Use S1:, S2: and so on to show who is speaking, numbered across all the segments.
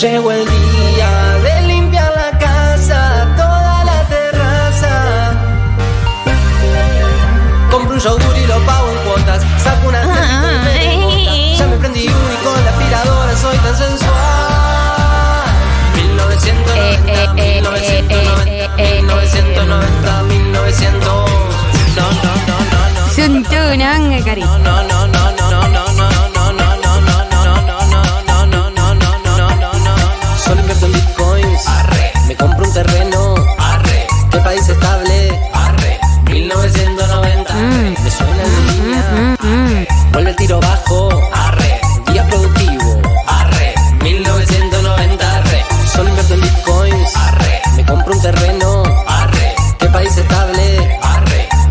S1: Llegó el día de limpiar la casa, toda la terraza. Compro un yogur y lo pago en cuotas. Saco una cesta y me desbotas. Ya me prendí uno y con la aspiradora soy tan sensual. 1990, 1990, 1990, 1900. No, no, no, no, no.
S2: Suntunanga, cari.
S1: No, no, no, no, no, no, no, no, no, no, no, no, no, no, no, no, no, no, no, no, no. Solo invierto en bitcoins. Me compro un terreno. ¿Qué país estable? 1990. Me suena la línea.
S2: Mm,
S1: Vuelve el tiro bajo. Día productivo. 1990. Solo invierto en bitcoins. Me compro un terreno. ¿Qué país estable?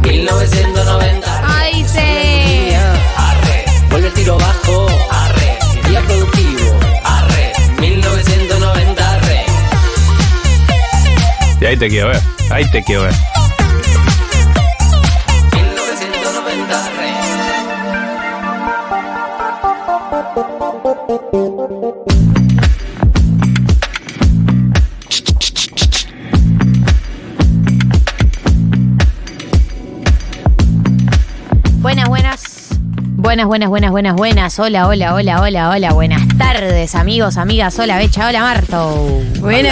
S1: 1990.
S2: Ay, se.
S1: Arre, vuelve el tiro bajo. Arre, día productivo. Arre, 1990. Arre.
S3: Y ahí te quiero ver. Ahí te eh. quiero ver.
S1: 1990. Arre.
S2: Buenas, buenas. Buenas, buenas, buenas, buenas, buenas. Hola, hola, hola, hola, hola. Buenas tardes, amigos, amigas. Hola, Becha. Hola, Marto.
S3: Hola, come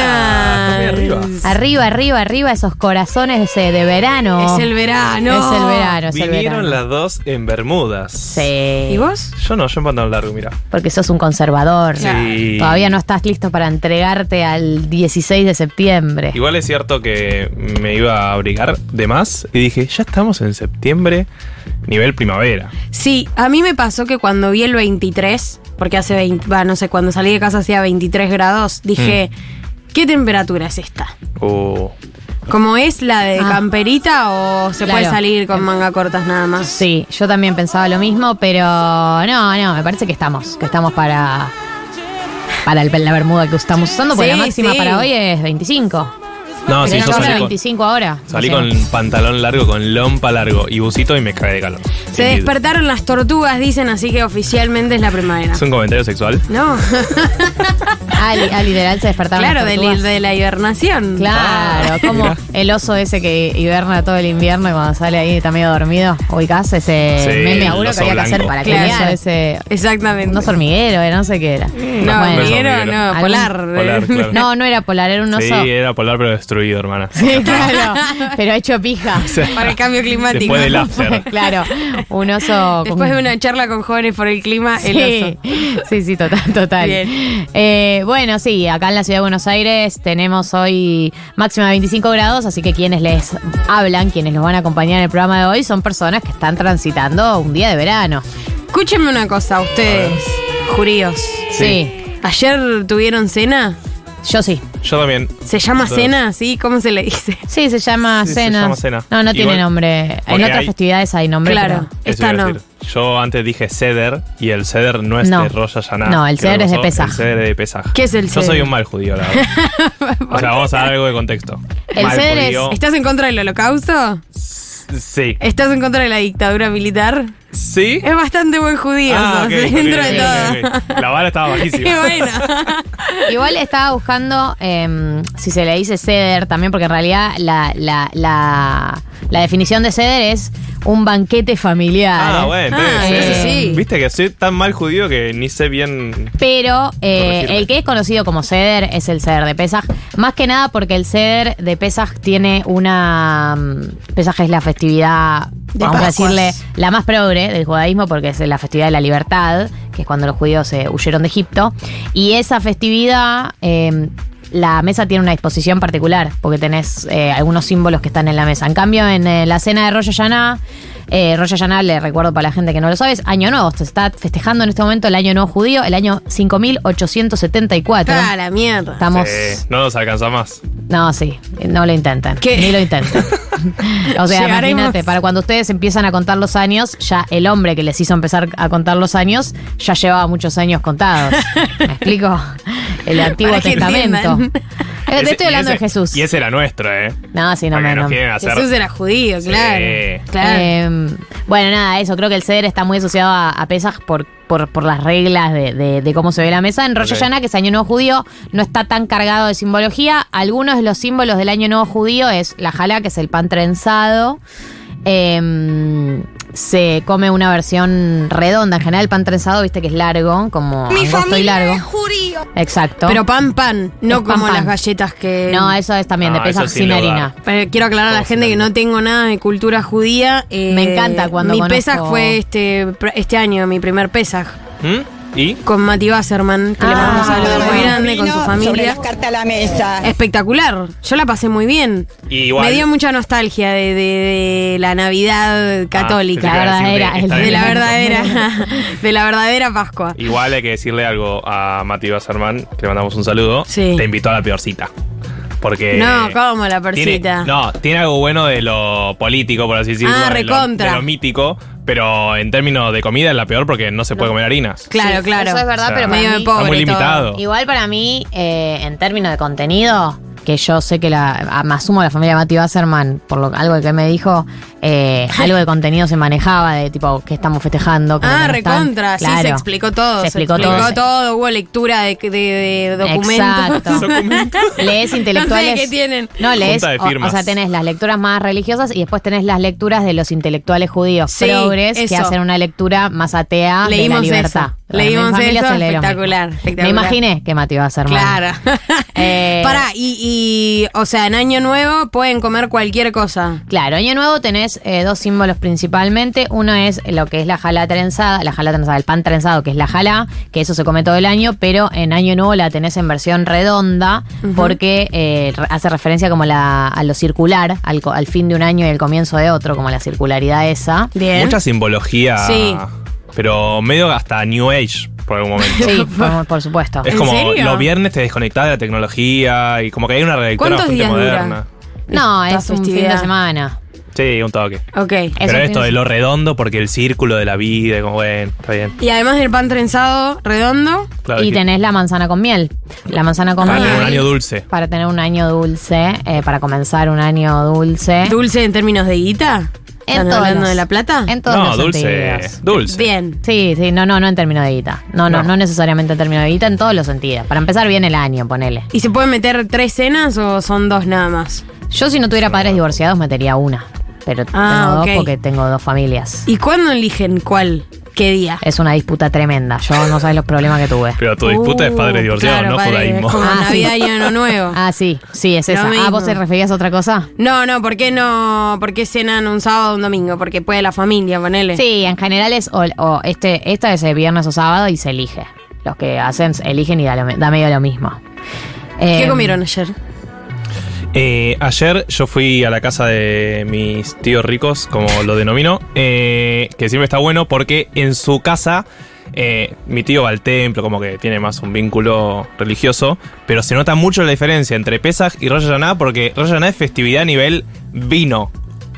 S3: arriba.
S4: Buenas.
S2: Arriba, arriba, arriba esos corazones eh, de verano.
S4: Es el verano.
S2: Es el verano, es el verano.
S3: Vinieron las dos en Bermudas.
S2: Sí.
S4: ¿Y vos?
S3: Yo no, yo en pantalón largo, mira.
S2: Porque sos un conservador.
S3: Sí.
S2: Todavía no estás listo para entregarte al 16 de septiembre.
S3: Igual es cierto que me iba a abrigar de más y dije, ya estamos en septiembre, nivel primavera.
S4: Sí, a mí me pasó que cuando vi el 23, porque hace 20, va, no sé, cuando salí de casa hacía 23 grados, dije,
S3: Mm.
S4: ¿qué temperatura es esta?
S3: Oh,
S4: ¿Como es la de
S2: Ah.
S4: camperita o se
S2: Claro.
S4: puede salir con manga cortas nada más?
S2: Sí, yo también pensaba lo mismo, pero no, no, me parece que estamos, que estamos para para el- la bermuda que estamos usando, porque
S4: Sí,
S2: la máxima
S4: sí.
S2: para hoy es 25.
S3: No,
S2: Pero
S3: sí, yo
S2: estamos a
S3: salí con,
S2: 25 ahora.
S3: salí
S2: o sea.
S3: con pantalón largo, con lompa largo y bucito y me cae de calor.
S4: Se
S3: Indeed.
S4: despertaron las tortugas, dicen, así que oficialmente es la primavera.
S3: ¿Es un comentario sexual?
S4: No,
S2: Ah, li- ah, literal se despertaron.
S4: claro,
S2: las
S4: de,
S2: tortugas.
S4: de la hibernación. Ah.
S2: Claro, como el oso ese que hiberna todo el invierno y cuando sale ahí está medio dormido. Ubicás ese
S3: Sí,
S2: meme
S3: el
S2: auro que
S3: oso
S2: había que hacer
S3: blanco.
S2: para que el
S4: Claro.
S2: oso ese.
S4: Exactamente.
S2: No es hormiguero, era, no sé qué era.
S4: No,
S2: Bueno.
S4: hormiguero,
S3: hormiguero.
S4: no,
S2: Algún-
S4: polar.
S3: Polar, claro.
S2: No, no era polar, era un
S3: sí,
S2: oso.
S3: era polar pero destruido, hermana.
S2: Sí, claro. Pero hecho pija.
S3: O sea,
S4: Para el cambio climático.
S3: Después del after.
S2: claro. Un oso. con-
S4: Después de una charla con jóvenes por el clima, el
S2: Sí,
S4: oso.
S2: sí, sí, total, total.
S4: Bien.
S2: Eh, bueno, sí, acá en la ciudad de Buenos Aires tenemos hoy máxima de 25 grados, así que quienes les hablan, quienes nos van a acompañar en el programa de hoy, son personas que están transitando un día de verano.
S4: Escúchenme una cosa, ustedes, juríos.
S2: Sí,
S4: ¿Ayer tuvieron cena?
S2: yo sí.
S3: Yo también.
S4: ¿Se llama
S3: Sí.
S4: cena? ¿Sí? ¿Cómo se le dice?
S2: Sí, se llama
S3: Sí, se
S2: cena.
S3: llama cena.
S2: No, no tiene
S3: Igual-
S2: nombre. En
S3: Porque
S2: otras
S3: hay-
S2: festividades hay nombre.
S4: Claro.
S2: pero-
S3: Eso
S4: Esta
S3: iba a
S4: no.
S3: decir. Yo antes dije ceder y el ceder no es
S2: No.
S3: de Rosh Hashanah.
S2: No, el
S3: Creo
S2: ceder
S3: que
S2: es de
S3: vos-
S2: Pesaj.
S3: El ceder es de Pesaj.
S4: ¿Qué es el
S3: Yo
S4: ceder?
S3: soy un mal judío, la verdad. o sea, vamos a dar algo de contexto.
S2: El
S3: mal
S2: ceder es-
S3: judío.
S4: ¿Estás en contra del holocausto?
S3: Sí.
S4: ¿Estás en contra de la dictadura militar?
S3: ¿Sí?
S4: Es bastante buen judío,
S3: Ah,
S4: sos, ¿eh?
S3: ok, ok,
S4: dentro de
S3: ok,
S4: todo.
S3: ok, ok. La vara estaba
S4: Y
S3: bajísima.
S4: bueno.
S2: Igual estaba buscando em, si se le dice ceder también, porque en realidad la, la, la, la definición de ceder es un banquete familiar.
S3: Ah, bueno, entonces,
S2: Ah,
S3: eh,
S2: ese sí.
S3: Viste que soy tan mal judío que ni sé bien.
S2: Pero eh,
S3: Corregirme.
S2: el que es conocido como ceder es el ceder de Pesaj. Más que nada porque el ceder de Pesaj tiene una. mm, Pesaj es la festividad,
S4: De
S2: vamos a
S4: Pascuas.
S2: decirle, la más progre del judaísmo, porque es la festividad de la libertad, que es cuando los judíos eh, huyeron de Egipto. Y esa festividad. eh, la mesa tiene una disposición particular, porque tenés eh, algunos símbolos que están en la mesa. En cambio, en eh, la cena de Rosh Hashanah, eh, Rosh Hashanah, le recuerdo para la gente que no lo sabe, es Año Nuevo. Se está festejando en este momento el Año Nuevo Judío, el año 5874.
S4: Ah, la mierda.
S2: Estamos...
S3: Eh, no nos alcanza más.
S2: No, sí, no lo intenten.
S4: ¿Qué?
S2: Ni lo intenten. o sea,
S4: Llegaremos.
S2: imagínate, para cuando ustedes empiezan a contar los años, ya el hombre que les hizo empezar a contar los años ya llevaba muchos años contados. ¿Me explico? El Antiguo
S4: Para que
S2: Testamento.
S4: entiendan.
S2: Pero Eh, te
S3: Ese-
S2: estoy
S3: y
S2: hablando
S3: ese-
S2: de Jesús.
S3: Y ese era nuestro, ¿eh?
S2: No, sí, no
S3: Porque
S2: me.
S3: nos
S2: no.
S3: quieren hacer-
S4: Jesús era judío, claro.
S3: Sí.
S4: Claro.
S2: Eh, bueno, nada, eso. Creo que el ceder está muy asociado a, a Pesaj por, por, por las reglas de, de- de cómo se ve la mesa. En Rosh
S3: Ok.
S2: Hashanah, que es Año Nuevo Judío, no está tan cargado de simbología. Algunos de los símbolos del Año Nuevo Judío es la jala, que es el pan trenzado. Eh, se come una versión redonda. En general, el pan trenzado, viste que es largo, como angosto y largo. Exacto.
S4: Pero pan, pan, no
S2: Es pan,
S4: como
S2: pan.
S4: las galletas que.
S2: no, eso es también de
S3: No,
S2: Pesaj
S3: Ah, eso sin
S2: sin
S3: lugar.
S2: harina.
S4: Pero quiero aclarar a la
S3: Todo
S4: gente que
S3: sin
S4: no tengo nada de cultura judía. eh,
S2: Me encanta cuando
S4: Mi
S2: conozco-
S4: Pesaj fue este, pr- este año, mi primer Pesaj.
S3: ¿Mm? ¿Y?
S4: Con Mati Wasserman, que le
S2: Ah.
S4: mando un saludo muy
S2: Sobre
S4: grande con su
S5: Sobre
S4: familia.
S5: las cartas a la mesa.
S4: Espectacular, yo la pasé muy bien.
S3: Y igual-
S4: Me dio mucha nostalgia de, de- de la Navidad
S3: Ah, pensé que
S4: católica,
S3: iba a
S2: verdadera,
S3: decirte,
S2: el
S4: de la
S3: está bien.
S4: verdadera, de la verdadera Pascua.
S3: Igual hay que decirle algo a Mati Basserman, que le mandamos un saludo.
S4: Sí.
S3: Te invitó a la peor cita. Porque.
S4: No, ¿cómo la peor
S3: tiene-
S4: cita?
S3: no, tiene algo bueno de lo político, por así decirlo.
S4: Ah,
S3: de lo-
S4: recontra.
S3: De lo mítico, pero en términos de comida es la peor porque no se puede comer harinas.
S4: Claro,
S2: Sí,
S4: claro.
S2: Eso es verdad,
S3: O sea,
S2: pero para
S4: medio de
S2: mí-
S4: pobre
S3: Está muy
S4: todo.
S3: limitado.
S2: Igual para mí, eh, en términos de contenido, que yo sé que la, a- me asumo la familia de Mati Wasserman, por lo, algo que me dijo, eh, algo de contenido se manejaba, de tipo, ¿qué estamos festejando? ¿Qué
S4: Ah,
S2: no están?
S4: recontra, sí, se
S2: Claro.
S4: explicó todo.
S2: Se explicó todo.
S4: todo, hubo lectura de, de- de documentos.
S2: Exacto. Lees intelectuales.
S4: No sé qué tienen.
S2: No, lees.
S3: Junta de
S2: o- O,
S3: firmas.
S2: sea, tenés las lecturas más religiosas y después tenés las lecturas de los intelectuales judíos
S4: Sí,
S2: progres que
S4: eso.
S2: hacen una lectura más atea
S4: Leímos
S2: de la libertad.
S4: eso,
S2: En mi
S4: leímos
S2: familia
S4: eso,
S2: se lee lo mismo.
S4: espectacular, espectacular.
S2: Me imaginé que Mati Wasserman.
S4: Claro.
S2: Eh,
S4: Pará, y, y, o sea, en Año Nuevo pueden comer cualquier cosa.
S2: Claro, Año Nuevo tenés eh, dos símbolos principalmente. Uno es lo que es la jala trenzada, la jala trenzada, el pan trenzado, que es la jala, que eso se come todo el año, pero en Año Nuevo la tenés en versión redonda, porque eh, re- hace referencia como la, a lo circular, al, co- al fin de un año y el comienzo de otro, como la circularidad esa.
S4: Bien.
S3: Mucha simbología.
S4: ¿eh? Sí.
S3: Pero medio hasta New Age por algún momento.
S2: Sí, por, por supuesto.
S3: Es
S4: ¿En
S3: como
S4: serio?
S3: los viernes te desconectás de la tecnología y como que hay una relectura
S4: ¿Cuántos
S3: bastante
S4: días dura?
S3: moderna.
S2: No,
S4: Esta
S2: es un fin
S4: festividad.
S2: de semana.
S3: Sí, un toque.
S4: Ok.
S2: Es un
S3: Pero esto
S2: fin
S3: de lo redondo, porque el círculo de la vida, como bueno, está bien.
S4: Y además del pan trenzado redondo,
S3: Claro,
S2: Y
S3: que-
S2: tenés la manzana con miel. La manzana con
S3: para
S2: miel.
S3: tener un año dulce.
S2: Para tener un año dulce, eh, para comenzar un año dulce.
S4: dulce en términos de guita.
S2: En
S4: ¿Están
S2: todos
S4: hablando
S2: los-
S4: de la plata?
S2: En todos
S3: No,
S2: los
S3: dulce.
S2: sentidos.
S3: Dulce.
S4: Bien.
S2: Sí, sí, no, no, no en términos de guita. No, no,
S3: No.
S2: no, necesariamente en términos de guita, en todos los sentidos. Para empezar bien el año, ponele.
S4: ¿Y se pueden meter tres cenas o son dos nada más?
S2: Yo si no tuviera padres divorciados metería una, pero
S4: Ah,
S2: tengo
S4: ok.
S2: dos porque tengo dos familias.
S4: ¿Y cuándo eligen cuál? ¿Qué día?
S2: Es una disputa tremenda, yo no sabes los problemas que tuve.
S3: Pero tu disputa es padre
S4: Uh,
S3: divorciado,
S4: claro,
S3: no
S4: padre,
S3: judaísmo.
S4: es como
S2: Ah, sí.
S4: Navidad y Año Nuevo.
S2: Ah, sí, sí, es
S4: Lo
S2: esa. Ah,
S4: mismo.
S2: ¿vos te referías a otra cosa?
S4: No, no, ¿por qué no? ¿Por qué cenan un sábado o un domingo? Porque puede la familia, ponele.
S2: Sí, en general es o, o este, esta es el viernes o sábado y se elige. Los que hacen eligen y da, lo- da medio lo mismo.
S4: ¿Qué
S2: Em,
S4: comieron ayer?
S3: Eh, ayer yo fui a la casa de mis tíos ricos, como lo denomino, eh, que siempre está bueno porque en su casa eh, mi tío va al templo, como que tiene más un vínculo religioso, pero se nota mucho la diferencia entre Pesaj y Rosh Hashanah porque Rosh Hashanah es festividad a nivel vino.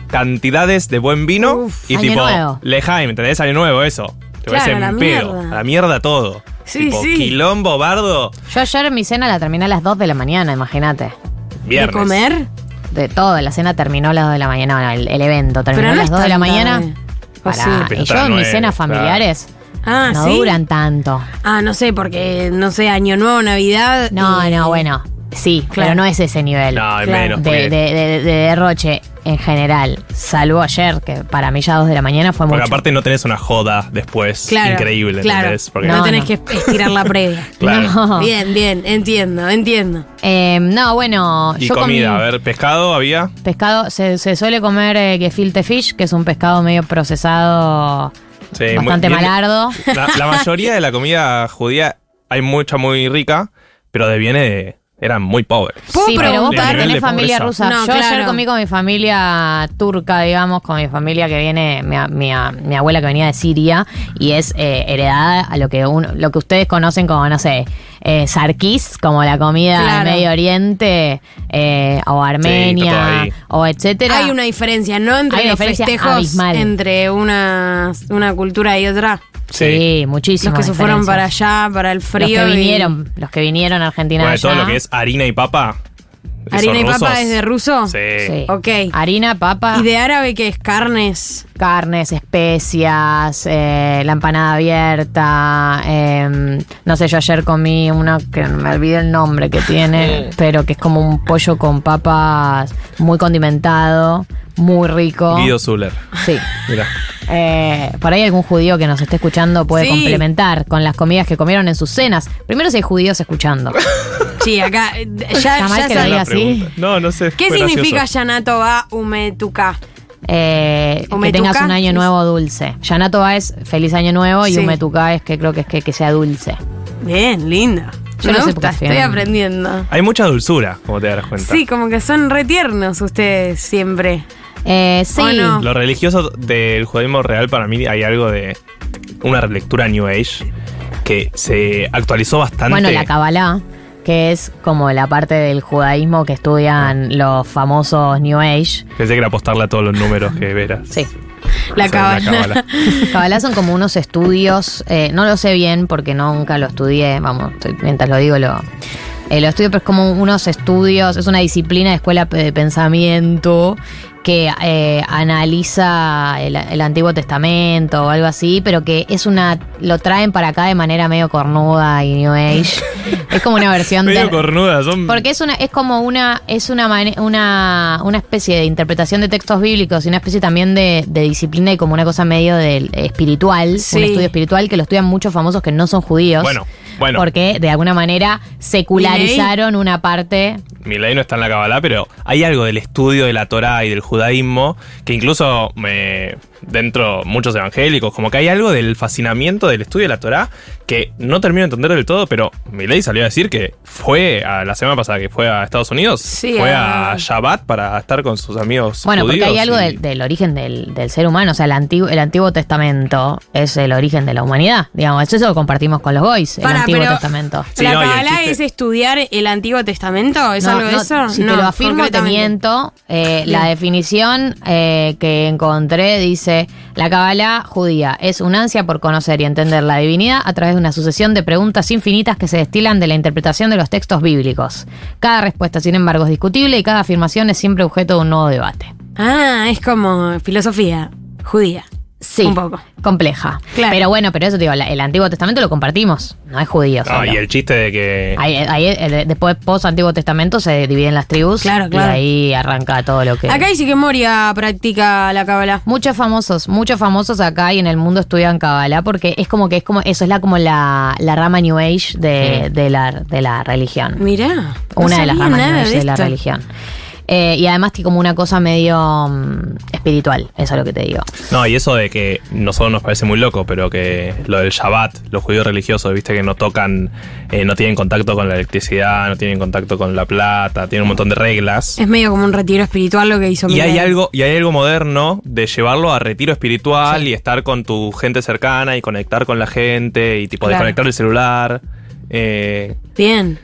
S3: Cantidades de buen vino
S4: Uf,
S3: y
S2: Año
S3: tipo
S2: Nuevo.
S3: Lejaim, ¿entendés? Año nuevo, eso. Te
S4: Claro,
S3: ves en
S4: a la
S3: pedo,
S4: mierda.
S3: a la mierda todo.
S4: Sí,
S3: tipo,
S4: sí.
S3: quilombo, bardo,
S2: Yo ayer mi cena la terminé a las 2 de la mañana, imagínate.
S3: viernes.
S4: ¿De comer?
S2: De todo, la cena terminó a las 2 de la mañana, bueno, el, el evento terminó
S4: Pero no
S2: a las
S4: es
S2: 2 de la
S4: tan
S2: mañana.
S4: tarde. ¿O
S2: Pará,
S4: sí?
S3: Pero
S2: y
S3: está
S2: yo
S3: a las
S2: mis
S3: nueve,
S2: cenas
S3: claro.
S2: familianes
S4: Ah,
S2: no
S4: ¿sí?
S2: duran tanto.
S4: Ah, no sé, porque, no sé, Año Nuevo, Navidad.
S2: No,
S4: y-
S2: no, bueno, sí,
S4: Claro.
S2: pero no es ese nivel
S3: No, y
S4: Claro.
S3: menos.
S2: de,
S3: porque-
S2: de- de- de derroche en general, salvo ayer, que para mí ya 2 de la mañana fue
S3: Porque
S2: mucho.
S3: aparte no tenés una joda después
S4: Claro,
S3: increíble,
S4: claro.
S3: ¿entendés? Porque
S4: no,
S2: No,
S4: tenés
S2: no.
S4: que estirar la previa.
S3: Claro.
S2: No.
S4: Bien, bien, entiendo, entiendo.
S2: Eh, no, bueno,
S3: Y
S2: yo
S3: comida,
S2: comí
S3: a ver, pescado había.
S2: pescado, se, se suele comer eh, gefilte fish, que es un pescado medio procesado,
S3: Sí, muy-
S2: bastante
S3: bien-
S2: malardo.
S3: La, la mayoría de la comida judía hay mucha muy rica, pero de viene de- eran muy pobres.
S4: ¿Puedo
S2: sí, pero vos
S4: preguntar?
S2: porque
S3: Nivel de
S2: tenés familia
S3: pobreza.
S2: rusa.
S4: No,
S2: Yo
S4: claro.
S2: ayer comí con mi familia turca, digamos, con mi familia que viene, mi, a- mi a- mi abuela que venía de Siria, y es eh, heredada a lo que uno- lo que ustedes conocen como, no sé, eh, sarkis, como la comida
S4: Claro.
S2: de Medio Oriente, eh, o
S3: todo
S2: Armenia,
S3: ahí.
S2: o etcétera.
S4: Hay una diferencia, ¿no? Entre
S2: Hay una
S4: los
S2: diferencia
S4: festejos,
S2: abismal.
S4: entre una, una cultura y otra.
S2: Sí, muchísimo.
S4: Los que se fueron para allá, para el
S2: Los
S4: frío.
S2: que
S4: y-
S2: vinieron, los que vinieron a Argentina
S3: Bueno, de
S2: allá.
S3: todo lo que es harina y papa, que
S4: ¿Harina
S3: son
S4: y papa
S3: rusos.
S4: es de ruso?
S3: Sí.
S2: Sí.
S4: Ok.
S2: Harina, papa,
S4: ¿Y de árabe qué es? Carnes.
S2: carnes, especias, eh, la empanada abierta. eh, no sé, yo ayer comí una que me olvidé el nombre que tiene, pero que es como un pollo con papas muy condimentado, muy rico.
S3: Guido Zuller.
S2: Sí.
S3: Mira.
S2: Eh, por ahí algún judío que nos esté escuchando puede
S4: Sí.
S2: complementar con las comidas que comieron en sus cenas. Primero si hay judíos escuchando.
S4: Sí, acá. eh, Ya,
S2: Está mal
S4: ya
S2: que lo
S4: sab-
S2: diga así.
S3: No, no sé.
S4: ¿Qué
S3: fue
S4: significa
S3: gracioso.
S4: Yanato va umetuka?
S2: Eh, que
S4: Umetuka.
S2: tengas un año nuevo dulce. Yanatoba es feliz año nuevo y
S4: Sí.
S2: Umetuka es que creo que es que, que sea dulce.
S4: Bien, linda.
S2: Yo
S4: Me
S2: no sé
S4: gusta,
S2: por qué fui
S4: estoy
S2: a-
S4: aprendiendo.
S3: Hay mucha dulzura, como te darás cuenta.
S4: Sí, como que son retiernos ustedes siempre.
S2: Eh, sí.
S4: ¿O no?
S3: Lo religioso del judaísmo real para mí hay algo de una lectura New Age que se actualizó bastante.
S2: Bueno, la Kabbalah, que es como la parte del judaísmo que estudian los famosos New Age.
S3: Pensé que era apostarle a todos los números que veras.
S2: Sí.
S4: La
S3: Esa era
S4: cabana.
S2: Kabbalah son como unos estudios, eh, no lo sé bien porque nunca lo estudié, vamos, estoy- mientras lo digo lo, eh, lo estudio, pero es como unos estudios, es una disciplina de escuela p- de pensamiento que eh, analiza el, el Antiguo Testamento o algo así, pero que es una, lo traen para acá de manera medio cornuda y New Age. es como una versión
S3: Medio
S2: de...
S3: cornuda, son.
S2: Porque es una, es como una, es una mane- una, una especie de interpretación de textos bíblicos y una especie también de, de disciplina y como una cosa medio del espiritual, un
S4: Sí.
S2: estudio espiritual que lo estudian muchos famosos que no son judíos.
S3: Bueno, bueno.
S2: Porque de alguna manera secularizaron una parte.
S3: Mi ley no está en la Kabbalah, pero hay algo del estudio de la Torá y del judaísmo que incluso eh, dentro muchos evangélicos, como que hay algo del fascinamiento del estudio de la Torá que no termino de entender del todo, pero mi ley salió a decir que fue a la semana pasada que fue a Estados Unidos,
S4: Sí,
S3: fue
S4: ah.
S3: a Shabbat para estar con sus amigos.
S2: Bueno, porque hay
S3: judíos
S2: algo
S3: y-
S2: del, del origen del, del ser humano. O sea, el antiguo, el Antiguo Testamento es el origen de la humanidad. Digamos, eso lo compartimos con los goys, el
S4: Pará,
S2: Antiguo
S4: pero-
S2: Testamento.
S3: Sí,
S4: ¿La
S3: no, y el
S4: Kabbalah
S3: chiste-
S4: es estudiar el Antiguo Testamento? ¿Es
S2: No,
S4: algo de
S2: no,
S4: eso?
S2: Si
S4: No,
S2: te lo afirmo, te
S4: concretamente.
S2: miento. Eh, la
S4: Bien.
S2: definición eh, que encontré dice: La Kabbalah judía es un ansia por conocer y entender la divinidad a través de una sucesión de preguntas infinitas que se destilan de la interpretación de los textos bíblicos. Cada respuesta, sin embargo, es discutible y cada afirmación es siempre objeto de un nuevo debate.
S4: Ah, es como filosofía judía.
S2: Sí,
S4: Un poco.
S2: compleja.
S4: Claro.
S2: Pero bueno, pero eso te digo, la- el Antiguo Testamento lo compartimos, no es judío.
S3: Ah,
S2: solo.
S3: y el chiste de que.
S2: Ahí- ahí, eh, de- después, post Antiguo Testamento, se dividen las tribus
S4: Claro, claro.
S2: y ahí arranca todo lo que...
S4: Acá dice que Moria practica la Kabbalah.
S2: Muchos famosos, muchos famosos acá y en el mundo estudian Kabbalah porque es como que es como eso es la como la, la rama New Age de, de la, de la religión.
S4: Mirá. no
S2: una de las
S4: sabía
S2: ramas New
S4: nada
S2: Age de, la
S4: esto.
S2: religión. Eh, y además que como una cosa medio mm, espiritual, eso es lo que te digo.
S3: No, y eso de que nosotros nos parece muy loco, pero que lo del Shabbat, los judíos religiosos, viste que no tocan, eh, no tienen contacto con la electricidad, no tienen contacto con la plata, tienen un montón de reglas.
S4: Es medio como un retiro espiritual lo que hizo
S3: Y hay
S4: Milei.
S3: algo, y hay algo moderno de llevarlo a retiro espiritual y estar con tu gente cercana y conectar con la gente y tipo
S4: Claro.
S3: desconectar el celular. Eh,
S4: Bien.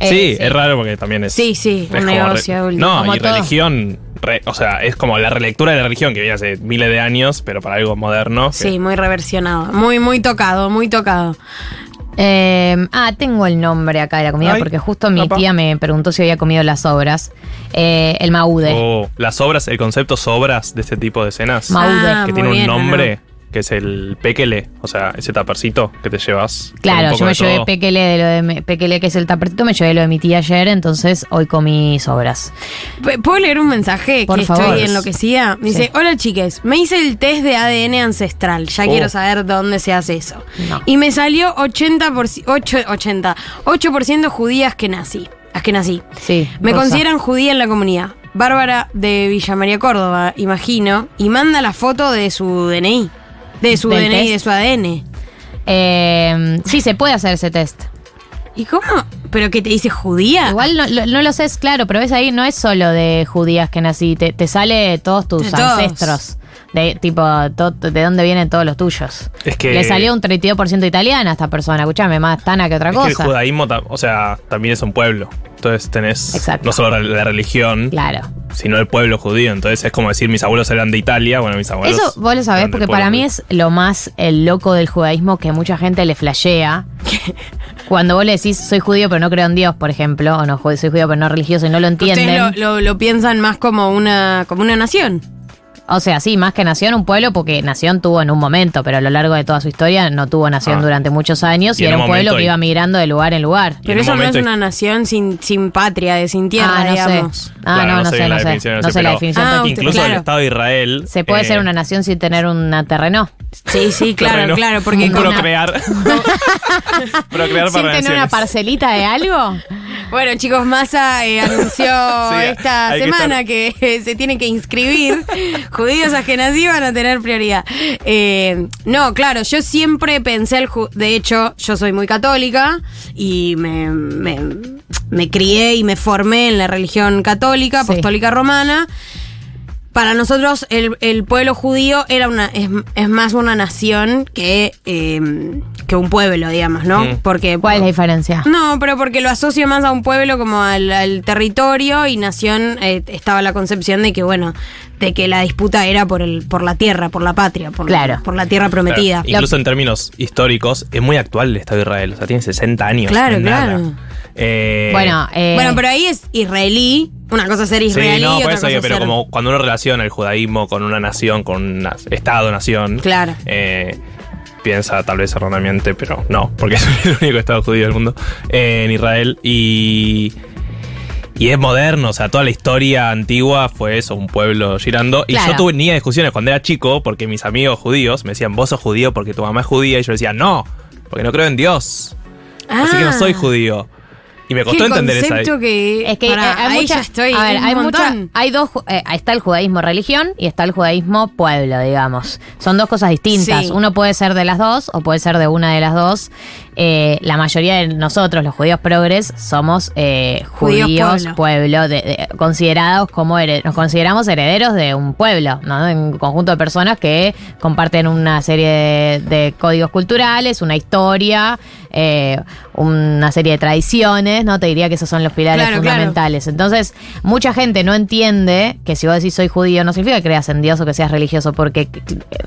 S2: Eh,
S3: sí,
S2: sí.
S3: es raro porque también es.
S4: Sí, sí,
S3: es
S4: un
S3: como
S4: negocio
S3: re-
S4: adulto.
S3: No,
S2: Como
S3: y
S2: todo.
S3: religión. re- o sea, es como la relectura de la religión que viene hace miles de años, pero para algo moderno. que-
S4: Sí, muy reversionado. Muy, muy tocado, muy tocado.
S2: Eh, ah, tengo el nombre acá de la comida
S3: Ay,
S2: porque justo mi
S3: apa.
S2: tía me preguntó si había comido las obras. Eh, el maude.
S3: Oh, las obras, el concepto sobras de este tipo de escenas.
S2: Maude.
S4: Ah,
S3: que
S4: muy
S3: tiene un
S4: bien, no, no.
S3: nombre, que es el péquele, o sea, ese tapercito que te llevas. con un
S2: Claro,
S3: poco
S2: yo me
S3: de
S2: llevé
S3: todo.
S2: Pequele, de lo de mi- Pequele, que es el tapertito, me llevé lo de mi tía ayer, entonces hoy comí sobras.
S4: P- ¿Puedo leer un mensaje
S2: Por
S4: que
S2: favor.
S4: estoy enloquecida? Me
S2: Sí.
S4: dice, hola chiques, me hice el test de ADN ancestral, ya
S3: Oh.
S4: quiero saber dónde se hace eso.
S2: No.
S4: Y me salió 80%, por, 80 8% judías que nací. Las que nací.
S2: Sí.
S4: Me
S2: Rosa.
S4: consideran judía en la comunidad. Bárbara de Villa María Córdoba, imagino, y manda la foto de su DNI. De su
S2: ¿Del
S4: DNI,
S2: test?
S4: de su ADN.
S2: Eh, sí, se puede hacer ese test.
S4: ¿Y cómo? ¿Pero qué te dice judía?
S2: Igual no, lo- no lo sé, es claro, pero ves ahí, no es solo de judías que nací, te, te sale de todos tus
S4: De todos.
S2: ancestros. De tipo, to- de dónde vienen todos los tuyos.
S3: Es que-
S2: Le salió un 32% italiana a esta persona, escuchame, más tana que otra
S3: Es que el
S2: cosa.
S3: judaísmo, ta- o sea, también es un pueblo. Entonces tenés
S2: Exacto.
S3: no solo la- la religión,
S2: claro.
S3: sino el pueblo judío. Entonces es como decir, mis abuelos eran de Italia, bueno, mis abuelos.
S2: Eso vos lo sabés
S3: eran del
S2: porque para
S3: pueblo
S2: mí
S3: judío.
S2: es lo más el loco del judaísmo que mucha gente le flashea. Cuando vos le decís soy judío pero no creo en Dios, por ejemplo, o no ju- soy judío pero no religioso y no lo entienden.
S4: Ustedes lo, lo- lo piensan más como una, como una nación.
S2: O sea, sí, más que nación, un pueblo, porque nación tuvo en un momento, pero a lo largo de toda su historia no tuvo nación
S3: Ah.
S2: durante muchos años y,
S3: Y en
S2: era
S3: un
S2: un pueblo
S3: momento
S2: que
S3: y-
S2: iba migrando de lugar en lugar.
S3: Y en
S4: Pero
S3: un
S4: eso no es
S3: momento-
S4: una nación sin, sin patria, de sin tierra,
S2: ah, no
S4: digamos.
S2: sé. Ah,
S3: Claro,
S2: no, no, sé,
S3: bien
S2: no
S3: la
S2: sé.
S3: definición,
S2: No sé la
S3: pero
S2: definición.
S4: Ah,
S2: tampoco.
S4: usted-
S3: Incluso el
S4: claro.
S3: Estado de Israel.
S2: Se puede
S3: eh,
S2: ser una nación sin tener una terreno.
S4: Sí, sí, claro,
S3: terreno.
S4: claro, porque
S3: Un
S4: con-
S3: procrear. procrear
S2: sin
S3: para
S2: tener una
S3: naciones.
S2: parcelita de algo.
S4: Bueno, chicos, Massa eh, anunció esta
S3: hay que
S4: semana que, se tienen que inscribir. Judíos ajenas sí van a tener prioridad. Eh, no, claro, yo siempre pensé, el ju- de hecho, yo soy muy católica y me, me, me crié y me formé en la religión católica,
S2: Sí.
S4: apostólica romana. Para nosotros el, el pueblo judío era una es, es más una nación que, eh, que un pueblo, digamos, ¿no?
S3: Mm.
S4: Porque
S2: ¿Cuál es la diferencia?
S4: no, pero porque lo asocio más a un pueblo como al, al territorio y nación eh, estaba la concepción de que, bueno, de que la disputa era por el, por la tierra, por la patria, por,
S2: Claro.
S4: por la tierra
S3: Claro,
S4: prometida.
S3: Incluso en términos históricos, es muy actual el Estado de Israel. O sea, tiene 60 años.
S4: Claro,
S3: nada.
S4: claro.
S3: Eh,
S2: Bueno, eh,
S4: bueno, pero ahí es israelí, una cosa es ser israelí
S3: Sí, no, por
S4: otra
S3: eso
S4: cosa
S3: digo,
S4: es
S3: pero
S4: ser-
S3: como cuando uno relaciona el judaísmo con una nación, con un na- Estado-nación.
S4: Claro.
S3: eh, piensa tal vez erróneamente, pero no, porque es el único Estado judío del mundo eh, en Israel. Y. Y es moderno, o sea, toda la historia antigua fue eso, un pueblo girando. Y
S2: Claro.
S3: yo tuve ni discusiones cuando era chico, porque mis amigos judíos me decían, vos sos judío porque tu mamá es judía. Y yo decía, no, porque no creo en Dios. Así que no
S4: Ah,
S3: soy judío. Y me
S4: qué
S3: costó entender esa.
S4: concepto que,
S2: Es que
S4: pará,
S2: eh, hay
S4: ahí
S2: mucha-
S4: ya estoy
S2: a ver,
S4: en un
S2: hay mucha-
S4: montón.
S2: hay dos, ju- eh, está el judaísmo religión y está el judaísmo pueblo, digamos. Son dos cosas distintas.
S4: Sí.
S2: Uno puede ser de las dos o puede ser de una de las dos. Eh, la mayoría de nosotros, los judíos progres, somos eh,
S4: Judíos
S2: judíos, pueblo, de-
S4: pueblo.
S2: de- considerados como here- nos consideramos herederos de un pueblo, ¿no? De un conjunto de personas que comparten una serie de, de códigos culturales, una historia, eh, una serie de tradiciones, ¿no? Te diría que esos son los pilares pilares
S4: Claro,
S2: fundamentales. Entonces, mucha gente no entiende que si vos decís soy judío, no significa que creas en Dios o que seas religioso, porque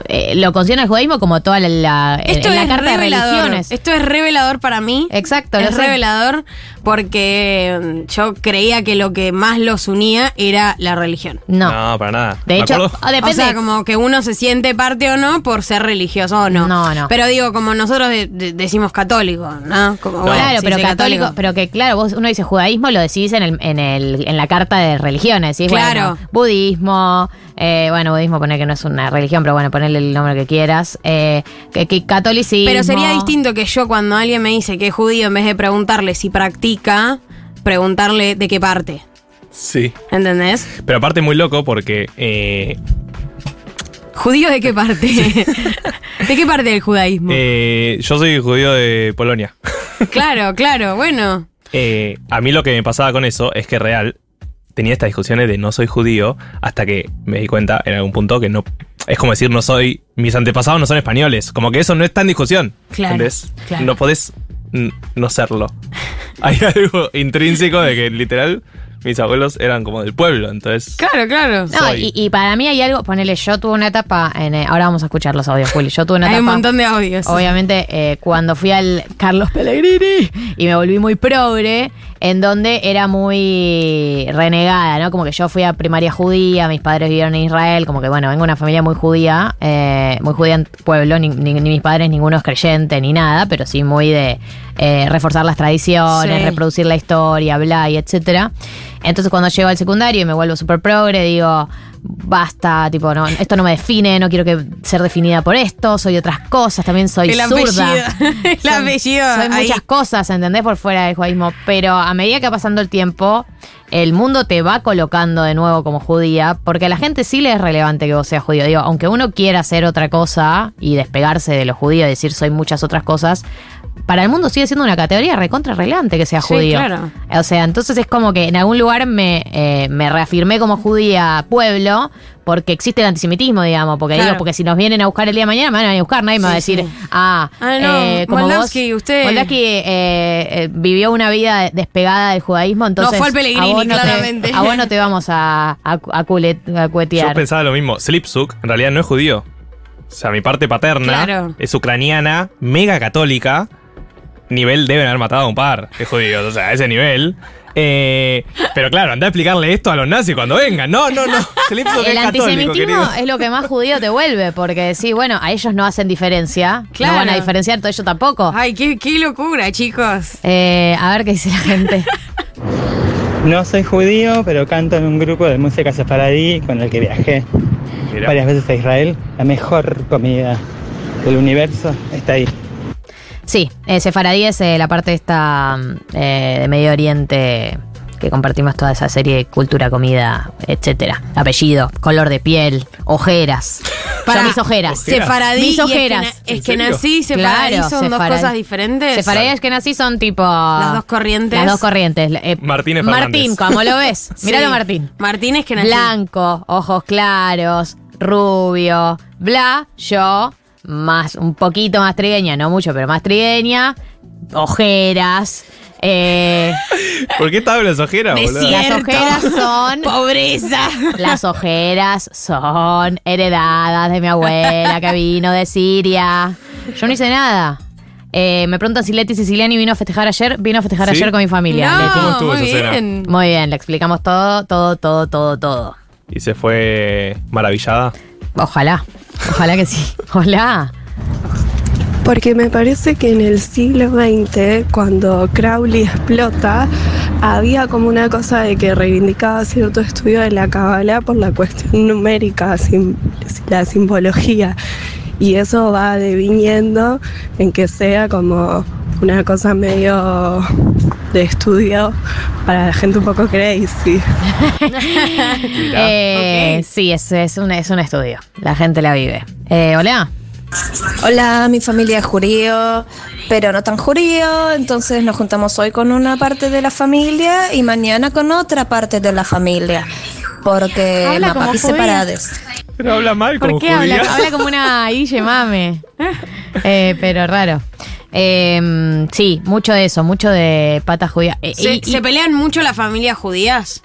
S2: eh, lo considera el judaísmo como toda la, la- en-
S4: Esto
S2: en la
S4: es
S2: carta de
S4: revelador.
S2: religiones.
S4: Esto es revelador para mí.
S2: Exacto, lo
S4: es
S2: sé.
S4: revelador porque mm, yo creía que lo que más los unía era la religión.
S2: No.
S3: No, para nada.
S2: De
S3: Me
S2: hecho,
S3: acuerdo-
S2: o depende.
S4: O sea, como que uno se siente parte o no por ser religioso o no.
S2: No, no.
S4: Pero digo, como nosotros de- de- decimos católico, ¿no? Como, bueno,
S2: claro,
S4: sí,
S2: pero
S4: soy
S2: católico, pero que claro, vos uno dice judaísmo, lo decidís en, el, en, el, en la carta de religiones, ¿sí?
S4: Claro.
S2: Bueno, budismo, eh, bueno, budismo poner que no es una religión, pero bueno, ponerle el nombre que quieras, eh, que, que catolicismo.
S4: Pero sería distinto que yo cuando alguien me dice que es judío, en vez de preguntarle si practica, preguntarle de qué parte.
S3: Sí.
S4: ¿Entendés?
S3: Pero aparte muy loco porque eh,
S4: ¿Judío de qué parte? ¿De qué parte del judaísmo?
S3: eh, yo soy judío de Polonia.
S4: Claro, claro, bueno.
S3: Eh, a mí lo que me pasaba con eso es que real tenía estas discusiones de no soy judío hasta que me di cuenta en algún punto que no... Es como decir no soy... Mis antepasados no son españoles. Como que eso no está en discusión.
S4: Claro,
S3: ¿entendés?
S4: claro.
S3: No podés mm, no serlo. Hay algo intrínseco de que literal mis abuelos eran como del pueblo. Entonces...
S4: Claro, claro.
S2: No,
S3: Soy.
S2: y, y para mí hay algo, ponele, yo tuve una etapa, en, eh, ahora vamos a escuchar los audios, Juli, yo tuve una
S4: Hay
S2: etapa...
S4: un montón de audios.
S2: Obviamente, eh, cuando fui al Carlos Pellegrini y me volví muy progre, en donde era muy renegada, ¿no? Como que yo fui a primaria judía, mis padres vivieron en Israel, como que bueno, vengo de una familia muy judía, eh, muy judía en pueblo, ni, ni- ni mis padres ninguno es creyente ni nada, pero sí muy de eh, reforzar las tradiciones,
S4: Sí.
S2: reproducir la historia, bla, y etcétera. Entonces cuando llego al secundario y me vuelvo súper progre, digo, basta, tipo, no, esto no me define, no quiero que ser definida por esto, soy otras cosas, también soy
S4: El
S2: zurda.
S4: apellido. El
S2: Soy-
S4: apellido
S2: Soy
S4: ahí.
S2: muchas cosas, ¿entendés? Por fuera del judaísmo. Pero a medida que va pasando el tiempo, el mundo te va colocando de nuevo como judía, porque a la gente sí le es relevante que vos seas judío. Digo, aunque uno quiera hacer otra cosa y despegarse de lo judío y decir soy muchas otras cosas, para el mundo sigue siendo una categoría recontra relevante que sea
S4: Sí,
S2: judío.
S4: claro.
S2: O sea, entonces es como que en algún lugar me, eh, me reafirmé como judía pueblo. Porque existe el antisemitismo, digamos, porque
S4: Claro.
S2: digo, porque si nos vienen a buscar el día de mañana, me van a venir a buscar, nadie me va a
S4: Sí,
S2: decir,
S4: sí.
S2: ah,
S4: Ah, no,
S2: eh, como
S4: Moldavsky,
S2: vos,
S4: usted-
S2: Moldavsky, eh, eh, vivió una vida despegada del judaísmo, entonces
S4: No, fue al Pellegrini,
S2: a vos no te-
S4: claramente.
S2: a vos no te vamos a, a, cu- a cule- a
S3: Yo
S2: cuetear.
S3: pensaba lo mismo. Slipsuk en realidad no es judío. O sea, mi parte paterna
S4: Claro.
S3: es ucraniana, mega católica, nivel deben haber matado a un par de judíos, o sea, a ese nivel. Eh, pero claro, anda a explicarle esto a los nazis cuando vengan. No, no, no. Felipe Soto
S2: El
S3: es católico,
S2: antisemitismo
S3: querido.
S2: es lo que más judío te vuelve, porque sí, bueno, a ellos no hacen diferencia.
S4: Claro.
S2: No van a diferenciar, todo ello tampoco.
S4: Ay, qué, qué locura, chicos.
S2: Eh, a ver qué dice la gente.
S5: No soy judío, pero canto en un grupo de música sefaradí con el que viajé
S3: Mirá.
S5: varias veces a Israel. La mejor comida del universo está ahí.
S2: Sí, eh, sefaradí es eh, la parte esta mm, eh, de Medio Oriente que compartimos toda esa serie de cultura, comida, etcétera. Apellido, color de piel, ojeras. Para mis ojeras.
S4: Sefaradí
S2: Mis
S4: y
S2: ojeras.
S4: Es que,
S3: ¿En serio?
S4: nací y sefaradí
S2: Claro,
S4: son dos
S2: sefaradí.
S4: cosas diferentes.
S2: Sefaradí es que nací son tipo. Las
S4: dos corrientes.
S2: Las dos corrientes. Eh,
S3: Martínez
S2: Martín,
S3: Fernández.
S2: como lo ves.
S4: Sí.
S2: Míralo, Martín.
S4: Martín es que nací.
S2: Blanco, ojos claros, rubio, bla, yo, más, un poquito más trigueña, no mucho, pero más trigueña, ojeras. eh,
S3: ¿Por qué estaba en las ojeras, boludo?
S2: Las
S4: Cierto.
S2: ojeras son.
S4: Pobreza.
S2: Las ojeras son heredadas de mi abuela que vino de Siria. Yo no hice nada. Eh, me preguntan si Leti Siciliani vino a festejar ayer. Vino a festejar
S3: ¿Sí?
S2: ayer con mi familia.
S4: No,
S3: ¿Cómo estuvo
S4: muy
S3: esa cena?
S4: bien.
S2: Muy bien, le explicamos todo, todo, todo, todo, todo.
S3: Y se fue maravillada.
S2: Ojalá, ojalá que sí. Hola.
S6: Porque me parece que en el siglo XX, cuando Crowley explota, había como una cosa de que reivindicaba cierto estudio de la cábala por la cuestión numérica, sim- la simbología. Y eso va deviniendo en que sea como una cosa medio de estudio para la gente un poco crazy.
S3: Mirá.
S2: Eh, Sí, es, es, un, es un estudio. La gente la vive. Eh, hola.
S7: Hola, mi familia es judío, pero no tan judío, entonces nos juntamos hoy con una parte de la familia y mañana con otra parte de la familia, porque
S2: Habla como
S7: papis
S2: judía.
S7: separadas.
S3: Pero habla mal como
S2: ¿Por qué habla?
S3: judía.
S2: Habla como una Guille Mame. Eh, pero raro. Eh, sí, mucho de eso, mucho de pata judía. Eh,
S4: ¿Se,
S2: y- y-
S4: se pelean mucho las familias judías?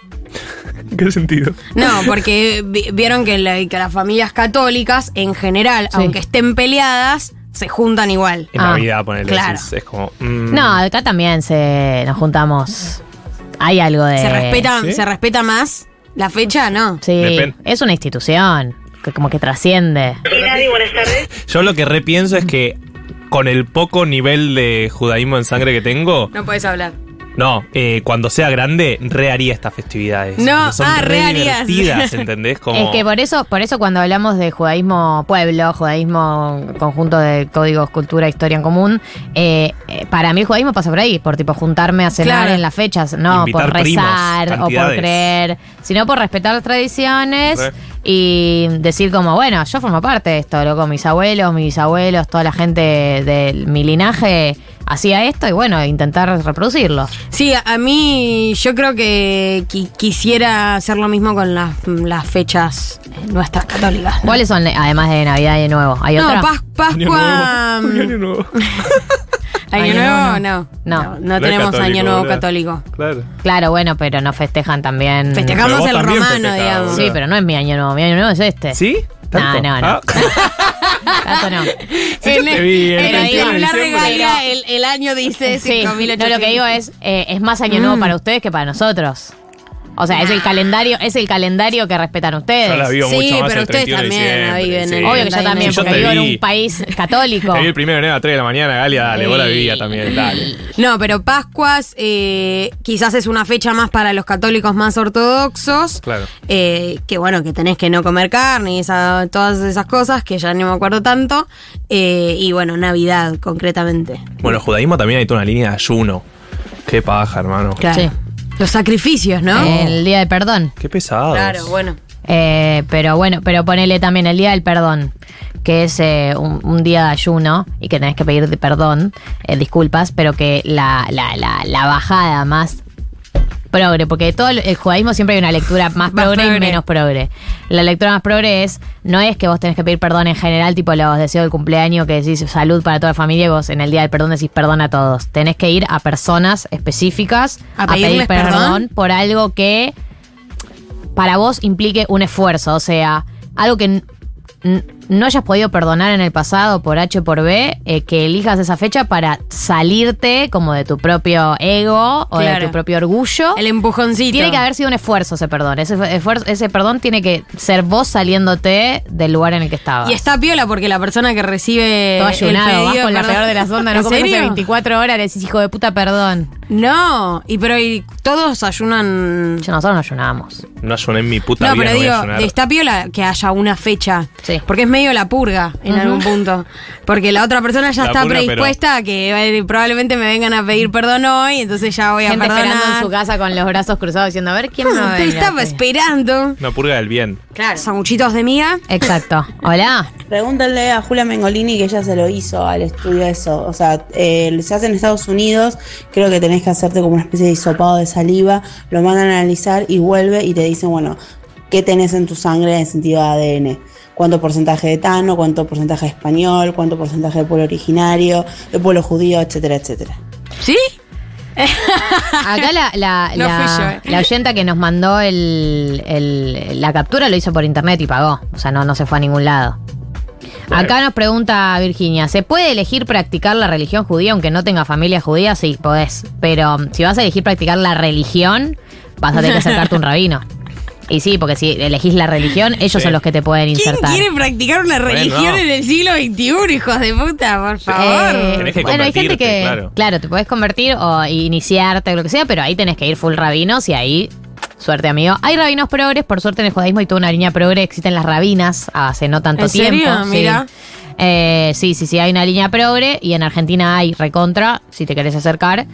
S3: ¿En qué sentido?
S4: No, porque vi- vieron que, la- que las familias católicas, en general,
S2: Sí.
S4: aunque estén peleadas, se juntan igual.
S3: En
S2: Ah,
S3: Navidad, ponele.
S4: claro.
S3: Es, es como. mm,
S2: no, acá también se nos juntamos. Hay algo de.
S4: ¿Se, respeta,
S3: ¿sí?
S4: ¿Se respeta más la fecha? No.
S2: Sí,
S3: Depen-
S2: es una institución que como que trasciende.
S3: Yo lo que repienso es que con el poco nivel de judaísmo en sangre que tengo,
S4: No puedes hablar.
S3: no, eh, cuando sea grande, reharía estas festividades.
S4: No,
S3: Porque son
S4: ah,
S3: re
S4: reharías.
S3: divertidas, ¿entendés? Como,
S2: Es que por eso, por eso cuando hablamos de judaísmo pueblo, judaísmo conjunto de códigos, cultura, historia en común, eh, eh, para mí el judaísmo pasa por ahí, por tipo juntarme a cenar
S4: Claro.
S2: en las fechas, no
S3: Invitar
S2: por
S3: primos,
S2: rezar o por
S3: cantidades.
S2: creer, sino por respetar las tradiciones
S3: Re.
S2: y decir como, bueno, yo formo parte de esto, loco, mis abuelos, mis abuelos, toda la gente de mi linaje hacía esto y bueno, intentar reproducirlo.
S4: Sí, a, a mí yo creo que qui- quisiera hacer lo mismo con las, las fechas eh, nuestras católicas.
S2: ¿Cuáles son, además de Navidad y de Nuevo? ¿Hay
S4: No,
S2: otra?
S4: Pas-
S3: Año
S4: Pascua.
S3: nuevo,
S4: mm,
S3: año nuevo.
S4: Año nuevo, no.
S2: No.
S4: No,
S3: No es
S4: tenemos
S3: católico,
S4: Año Nuevo
S3: boluda.
S4: católico.
S3: Claro.
S2: Claro, bueno, pero no festejan también.
S3: Pero
S4: Festejamos
S3: vos
S4: el
S3: también
S4: romano,
S3: festejás,
S4: digamos.
S2: Sí, pero no es mi año nuevo, mi año nuevo es este.
S3: ¿Sí?
S2: No,
S3: ¿Tanto?
S2: no, no.
S3: Ah.
S2: Tanto no.
S3: Sí, yo te vi en
S4: en
S2: el
S4: el
S2: diciembre,
S4: celular
S2: diciembre.
S4: regala el, el año dice
S2: Sí,
S4: 5.800.
S2: no, lo que digo es, eh, es más año nuevo para ustedes que para nosotros. O sea, es el calendario, es el calendario que respetan
S3: Yo la
S2: ustedes.
S3: vivo
S4: Ah. Sí,
S3: mucho más
S4: pero
S3: el 31 de
S4: ustedes también la
S3: diciembre,
S4: viven
S3: sí.
S4: en-
S2: Obvio que yo
S4: Sí,
S2: también,
S4: yo
S2: porque
S3: te
S2: vivo en
S3: vi.
S2: un país católico.
S3: Te vi el primero de enero a las 3 de la mañana, Galia, dale, vos la vivías también, dale.
S4: No, pero Pascuas eh, quizás es una fecha más para los católicos más ortodoxos.
S3: Claro.
S4: Eh, que bueno, que tenés que no comer carne y esa- todas esas cosas, que ya no me acuerdo tanto. Eh, y bueno, Navidad concretamente.
S3: Bueno, judaísmo también hay toda una línea de ayuno. Qué paja, hermano.
S4: Claro.
S2: Sí.
S4: Los sacrificios, ¿no?
S2: El día del perdón.
S3: Qué pesado.
S4: Claro, bueno.
S2: Eh, pero bueno, pero ponele también el día del perdón, que es eh, un, un día de ayuno y que tenés que pedir de perdón, eh, disculpas, pero que la, la, la, la bajada más progre, porque todo el, el judaísmo siempre hay una lectura más,
S4: Más
S2: progre, y
S4: progre.
S2: menos progre. La lectura más progre es, no es que vos tenés que pedir perdón en general, tipo los deseos del cumpleaños, que decís salud para toda la familia y vos en el día del perdón decís perdón a todos. Tenés que ir a personas específicas
S4: ¿A
S2: a, pedir
S4: pedirles
S2: perdón,
S4: perdón?
S2: por algo que para vos implique un esfuerzo, o sea, algo que n- n- no hayas podido perdonar en el pasado por H o por B, eh, que elijas esa fecha para salirte como de tu propio ego o de
S4: Claro.
S2: tu propio orgullo.
S4: El empujoncito.
S2: Tiene que haber sido un esfuerzo ese perdón. Ese, fu- esfuerzo- ese perdón tiene que ser vos saliéndote del lugar en el que estabas.
S4: Y está piola porque la persona que recibe.
S2: todo ayunado,
S4: el
S2: vas
S4: pedido
S2: con la
S4: perdón-
S2: peor de las ondas, no
S4: ¿En
S2: comes hace
S4: serio?
S2: 24 horas, le decís hijo de puta perdón.
S4: No, y pero y todos ayunan.
S2: Yo, nosotros no ayunábamos.
S3: No ayuné en mi puta
S4: No,
S3: vida,
S4: pero
S3: no voy a
S4: digo,
S3: ayunar.
S4: está piola que haya una fecha.
S2: Sí.
S4: Porque es medio la purga en algún punto. Porque la otra persona ya
S3: La
S4: está
S3: purga, pero-
S4: predispuesta a que eh, probablemente me vengan a pedir perdón hoy, entonces ya voy a
S2: Gente
S4: perdonar.
S2: esperando en su casa con los brazos cruzados diciendo, a ver quién me va
S4: Ah,
S2: a
S4: Te
S2: venir a
S4: estaba
S2: pedir?".
S4: esperando.
S3: Una purga del bien.
S4: Claro. Samuchitos de miga.
S2: Exacto. Hola.
S8: Pregúntale a Julia Mengolini que ella se lo hizo al estudio eso. O sea, eh, se hace en Estados Unidos, creo que tenés que hacerte como una especie de hisopado de saliva, lo mandan a analizar y vuelve y te dicen, bueno, ¿qué tenés en tu sangre en sentido de ADN? ¿Cuánto porcentaje de tano? ¿Cuánto porcentaje de español? ¿Cuánto porcentaje de pueblo originario? ¿De pueblo judío? Etcétera, etcétera.
S4: ¿Sí?
S2: Acá la, la,
S4: No
S2: la-
S4: fui yo, eh.
S2: la oyenta que nos mandó el, el- la captura lo hizo por internet y pagó. O sea, no, no se fue a ningún lado.
S3: Bueno.
S2: Acá nos pregunta Virginia, ¿se puede elegir practicar la religión judía aunque no tenga familia judía? Sí, podés. Pero si vas a elegir practicar la religión, vas a tener que acercarte un rabino. Y sí, porque si elegís la religión, ellos
S3: Sí.
S2: son los que te pueden
S4: ¿Quién
S2: insertar.
S4: quiere practicar una
S3: Bueno.
S4: religión en el siglo XXI, hijos de puta? Por favor.
S2: Eh,
S3: Tenés que
S2: bueno, hay gente
S3: convertirte,
S2: que,
S3: claro.
S2: te puedes convertir o iniciarte o lo que sea, pero ahí tenés que ir full rabinos y ahí, suerte amigo. Hay rabinos progres, por suerte en el judaísmo hay toda una línea progre, existen las rabinas hace no tanto
S4: ¿En serio?
S2: tiempo. sí.
S4: Mira.
S2: Eh, sí, sí, sí, hay una línea progre y en Argentina hay recontra, si te querés acercar.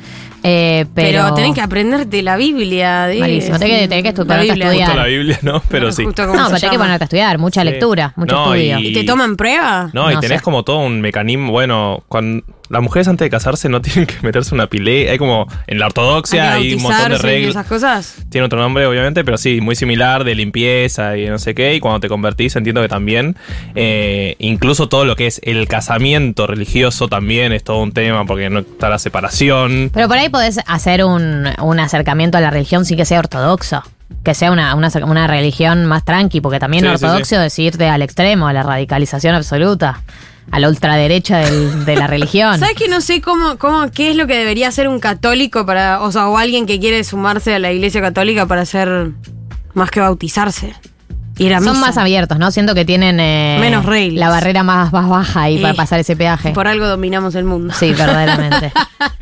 S2: Eh, pero,
S4: pero, tenés que aprenderte la Biblia. De,
S2: Malísimo, tenés que- tenés que estu-
S4: La
S2: ponerte a
S4: Biblia.
S2: estudiar.
S3: Justo la Biblia, ¿no? Pero sí.
S4: Justo como
S2: No,
S4: se
S2: pero tenés que
S4: llama.
S2: ponerte a estudiar, mucha
S3: Sí.
S2: lectura, mucho
S3: No,
S2: estudio.
S3: y-
S4: ¿Y te toman prueba?
S3: No,
S2: No
S3: y tenés
S2: sé.
S3: como todo un mecanismo. Bueno, cuando las mujeres antes de casarse no tienen que meterse una pilé. Hay como en la ortodoxia hay,
S4: que
S3: un montón de
S4: bautizarse y
S3: reglas.
S4: esas cosas?
S3: Tiene otro nombre, obviamente, pero sí, muy similar de limpieza y no sé qué. Y cuando te convertís, entiendo que también. eh, incluso todo lo que es el casamiento religioso también es todo un tema, porque no está la separación.
S2: Pero por ahí podés hacer un, un acercamiento a la religión sin que sea ortodoxo. Que sea una, una, acer- una religión más tranqui, porque también
S3: Sí, sí,
S2: ortodoxo es irte al extremo, a la radicalización absoluta, a la ultraderecha del- de la religión.
S4: ¿Sabes que no sé cómo, cómo, qué es lo que debería hacer un católico para, o sea, o alguien que quiere sumarse a la iglesia católica para hacer más que bautizarse? Ir a
S2: Son
S4: misa.
S2: más abiertos, ¿no? Siento que tienen eh,
S4: Menos reglas.
S2: la barrera más, más baja ahí para
S4: Eh,
S2: pasar ese peaje.
S4: Por algo dominamos el mundo.
S2: Sí, verdaderamente.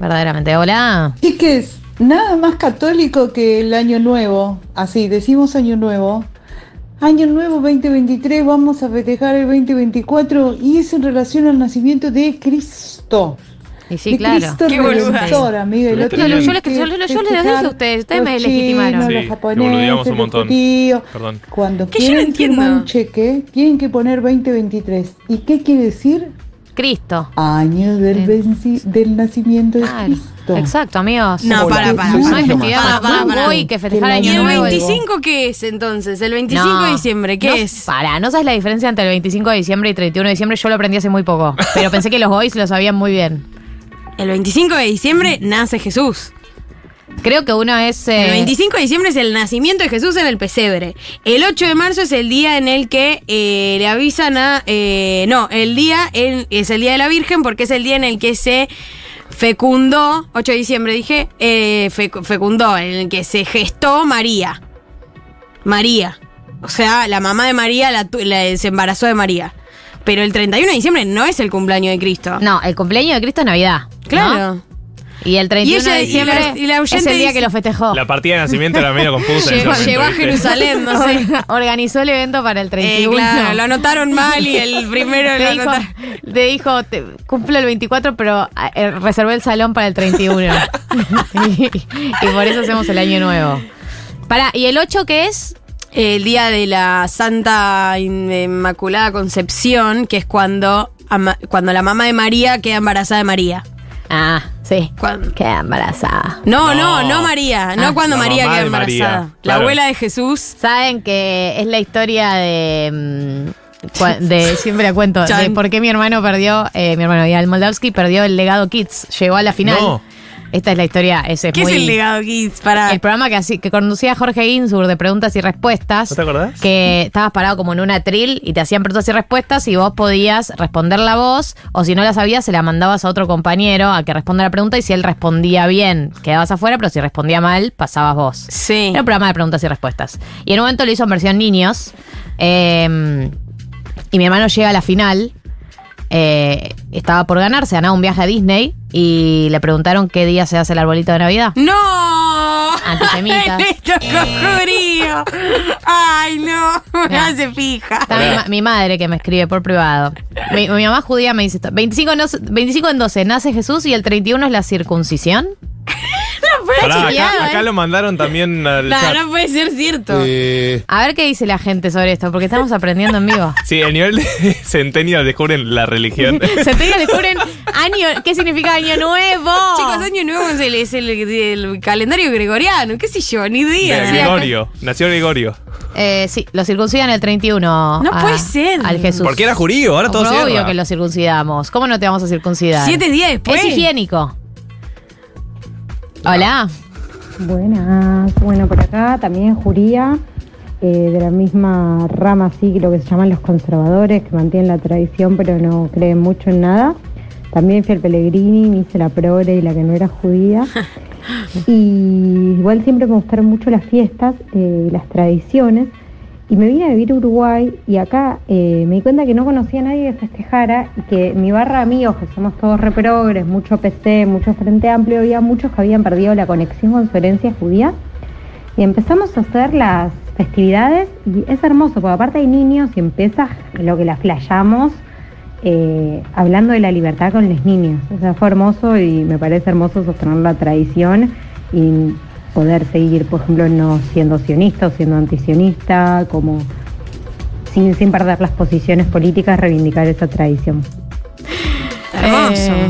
S2: verdaderamente. Hola.
S9: Chiques, nada más católico que el año nuevo. Así, decimos año nuevo. Año nuevo 2023, vamos a festejar el 2024 y es en relación al nacimiento de Cristo.
S2: Y sí,
S9: de
S2: claro.
S9: Cristo
S4: Qué boluda.
S9: Redentor, amiga. y lo
S3: Yo
S9: tienen
S3: les- yo
S2: les-
S9: que
S2: yo les- yo les dije a
S9: festejar
S2: ustedes, ustedes
S9: los
S2: me legitimaron.
S9: chinos,
S3: Sí,
S9: los
S3: que boludeamos
S9: japoneses,
S3: un
S9: los
S3: montón.
S9: judíos.
S3: Perdón.
S9: Cuando
S4: Que yo no
S9: quieren firmar
S4: entiendo.
S9: un cheque, tienen que poner 2023. ¿Y qué quiere decir?
S2: Cristo.
S9: Año del,
S2: Eh.
S9: venci- del nacimiento de
S2: Claro.
S9: Cristo.
S2: Exacto, amigos.
S4: No, para, para,
S2: No
S4: para.
S2: hay festividad
S4: Para,
S2: más
S4: para, para.
S2: guay que festejar
S9: ¿Y
S2: año
S4: ¿Y el
S2: nuevo.
S4: 25 qué es entonces? ¿El 25 de diciembre qué
S2: No,
S4: es?
S2: Pará, ¿no sabes la diferencia entre el 25 de diciembre y 31 de diciembre? Yo lo aprendí hace muy poco, pero pensé que los boys lo sabían muy bien.
S4: El 25 de diciembre nace Jesús.
S2: Creo que uno es... eh,
S4: El 25 de diciembre es el nacimiento de Jesús en el pesebre. El 8 de marzo es el día en el que eh, le avisan a... eh, no, el día en- es el día de la Virgen porque es el día en el que se fecundó, 8 de diciembre dije, eh, fecu- fecundó, en el que se gestó María. María. O sea, la mamá de María la tu- la- se embarazó de María. Pero el 31 de diciembre no es el cumpleaños de Cristo.
S2: No, el cumpleaños de Cristo es Navidad. ¿no?
S4: Claro.
S2: Y el 31
S4: Y ella
S2: de
S4: decía-
S2: diciembre
S4: y la- y la
S2: es
S4: oyente
S2: el día
S4: dice-
S2: que lo festejó.
S3: La partida de nacimiento era medio confusa. en ese
S4: Llegó,
S3: momento,
S4: llegó a
S3: ¿viste?
S4: Oh. Jerusalén, no sé.
S2: Organizó el evento para el
S4: Eh,
S2: 31.
S4: claro, lo anotaron mal y el primero lo
S2: Te dijo,
S4: anotaron.
S2: te dijo, te- cumplo el 24, pero eh, reservé el salón para el 31. y, y por eso hacemos el año nuevo. Pará, ¿y el 8 qué es?
S4: El día de la Santa Inmaculada Concepción, que es cuando, ama- cuando la mamá de María queda embarazada de María.
S2: Ah, sí.
S4: Cuan-
S2: Queda embarazada.
S4: No, no, no,
S3: No.
S4: María, no
S2: Ah.
S4: cuando
S3: La
S4: María
S3: mamá
S4: queda
S3: de María,
S4: embarazada. La
S3: claro.
S4: abuela de Jesús.
S2: Saben que es la historia de. mm, cua- de siempre la cuento, de
S4: Chan.
S2: por qué mi hermano perdió, eh, mi hermano Vidal Moldavsky perdió el legado Kids, llegó a la final.
S3: No.
S2: Esta es la historia, ese es
S4: ¿Qué
S2: muy-
S4: es el legado Kids? Para.
S2: El programa que, así, que conducía Jorge Insur de preguntas y respuestas.
S3: ¿No te acordás?
S2: Que estabas parado como en un atril y te hacían preguntas y respuestas y vos podías responder la voz o si no la sabías se la mandabas a otro compañero a que responda la pregunta y si él respondía bien quedabas afuera pero si respondía mal pasabas vos.
S4: Sí.
S2: Era un programa de preguntas y respuestas. Y en un momento lo hizo en versión niños. eh, y mi hermano llega a la final. eh, estaba por ganarse, ganaba un viaje a Disney y le preguntaron qué día se hace el arbolito de Navidad.
S4: ¡No!
S2: Antisemita.
S4: Ernesto Coscurío. ¡Ay, no! Me hace fija.
S2: Está mi, ma- mi madre que me escribe por privado. Mi, mi mamá judía me dice esto. 25, no- 25 en 12 nace Jesús y el 31 es la circuncisión.
S3: Pará,
S2: chequeado,
S3: acá, acá
S2: eh.
S3: lo mandaron también al
S4: No,
S3: chat.
S4: no puede ser cierto.
S2: A ver qué dice la gente sobre esto, porque estamos aprendiendo en vivo.
S3: Sí, el nivel de centennial descubren la religión.
S2: Se te descubren año, qué significa año nuevo.
S4: Chicos, Año Nuevo es el, es el- el calendario gregoriano. ¿Qué sé yo? Ni idea.
S3: De
S2: Sí, acá-
S3: Gregorio. Nació Gregorio.
S2: Eh, sí, lo circuncidan el 31.
S4: No puede ser.
S2: Al Jesús.
S3: Porque era jurío, ahora todo
S2: Obvio
S3: cierra.
S2: que lo circuncidamos. ¿Cómo no te vamos a circuncidar?
S4: Siete días después.
S2: Es higiénico. Hola.
S10: Buenas, bueno, por acá también juría, eh, de la misma rama, sí, creo que se llaman los conservadores, que mantienen la tradición pero no creen mucho en nada. También fui al Pellegrini, me hice la progre y la que no era judía. Y igual siempre me gustaron mucho las fiestas eh, y las tradiciones. Y me vine a vivir a Uruguay y acá eh, me di cuenta que no conocía a nadie que festejara y que mi barra de amigos, que somos todos reprogres, mucho PC, mucho Frente Amplio, había muchos que habían perdido la conexión con su herencia judía. Y empezamos a hacer las festividades y es hermoso, porque aparte hay niños y empieza lo que la flayamos eh, hablando de la libertad con los niños. O sea, fue hermoso y me parece hermoso sostener la tradición y poder seguir, por ejemplo, no siendo sionista o siendo antisionista, como sin, sin perder las posiciones políticas, reivindicar esa tradición.
S2: Eh,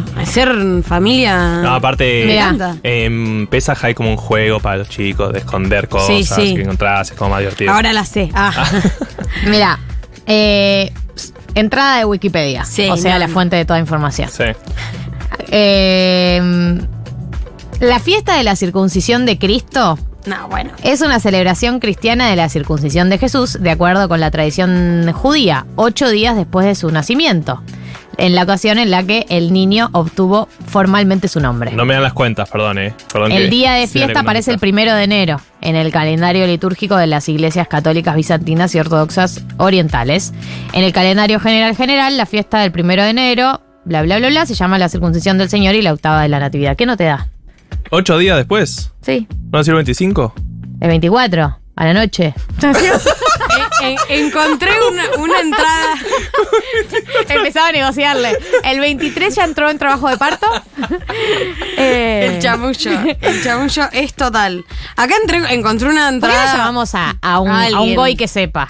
S4: Hermoso. Ser familia.
S3: No, aparte,
S2: Mirá.
S3: em, Pesaj hay como un juego para los chicos de esconder cosas
S4: Sí, sí.
S3: que encontrás, es como más divertido.
S4: Ahora la sé. Ah.
S2: Mira, eh, entrada de Wikipedia,
S4: Sí,
S2: o sea,
S4: no.
S2: la fuente de toda información.
S3: Sí.
S2: Eh, la fiesta de la circuncisión de Cristo
S4: No, bueno.
S2: es una celebración cristiana de la circuncisión de Jesús, de acuerdo con la tradición judía, ocho días después de su nacimiento, en la ocasión en la que el niño obtuvo formalmente su nombre.
S3: No me dan las cuentas, perdón, eh. Perdón que-
S2: El día de
S3: Sí,
S2: fiesta
S3: económica.
S2: aparece el primero de enero en el calendario litúrgico de las iglesias católicas bizantinas y ortodoxas orientales. En el calendario general general, la fiesta del primero de enero, bla, bla, bla, bla, se llama la circuncisión del Señor y la octava de la Natividad. ¿Qué no te da?
S3: ¿Ocho días después?
S2: Sí,
S3: ¿No nació el 25?
S2: el 24, a la noche.
S4: En- en- Eh, encontré una, una entrada.
S2: Empezaba a negociarle. El 23 ya entró en trabajo de parto. Eh.
S4: El chamullo. El chamullo es total. Acá entré- encontré una
S2: ¿Por qué no
S4: entrada.
S2: llamamos a, a un, a un
S4: Alguien.
S2: goy que sepa?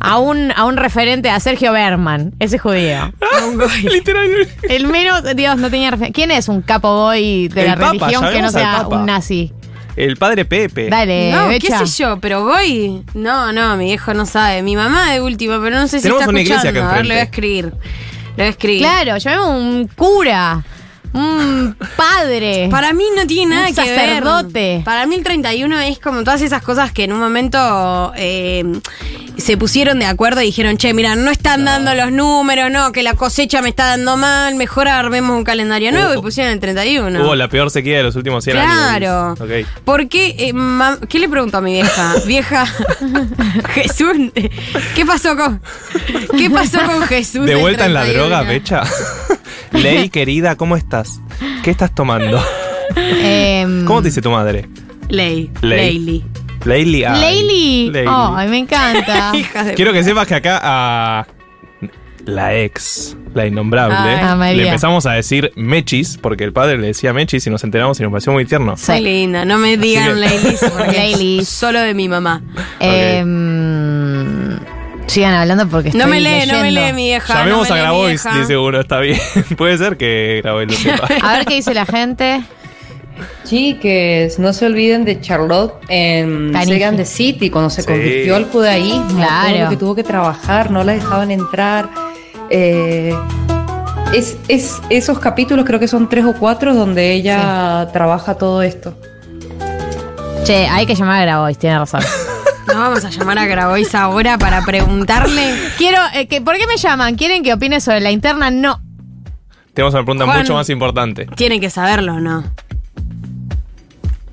S2: A un, a un referente, a Sergio Berman, ese judío.
S3: Literal.
S2: El menos, Dios, no tenía referencia. ¿Quién es un capo boy de
S3: El
S2: la
S3: Papa,
S2: religión que no
S3: llamemos al
S2: sea
S3: Papa.
S2: un nazi?
S3: El padre Pepe.
S2: Dale,
S4: no,
S2: Becha.
S4: qué sé yo, pero Goy. No, no, mi viejo no sabe. Mi mamá de última, pero no sé si
S3: Tenemos
S4: está
S3: una iglesia
S4: escuchando.
S3: acá
S4: a ver, le voy a
S3: enfrente.
S4: escribir. Le voy a escribir.
S2: Claro, llamemos un cura, un padre.
S4: Para mí no tiene nada
S2: Un
S4: que ver.
S2: sacerdote.
S4: Para mí el 31 es como todas esas cosas que en un momento eh, se pusieron de acuerdo y dijeron, che, mira, no están dando los números, no, que la cosecha me está dando mal, mejor armemos un calendario nuevo y pusieron el 31.
S3: Hubo la peor sequía de los últimos 100
S4: Claro.
S3: años. Ok.
S4: ¿Por qué? eh, mam- ¿Qué le pregunto a mi vieja? vieja, Jesús, ¿qué pasó con, qué pasó con Jesús?
S3: De
S4: el
S3: vuelta en la
S4: 31?
S3: droga, Becha. Ley, querida, ¿cómo estás? ¿Qué estás tomando?
S2: Em,
S3: ¿Cómo te dice tu madre?
S4: Ley,
S3: Ley.
S4: Leili.
S3: Leili. ay,
S2: Leili.
S3: Leili.
S2: Oh, ay, me encanta.
S4: Hija de
S3: Quiero que sepas que acá a la ex, la
S4: Ay.
S3: innombrable,
S2: Ah, María.
S3: le empezamos a decir Mechis, porque el padre le decía Mechis y nos enteramos y nos pareció muy tierno.
S4: Muy linda, no me digan
S3: que-
S4: Leilis porque
S2: Leilis.
S4: es solo de mi mamá.
S2: Eh, Em, sigan hablando porque estoy
S4: No me lee, no me
S2: leyendo.
S4: lee mi vieja.
S3: Llamemos
S4: no me
S3: a
S4: lee mi
S3: Grabois,
S4: vieja.
S3: dice uno, está bien. Puede ser que Grabois lo sepa.
S2: A ver qué dice la gente.
S10: Chiques, no se olviden de Charlotte en
S2: Canigi.
S10: Segan the City, cuando se
S3: Sí.
S10: convirtió al judaísmo,
S2: Claro.
S10: todo lo que tuvo que trabajar, no la dejaban entrar. Eh,
S11: Es, es, esos capítulos creo que son tres o cuatro donde ella trabaja todo esto.
S2: Che, hay que llamar a Grabois, tiene razón.
S4: No vamos a llamar a Grabois ahora para preguntarle.
S2: Quiero, eh, que, ¿por qué me llaman? ¿Quieren que opine sobre la interna? No.
S3: Tenemos una pregunta
S4: Juan.
S3: mucho más importante.
S4: Tienen que saberlo, o ¿no?
S2: Sí,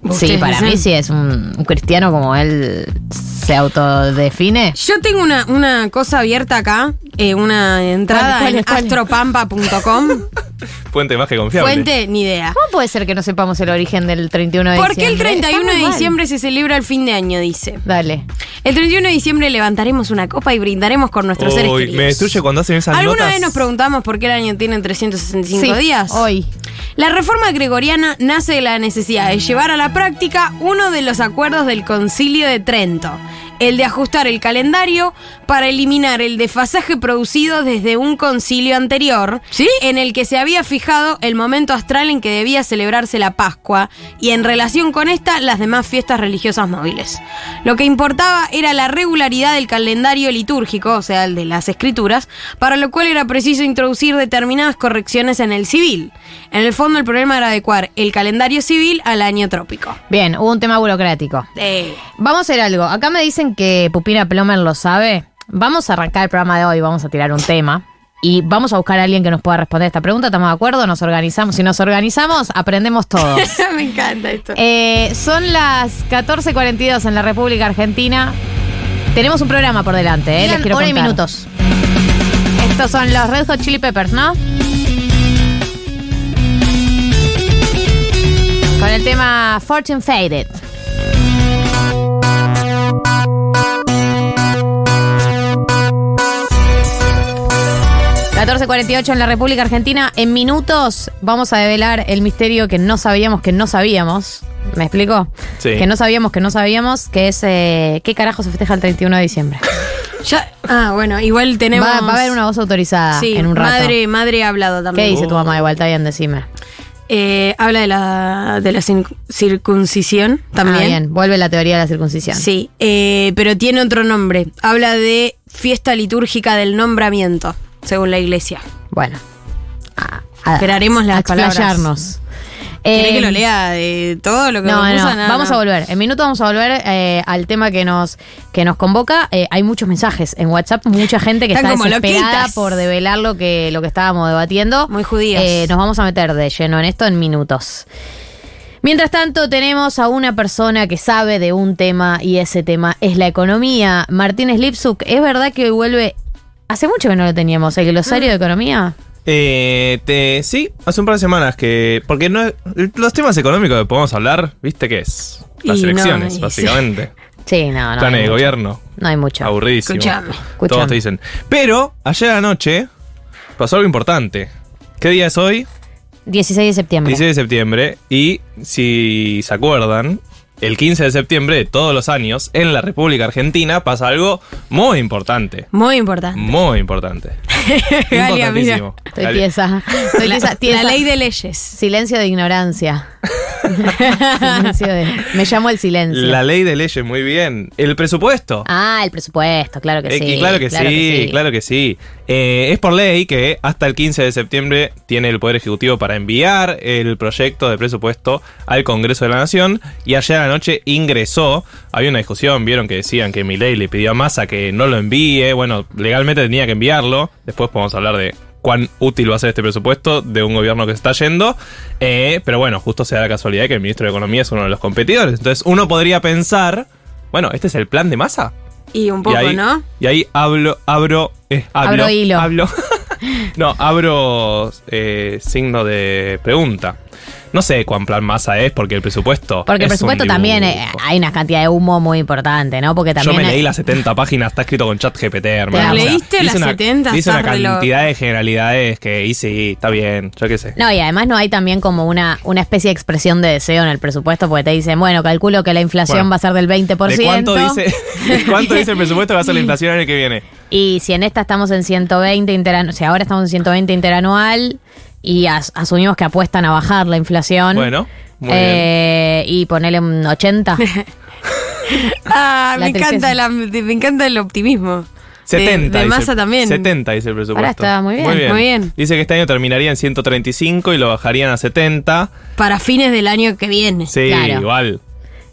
S4: Ustedes
S2: para
S4: dicen-
S2: mí sí es un, un cristiano como él se autodefine.
S4: Yo tengo una, una cosa abierta acá, eh, una entrada
S2: ¿Cuál, cuál, cuál?
S4: en astropampa.com.
S3: Fuente más que confiable.
S4: Fuente, ni idea.
S2: ¿Cómo puede ser que no sepamos el origen del 31 de
S4: ¿Por qué el
S2: diciembre? Está
S4: 31
S2: muy
S4: de
S2: mal.
S4: diciembre se celebra el fin de año? Dice.
S2: Dale.
S4: El 31 de diciembre levantaremos una copa y brindaremos con nuestros seres
S3: Uy,
S4: queridos.
S3: me destruye cuando hacen esas
S4: ¿Alguna
S3: notas.
S4: vez nos preguntamos por qué el año tiene 365
S2: Sí,
S4: días?
S2: Hoy.
S4: La reforma gregoriana nace de la necesidad de llevar a la práctica uno de los acuerdos del Concilio de Trento, el de ajustar el calendario para eliminar el desfasaje producido desde un concilio anterior, en el que se había fijado el momento astral en que debía celebrarse la Pascua y en relación con esta las demás fiestas religiosas móviles. Lo que importaba era la regularidad del calendario litúrgico, o sea, el de las escrituras, para lo cual era preciso introducir determinadas correcciones en el civil. En el fondo el problema era adecuar el calendario civil al año trópico.
S2: Bien, hubo un tema burocrático.
S4: Eh,
S2: Vamos a hacer algo. Acá me dicen que Pupina Plomer lo sabe. Vamos a arrancar el programa de hoy, vamos a tirar un tema. Y vamos a buscar a alguien que nos pueda responder esta pregunta. ¿Estamos de acuerdo? Nos organizamos. Si nos organizamos, aprendemos todos.
S4: me encanta esto.
S2: Eh, son las 14.42 en la República Argentina. Tenemos un programa por delante, ¿eh? les
S12: Quedan
S2: quiero
S12: hora y
S2: contar.
S12: minutos.
S2: Estos son los Red Hot Chili Peppers, ¿no? Con el tema Fortune Faded. ...14.48 en la República Argentina... ...en minutos vamos a develar el misterio... ...que no sabíamos que no sabíamos... ¿Me explico?
S3: Sí.
S2: Que no sabíamos que no sabíamos... ...que es... eh, ¿Qué carajo se festeja el 31 de diciembre?
S4: Ya- ah, bueno, igual tenemos...
S2: Va, va a haber una voz autorizada
S4: Sí,
S2: ah, en un rato.
S4: Madre, madre ha hablado
S2: ¿Qué
S4: también.
S2: dice tu mamá? Igual está bien, decime.
S4: Eh, habla de la, de la cin- circuncisión también.
S2: Ah, bien, vuelve la teoría de la circuncisión.
S4: Sí, eh, pero tiene otro nombre. Habla de fiesta litúrgica del nombramiento, según la iglesia.
S2: Bueno. Ah,
S4: Esperaremos Ah, las
S2: a
S4: palabras.
S2: explayarnos.
S4: ¿Querés
S2: Eh,
S4: que lo lea de todo lo que
S2: No,
S4: propuso?
S2: no, vamos a volver. En minuto vamos a volver eh, al tema que nos, que nos convoca. Eh, hay muchos mensajes en WhatsApp, mucha gente que
S4: Están
S2: está
S4: como
S2: desesperada
S4: loquitas.
S2: por develar lo que, lo que estábamos debatiendo.
S4: Muy judías.
S2: Eh, nos vamos a meter de lleno en esto en minutos. Mientras tanto, tenemos a una persona que sabe de un tema y ese tema es la economía. Martínez Lipsuk, ¿es verdad que hoy vuelve? Hace mucho que no lo teníamos, el glosario de economía.
S3: Eh, te- sí, hace un par de semanas que. Porque no los temas económicos que podemos hablar, ¿viste qué es? Las
S2: Y no,
S3: elecciones,
S2: y sí.
S3: básicamente.
S2: Sí, no, no.
S3: Planes
S2: hay
S3: de
S2: mucho.
S3: gobierno.
S2: No hay
S3: Ah.
S2: mucho.
S3: Aburridísimo.
S2: Escuchame.
S3: Todos
S2: Escuchame.
S3: te dicen. Pero ayer anoche pasó algo importante. ¿Qué día es hoy?
S2: 16 de septiembre.
S3: 16 de septiembre. Y si se acuerdan, el 15 de septiembre de todos los años, en la República Argentina pasa algo muy importante.
S4: Muy importante.
S3: Muy importante.
S4: Galia, mira.
S3: Importantísimo.
S2: Estoy
S3: Galia.
S2: tiesa. Estoy
S4: La-
S2: tiesa, tiesa.
S4: la ley de leyes.
S2: Silencio de ignorancia. Silencio de- me llamo el silencio.
S3: La ley de leyes, muy bien. El presupuesto.
S2: ah, el presupuesto, claro que
S3: Eh,
S2: sí.
S3: que claro que sí, claro que sí. Eh, es por ley que hasta el 15 de septiembre tiene el Poder Ejecutivo para enviar el proyecto de presupuesto al Congreso de la Nación y ayer anoche ingresó. Había una discusión, vieron que decían que Milei le pidió a Massa que no lo envíe. Bueno, legalmente tenía que enviarlo. Después podemos hablar de cuán útil va a ser este presupuesto de un gobierno que se está yendo. Eh, pero bueno, justo se da la casualidad que el ministro de Economía es uno de los competidores. Entonces uno podría pensar, bueno, ¿este es el plan de Massa?
S4: Y un poco,
S3: y ahí,
S4: ¿no?
S3: Y ahí hablo, abro, eh, hablo,
S2: Abro hilo.
S3: hablo. no, abro eh, signo de pregunta. No sé cuán plan masa es porque el presupuesto.
S2: Porque el
S3: es un
S2: presupuesto
S3: dibujo.
S2: también eh, hay una cantidad de humo muy importante, ¿no? Porque
S3: Yo
S2: también
S3: me
S2: hay-
S3: leí las 70 páginas, está escrito con chat GPT, hermano.
S4: leíste
S3: hice
S4: las
S3: una-
S4: 70?
S3: Hice una
S4: Estás re loco.
S3: cantidad de generalidades que hice y está bien, yo qué sé.
S2: No, y además no hay también como una, una especie de expresión de deseo en el presupuesto, porque te dicen, bueno, calculo que la inflación
S3: Bueno,
S2: va a ser del 20%.
S3: ¿De cuánto dice, de cuánto dice el presupuesto que va a ser la inflación el año que viene?
S2: Y si en esta estamos en 120 interanual, o sea, ahora estamos en 120 interanual y as- asumimos que apuestan a bajar la inflación.
S3: Bueno, muy
S2: Eh, Y ponerle un 80.
S4: Ah,
S2: La
S4: me
S2: tristeza.
S4: Ah, encanta, la- me encanta el optimismo.
S3: 70. dice-
S4: de masa también.
S3: 70 dice el presupuesto.
S4: Ahora está muy bien, muy bien.
S3: Dice que este año terminaría en 135 y lo bajarían a 70.
S4: Para fines del año que viene.
S3: Sí, igual.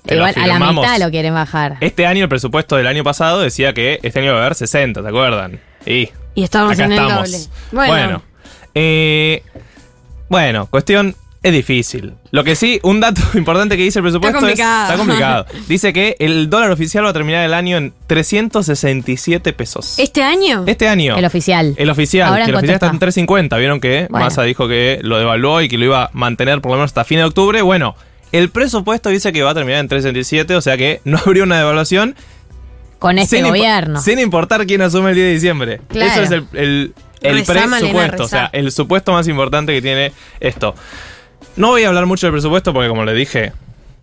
S3: Te lo
S2: Igual a la
S3: afirmamos.
S2: mitad lo quieren bajar.
S3: Este año el presupuesto del año pasado decía que este año va a haber 60, ¿se acuerdan? Y,
S4: Y estábamos
S3: acá
S4: en el
S3: estamos.
S4: doble.
S3: Bueno.
S4: Bueno.
S3: Bueno, eh, bueno, cuestión es difícil. Lo que sí, un dato importante que dice el presupuesto
S4: Está
S3: es-
S4: complicado.
S3: está complicado. Dice que el dólar oficial va a terminar el año en 367 pesos.
S4: ¿Este año?
S3: Este año.
S2: El oficial.
S3: El oficial,
S2: Ahora
S3: que el
S2: en
S3: oficial
S2: cuánto
S3: está en 350. Vieron que
S2: Bueno.
S3: Massa dijo que lo devaluó y que lo iba a mantener por lo menos hasta fin de octubre. Bueno, el presupuesto dice que va a terminar en 367, o sea que no habría una devaluación.
S2: Con este
S3: impo-
S2: gobierno.
S3: sin importar quién asume el 10 de diciembre.
S2: Claro.
S3: Eso es el, el- el
S2: Rezá, Malena,
S3: presupuesto, o sea,
S2: rezá.
S3: el supuesto más importante que tiene esto. No voy a hablar mucho del presupuesto porque, como le dije,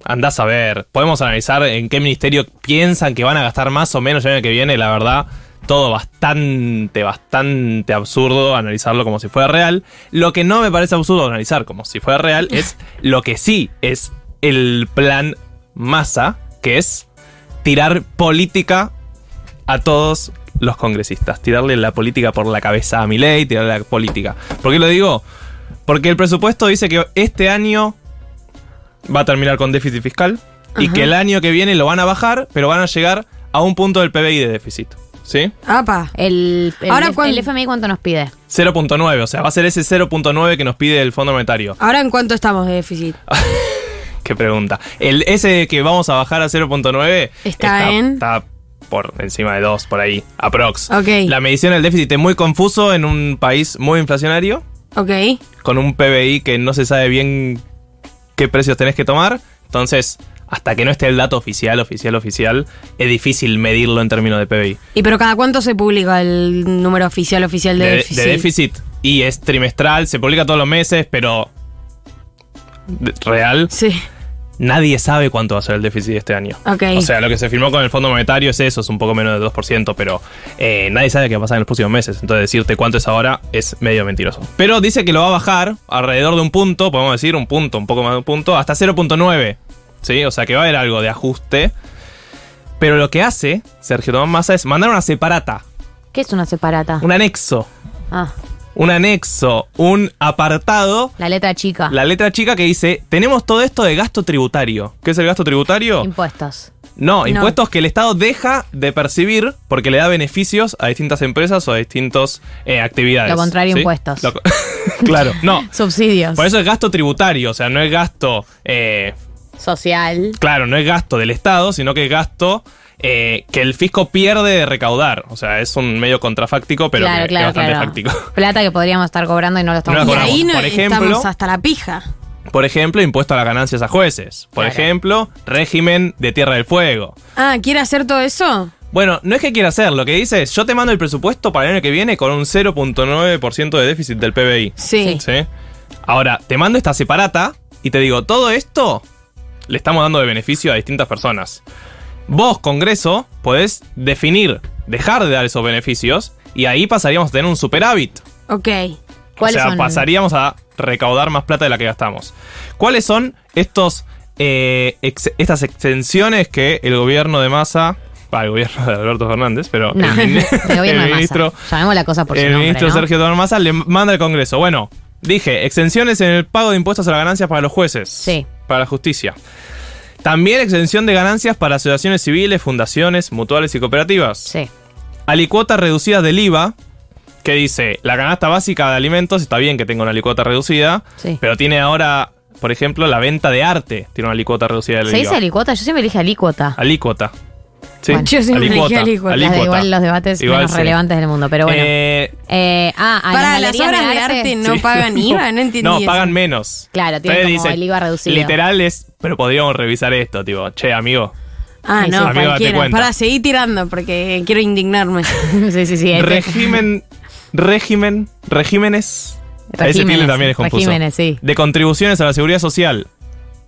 S3: andás a ver. Podemos analizar en qué ministerio piensan que van a gastar más o menos el año que viene. La verdad, todo bastante, bastante absurdo analizarlo como si fuera real. Lo que no me parece absurdo analizar como si fuera real es lo que sí es el plan masa, que es tirar política a todos los congresistas. Tirarle la política por la cabeza a mi ley, tirarle la política. ¿Por qué lo digo? Porque el presupuesto dice que este año va a terminar con déficit fiscal y
S4: Ajá.
S3: que el año que viene lo van a bajar, pero van a llegar a un punto del PBI de déficit. ¿Sí?
S4: Apa.
S2: El, el-
S4: Ahora,
S2: el
S4: ¿cuál-
S2: FMI cuánto nos pide.
S3: 0.9, o sea, va a ser ese 0.9 que nos pide el Fondo Monetario.
S4: ¿Ahora en cuánto estamos de déficit?
S3: Ah. Qué pregunta. El, ese que vamos a bajar a 0.9
S4: Está en-
S3: está por encima de 2, por ahí, aprox.
S4: Ok.
S3: La medición del déficit es muy confuso en un país muy inflacionario,
S4: Ok.
S3: con un PBI que no se sabe bien qué precios tenés que tomar. Entonces, hasta que no esté el dato oficial, oficial, oficial, es difícil medirlo en términos de PBI.
S4: ¿Y pero cada cuánto se publica el número oficial oficial de,
S3: de,
S4: déficit?
S3: de déficit. Y es trimestral, se publica todos los meses, pero. de- Real.
S4: Sí.
S3: Nadie sabe cuánto va a ser el déficit de este año.
S4: Ok.
S3: O sea, lo que se firmó con el Fondo Monetario es eso, es un poco menos del 2%, pero eh, nadie sabe qué va a pasar en los próximos meses. Entonces, decirte cuánto es ahora es medio mentiroso. Pero dice que lo va a bajar alrededor de un punto, podemos decir un punto, un poco más de un punto, hasta 0.9. ¿Sí? O sea, que va a haber algo de ajuste. Pero lo que hace Sergio Tomás Massa es mandar una separata,
S2: ¿Qué es una separata?
S3: un anexo
S2: Ah,
S3: un anexo, un apartado,
S2: la letra chica.
S3: la letra chica que dice, tenemos todo esto de gasto tributario. ¿Qué es el gasto tributario?
S2: Impuestos.
S3: no,
S2: No.
S3: impuestos que el Estado deja de percibir porque le da beneficios a distintas empresas o a distintas eh, actividades.
S2: Lo contrario,
S3: ¿sí?
S2: impuestos.
S3: Lo co- claro, no.
S2: Subsidios.
S3: Por eso es gasto tributario, o sea, no es gasto eh,
S2: Social.
S3: Claro, no es gasto del Estado, sino que es gasto eh, que el fisco pierde de recaudar. O sea, es un medio contrafáctico, pero
S2: claro,
S3: que- que
S2: claro,
S3: bastante
S2: claro.
S3: fáctico.
S2: Plata que podríamos estar cobrando y no lo estamos
S3: No la
S4: y
S3: cobramos.
S4: ahí no
S3: Por ejemplo-
S4: estamos hasta la pija.
S3: Por ejemplo, impuesto a las ganancias a jueces. Por
S4: Claro.
S3: ejemplo, régimen de Tierra del Fuego.
S4: Ah, ¿quiere hacer todo eso?
S3: Bueno, no es que quiera hacer, lo que dice es, yo te mando el presupuesto para el año que viene con un 0.9% de déficit del PBI.
S4: Sí.
S3: Ahora, te mando esta separata y te digo, todo esto le estamos dando de beneficio a distintas personas. Vos, Congreso, podés definir, dejar de dar esos beneficios y ahí pasaríamos a tener un superávit.
S4: Ok.
S3: o sea, pasaríamos a recaudar más plata de la que gastamos. ¿Cuáles son estos, eh, ex- estas extensiones que el gobierno de Massa, va, el gobierno de Alberto Fernández, pero
S2: No,
S3: el, min-
S2: el gobierno
S3: el
S2: de
S3: ministro,
S2: Massa. Llamemos la cosa por su
S3: el
S2: nombre,
S3: ministro
S2: ¿no?
S3: Sergio Tomás Massa le manda al Congreso. Bueno, dije, exenciones en el pago de impuestos a las ganancias para los jueces,
S2: Sí.
S3: para la justicia. También exención de ganancias para asociaciones civiles, fundaciones, mutuales y cooperativas.
S2: Sí.
S3: Alicuotas reducidas del IVA, que dice, la canasta básica de alimentos, está bien que tenga una alicuota reducida,
S2: Sí.
S3: pero tiene ahora, por ejemplo, la venta de arte, tiene una alicuota reducida del
S2: ¿Se
S3: IVA.
S2: dice alicuota? Yo siempre dije alícuota.
S3: Alícuota. Sí,
S2: Bueno. Yo siempre
S3: alicuota,
S2: dije alícuota. Las de igual los debates menos relevantes del mundo, pero bueno.
S3: Eh,
S2: Eh, ah, a
S4: Para
S2: las galerías
S4: las obras de arte no
S3: sí.
S4: pagan
S2: Ah,
S4: IVA, no entendí.
S3: No,
S4: eso.
S3: pagan menos.
S2: Claro, tiene
S3: Entonces
S2: como el IVA reducido.
S3: Literal es, pero podríamos revisar esto, tipo, che, amigo.
S4: Ah,
S3: Sí, sí.
S4: no,
S3: Amigo, date
S4: cualquiera.
S3: cuenta.
S4: Para, seguí tirando porque quiero indignarme.
S2: sí, sí, sí. ese.
S3: Régimen, régimen, regímenes. Ese
S2: Regímenes,
S3: tilde también es confuso.
S2: regímenes, sí.
S3: De contribuciones a la seguridad social.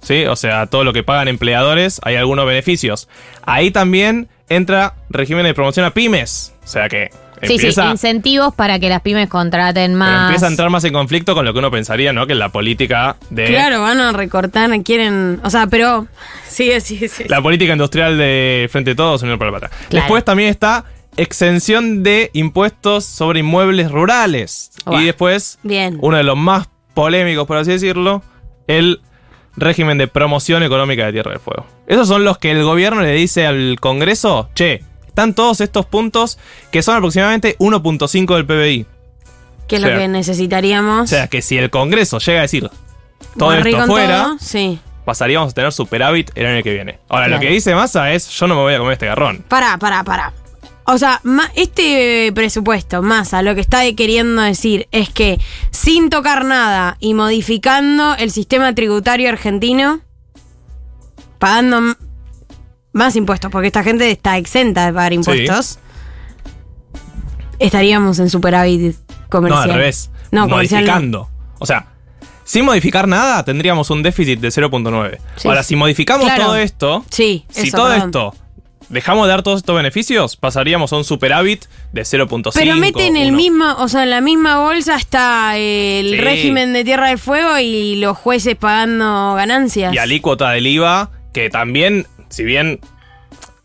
S3: ¿Sí? O sea, todo lo que pagan empleadores, hay algunos beneficios. Ahí también entra régimen de promoción a pymes. O sea que
S2: Sí, sí,
S3: empieza,
S2: incentivos para que las pymes contraten
S3: pero
S2: más.
S3: empieza a entrar más en conflicto con lo que uno pensaría, ¿no? Que la política de.
S4: Claro, van a recortar, quieren. O sea, pero. Sí, sí, sí.
S3: La política industrial de Frente de Todos, Unión para la Patria.
S2: Claro.
S3: Después también está exención de impuestos sobre inmuebles rurales.
S4: Uah.
S3: Y después,
S4: Bien.
S3: uno de los más polémicos, por así decirlo, el régimen de promoción económica de Tierra del Fuego. Esos son los que el gobierno le dice al Congreso, che, están todos estos puntos que son aproximadamente 1.5 del PBI.
S4: Que es
S3: O sea,
S4: lo que
S3: O
S4: necesitaríamos.
S3: sea, que si el Congreso llega a decir todo
S4: Barrí
S3: esto
S4: con
S3: fuera,
S4: todo, Sí.
S3: pasaríamos a tener superávit el año que viene. Ahora, lo
S4: Claro.
S3: que dice Massa es, yo no me voy a comer este garrón.
S4: Pará, pará, pará. O sea, ma- este presupuesto, más a lo que está queriendo decir es que sin tocar nada y modificando el sistema tributario argentino, pagando m- más impuestos, porque esta gente está exenta de pagar impuestos, estaríamos en superávit comercial.
S3: No, al revés.
S4: No, comercial no.
S3: modificando. O sea, sin modificar nada tendríamos un déficit de 0.9.
S4: Sí.
S3: Ahora, si modificamos
S4: Claro.
S3: todo esto,
S4: Sí,
S3: si
S4: eso,
S3: todo
S4: perdón.
S3: esto dejamos de dar todos estos beneficios, pasaríamos a un superávit de 0.5.
S4: Pero meten el
S3: uno.
S4: mismo, o sea, en la misma bolsa está el
S3: Sí.
S4: régimen de Tierra del Fuego y los jueces pagando ganancias.
S3: Y alícuota del IVA, que también, si bien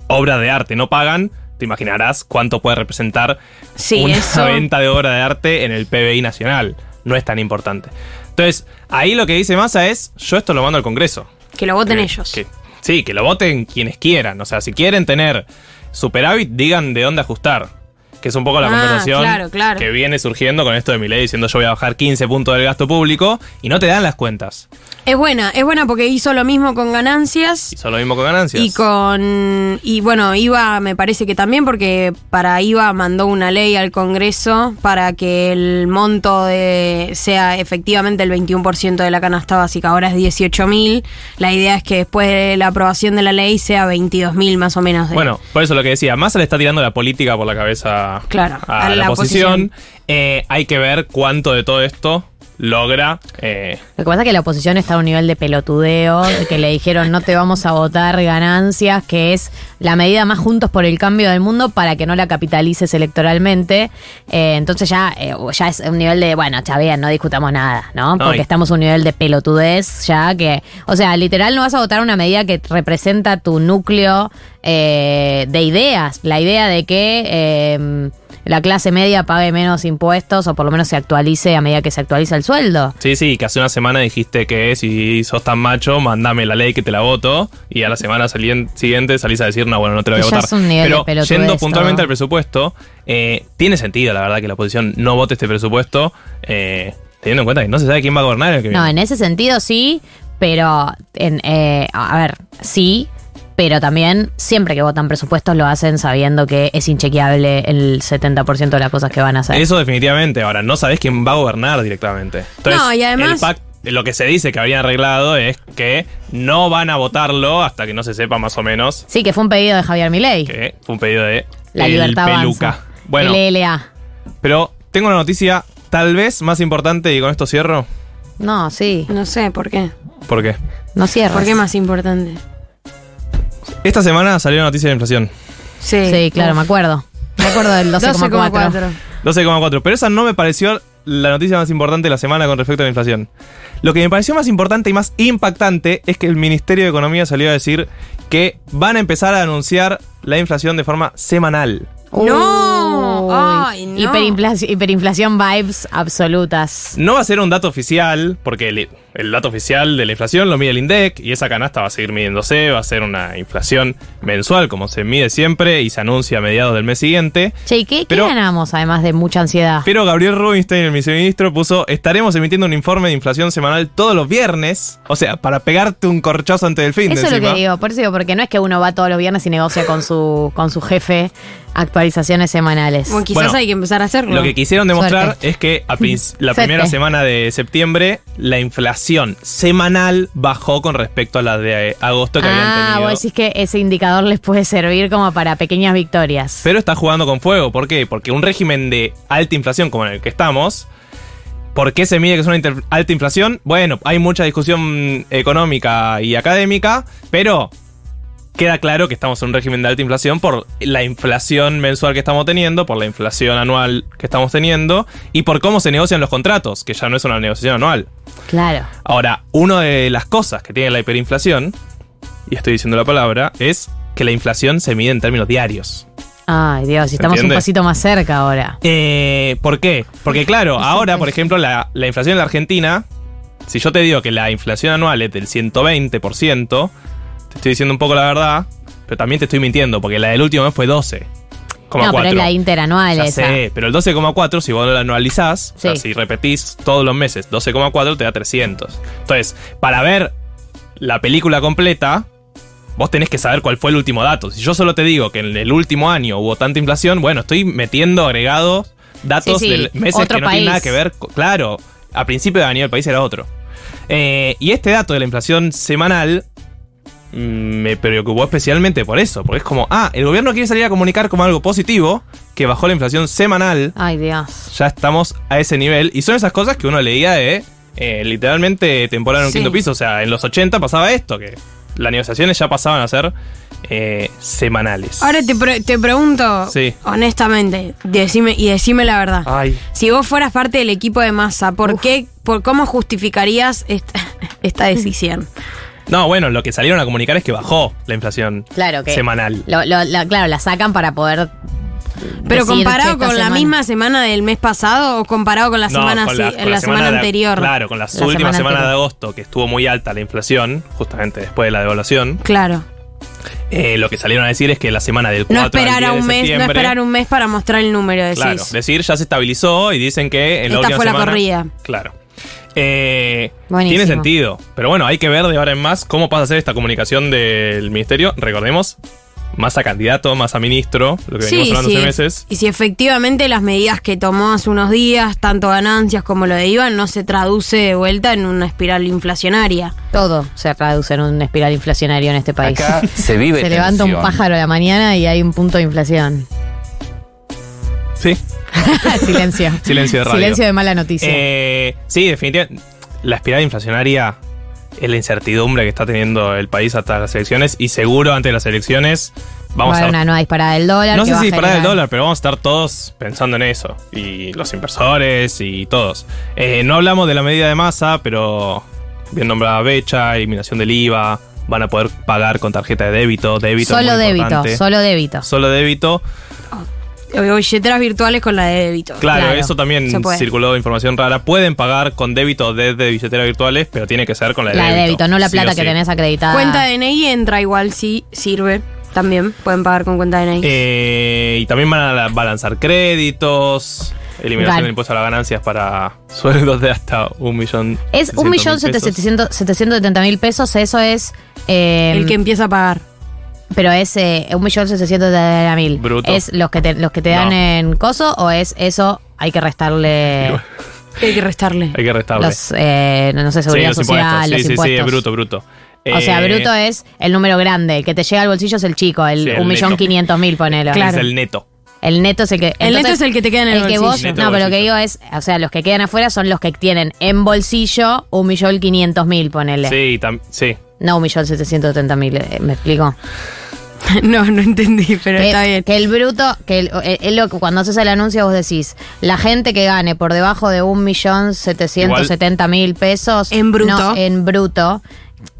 S3: obra de arte no pagan, te imaginarás cuánto puede representar
S4: Sí,
S3: una
S4: eso.
S3: venta de obra de arte en el PBI nacional. No es tan importante. Entonces, ahí lo que dice Massa es, yo esto lo mando al Congreso.
S4: Que lo voten
S3: Que-
S4: ellos.
S3: que- sí, que lo voten quienes quieran. O sea, si quieren tener superávit, digan de dónde ajustar. Que es un poco la
S4: Ah,
S3: conversación
S4: claro, claro.
S3: que viene surgiendo con esto de mi ley diciendo yo voy a bajar 15 puntos del gasto público y no te dan las cuentas.
S4: Es buena, es buena porque hizo lo mismo con ganancias
S3: Hizo lo mismo con ganancias.
S4: y con y bueno, IVA me parece que también porque para IVA mandó una ley al Congreso para que el monto de sea efectivamente el 21% de la canasta básica, ahora es 18.000. La idea es que después de la aprobación de la ley sea 22.000 más o menos. de-
S3: Bueno, por eso lo que decía, Massa le está tirando la política por la cabeza
S4: Claro,
S3: a, la, oposición. Eh, hay que ver cuánto de todo esto logra. eh,
S2: Lo que pasa es que la oposición está a un nivel de pelotudeo, de que le dijeron no te vamos a votar ganancias, que es la medida más juntos por el cambio del mundo para que no la capitalices electoralmente. Eh, entonces ya, eh, ya es un nivel de, bueno, está bien, no discutamos nada, ¿no?
S12: No,
S2: Porque
S12: y-
S2: estamos a un nivel de pelotudez ya que, o sea, literal no vas a votar una medida que representa tu núcleo eh, de ideas, la idea de que... eh, la clase media pague menos impuestos o por lo menos se actualice a medida que se actualiza el sueldo.
S3: sí, sí, que hace una semana dijiste que si sos tan macho, mandame la ley que te la voto. Y a la semana salien- siguiente salís a decir, no, bueno, no te la voy
S2: Ya
S3: a votar.
S2: es un nivel de
S3: Pero
S2: pelotudez
S3: yendo
S2: todo.
S3: puntualmente al presupuesto, eh, tiene sentido, la verdad, que la oposición no vote este presupuesto, eh, teniendo en cuenta que no se sabe quién va a gobernar el que
S2: No,
S3: viene.
S2: en ese sentido sí, pero en, eh, a ver, sí, pero también siempre que votan presupuestos lo hacen sabiendo que es inchequeable el 70% de las cosas que van a hacer.
S3: Eso definitivamente. Ahora, no sabés quién va a gobernar directamente. Entonces,
S2: No, y además-
S3: el pac- lo que se dice que habrían arreglado es que no van a votarlo hasta que no se sepa más o menos
S2: Sí, que fue un pedido de Javier Milei,
S3: que fue un pedido de
S2: La
S3: el
S2: libertad
S3: peluca.
S2: avanza.
S3: Bueno,
S2: LLA.
S3: pero tengo una noticia tal vez más importante y con esto cierro.
S2: No, sí.
S4: No sé por qué.
S3: ¿Por qué?
S2: No cierra.
S4: ¿Por qué más importante?
S3: Esta semana salió la noticia de inflación.
S4: Sí.
S2: Sí, claro, me acuerdo. Me acuerdo del 12,4.
S3: 12,4. Pero esa no me pareció la noticia más importante de la semana con respecto a la inflación. Lo que me pareció más importante y más impactante es que el Ministerio de Economía salió a decir que van a empezar a anunciar la inflación de forma semanal.
S4: No.
S2: Uy,
S4: Ay, no.
S2: hiperinflación, hiperinflación vibes absolutas.
S3: No va a ser un dato oficial, porque el, el dato oficial de la inflación lo mide el INDEC y esa canasta va a seguir midiéndose, va a ser una inflación mensual como se mide siempre y se anuncia a mediados del mes siguiente.
S2: Che, ¿y qué, qué
S3: Pero-
S2: ganamos además de mucha ansiedad?
S3: Pero Gabriel Rubinstein, el viceministro, puso, estaremos emitiendo un informe de inflación semanal todos los viernes, o sea, para pegarte un corchazo antes del fin.
S2: Eso
S3: de
S2: es lo que
S3: encima.
S2: digo, por eso digo, porque no es que uno va todos los viernes y negocia con su, con su jefe actualizaciones semanales.
S4: Bueno, quizás
S3: Bueno,
S4: hay que empezar a hacerlo.
S3: Lo que quisieron demostrar
S2: Suerte.
S3: es que a princ- la
S2: Suerte.
S3: primera semana de septiembre la inflación semanal bajó con respecto a la de eh, agosto que habían
S2: Ah,
S3: tenido.
S2: vos decís que ese indicador les puede servir como para pequeñas victorias.
S3: Pero está jugando con fuego. ¿Por qué? Porque un régimen de alta inflación como en el que estamos. ¿Por qué se mide que es una inter- alta inflación? Bueno, hay mucha discusión económica y académica, pero queda claro que estamos en un régimen de alta inflación por la inflación mensual que estamos teniendo, por la inflación anual que estamos teniendo y por cómo se negocian los contratos, que ya no es una negociación anual.
S2: Claro.
S3: Ahora, una de las cosas que tiene la hiperinflación, y estoy diciendo la palabra, es que la inflación se mide en términos diarios.
S2: Ay, Dios, estamos
S3: ¿Entiende?
S2: un pasito más cerca ahora.
S3: Eh, ¿Por qué? Porque claro, ahora, por ejemplo, la, la inflación en la Argentina, si yo te digo que la inflación anual es del 120%, te estoy diciendo un poco la verdad, pero también te estoy mintiendo, porque la del último mes fue 12.
S2: no, pero es la interanual
S3: Ya
S2: esa.
S3: sé, pero el 12,4, si vos lo anualizás, o sea,
S2: Sí.
S3: si repetís todos los meses 12,4, te da 300. Entonces, para ver la película completa, vos tenés que saber cuál fue el último dato. Si yo solo te digo que en el último año hubo tanta inflación, bueno, estoy metiendo agregados datos
S2: Sí, sí,
S3: de meses
S2: otro
S3: que no tienen nada
S2: país.
S3: que ver. co- Claro, a principio de año el país era otro. Eh, y este dato de la inflación semanal mm, me preocupó especialmente por eso, porque es como, ah, el gobierno quiere salir a comunicar como algo positivo, que bajó la inflación semanal,
S2: Ay, Dios.
S3: ya estamos a ese nivel, y son esas cosas que uno leía de, eh, literalmente, temporada en un
S2: Sí.
S3: quinto piso, o sea, en los 80 pasaba esto, que las negociaciones ya pasaban a ser eh, semanales.
S4: Ahora te, pre- te pregunto,
S3: Sí. Ah.
S4: honestamente, decime, y decime la verdad.
S3: Ay.
S4: Si vos fueras parte del equipo de masa, ¿por qué, por cómo justificarías esta, esta decisión?
S3: No, bueno, lo que salieron a comunicar es que bajó la inflación
S2: Claro que.
S3: semanal.
S2: Lo- lo- la- claro, la sacan para poder.
S4: Pero
S2: decir, "Che,
S4: comparado
S2: esta
S4: con la
S2: semana".
S4: misma semana del mes pasado o comparado con la
S3: No,
S4: semana,
S3: con
S4: si-
S3: la-
S4: eh,
S3: con
S4: la
S3: la
S4: semana
S3: de-
S4: anterior.
S3: claro, con las
S4: La
S3: últimas
S4: semana
S3: semanas de
S4: anterior.
S3: agosto, que estuvo muy alta la inflación, justamente después de la devaluación.
S4: Claro.
S3: Eh, lo que salieron a decir es que la semana del 4
S4: No
S3: al 10
S4: esperar a
S3: de
S4: un mes, no
S3: septiembre,
S4: esperar un mes para mostrar el número, decís.
S3: Claro, decir ya se estabilizó y dicen que en la
S4: Esta
S3: última
S4: fue la
S3: semana-
S4: corrida.
S3: Claro. Eh,
S4: Buenísimo.
S3: tiene sentido, pero bueno, hay que ver de ahora en más cómo pasa a ser esta comunicación del ministerio. Recordemos, más a candidato, más a ministro, lo que venimos hablando
S4: sí.
S3: hace meses.
S4: Y si efectivamente las medidas que tomó hace unos días, tanto ganancias como lo de IVA, no se traduce de vuelta en una espiral inflacionaria.
S2: Todo se reduce en una espiral inflacionaria en este país.
S12: Acá se vive
S2: Se levanta un
S12: tensión.
S2: pájaro a la mañana y hay un punto de inflación.
S3: Sí.
S2: Silencio.
S3: Silencio de radio.
S2: Silencio de mala noticia.
S3: Eh, sí, definitivamente. La espiral inflacionaria es la incertidumbre que está teniendo el país hasta las elecciones y seguro antes de las elecciones vamos
S2: Va a haber
S3: a...
S2: una nueva disparada del dólar.
S3: No
S2: que
S3: sé
S2: va a
S3: si disparar el
S2: generar-
S3: dólar, pero vamos a estar todos pensando en eso. Y los inversores y todos. Eh, no hablamos de la medida de masa, pero bien nombrada Becha, eliminación del IVA, van a poder pagar con tarjeta de débito, débito. es
S2: Solo
S3: muy
S2: débito,
S3: importante.
S2: solo débito.
S3: Solo débito.
S4: Billeteras virtuales con la de débito.
S3: Claro, eso también
S4: se puede.
S3: circuló información rara. Pueden pagar con débito desde billeteras virtuales, pero tiene que ser con la de
S2: La de
S3: débito.
S2: débito, no la
S3: sí
S2: plata
S3: o
S2: que
S3: sí.
S2: tenés acreditada.
S4: Cuenta DNI entra igual, sí, sirve. También pueden pagar con cuenta DNI.
S3: Eh, y también van a la- balanzar créditos, eliminación
S2: Gan-
S3: del impuesto a las ganancias para sueldos de hasta un millón.
S2: Es
S3: 700.000 pesos.
S2: 1.770.000 pesos, eso es... eh,
S4: El que empieza a pagar.
S2: Pero es eh, 1.770.000.
S3: Bruto.
S2: ¿Es los que te, los que te dan
S3: No.
S2: en coso o es eso? Hay que restarle
S4: Hay que restarle.
S3: Hay que restarle.
S2: los, eh, no sé,
S3: Sí,
S2: seguridad
S3: los
S2: social,
S3: impuestos. Sí,
S2: los
S3: sí, sí,
S2: impuestos.
S3: es bruto, bruto.
S2: O sea,
S3: Eh,
S2: bruto es el número grande. El que te llega al bolsillo es el chico, el
S3: Sí, el
S2: 1.500.000, ponelo.
S3: es el neto.
S2: El neto es el que.
S4: El neto es el que te queda en el
S2: que
S4: bolsillo.
S2: vos-
S3: Neto
S2: no, pero lo
S3: bolsillo.
S2: que digo es, o sea, los que quedan afuera son los que tienen en bolsillo 1.500.000, ponele.
S3: Sí, tam- sí.
S2: No 1.770.000, eh, ¿me explico?
S4: no, no entendí, pero
S2: que,
S4: está bien.
S2: que el bruto, que el- eh, es lo que cuando haces el anuncio vos decís, la gente que gane por debajo de 1.770.000 pesos.
S4: En bruto.
S2: no, en bruto.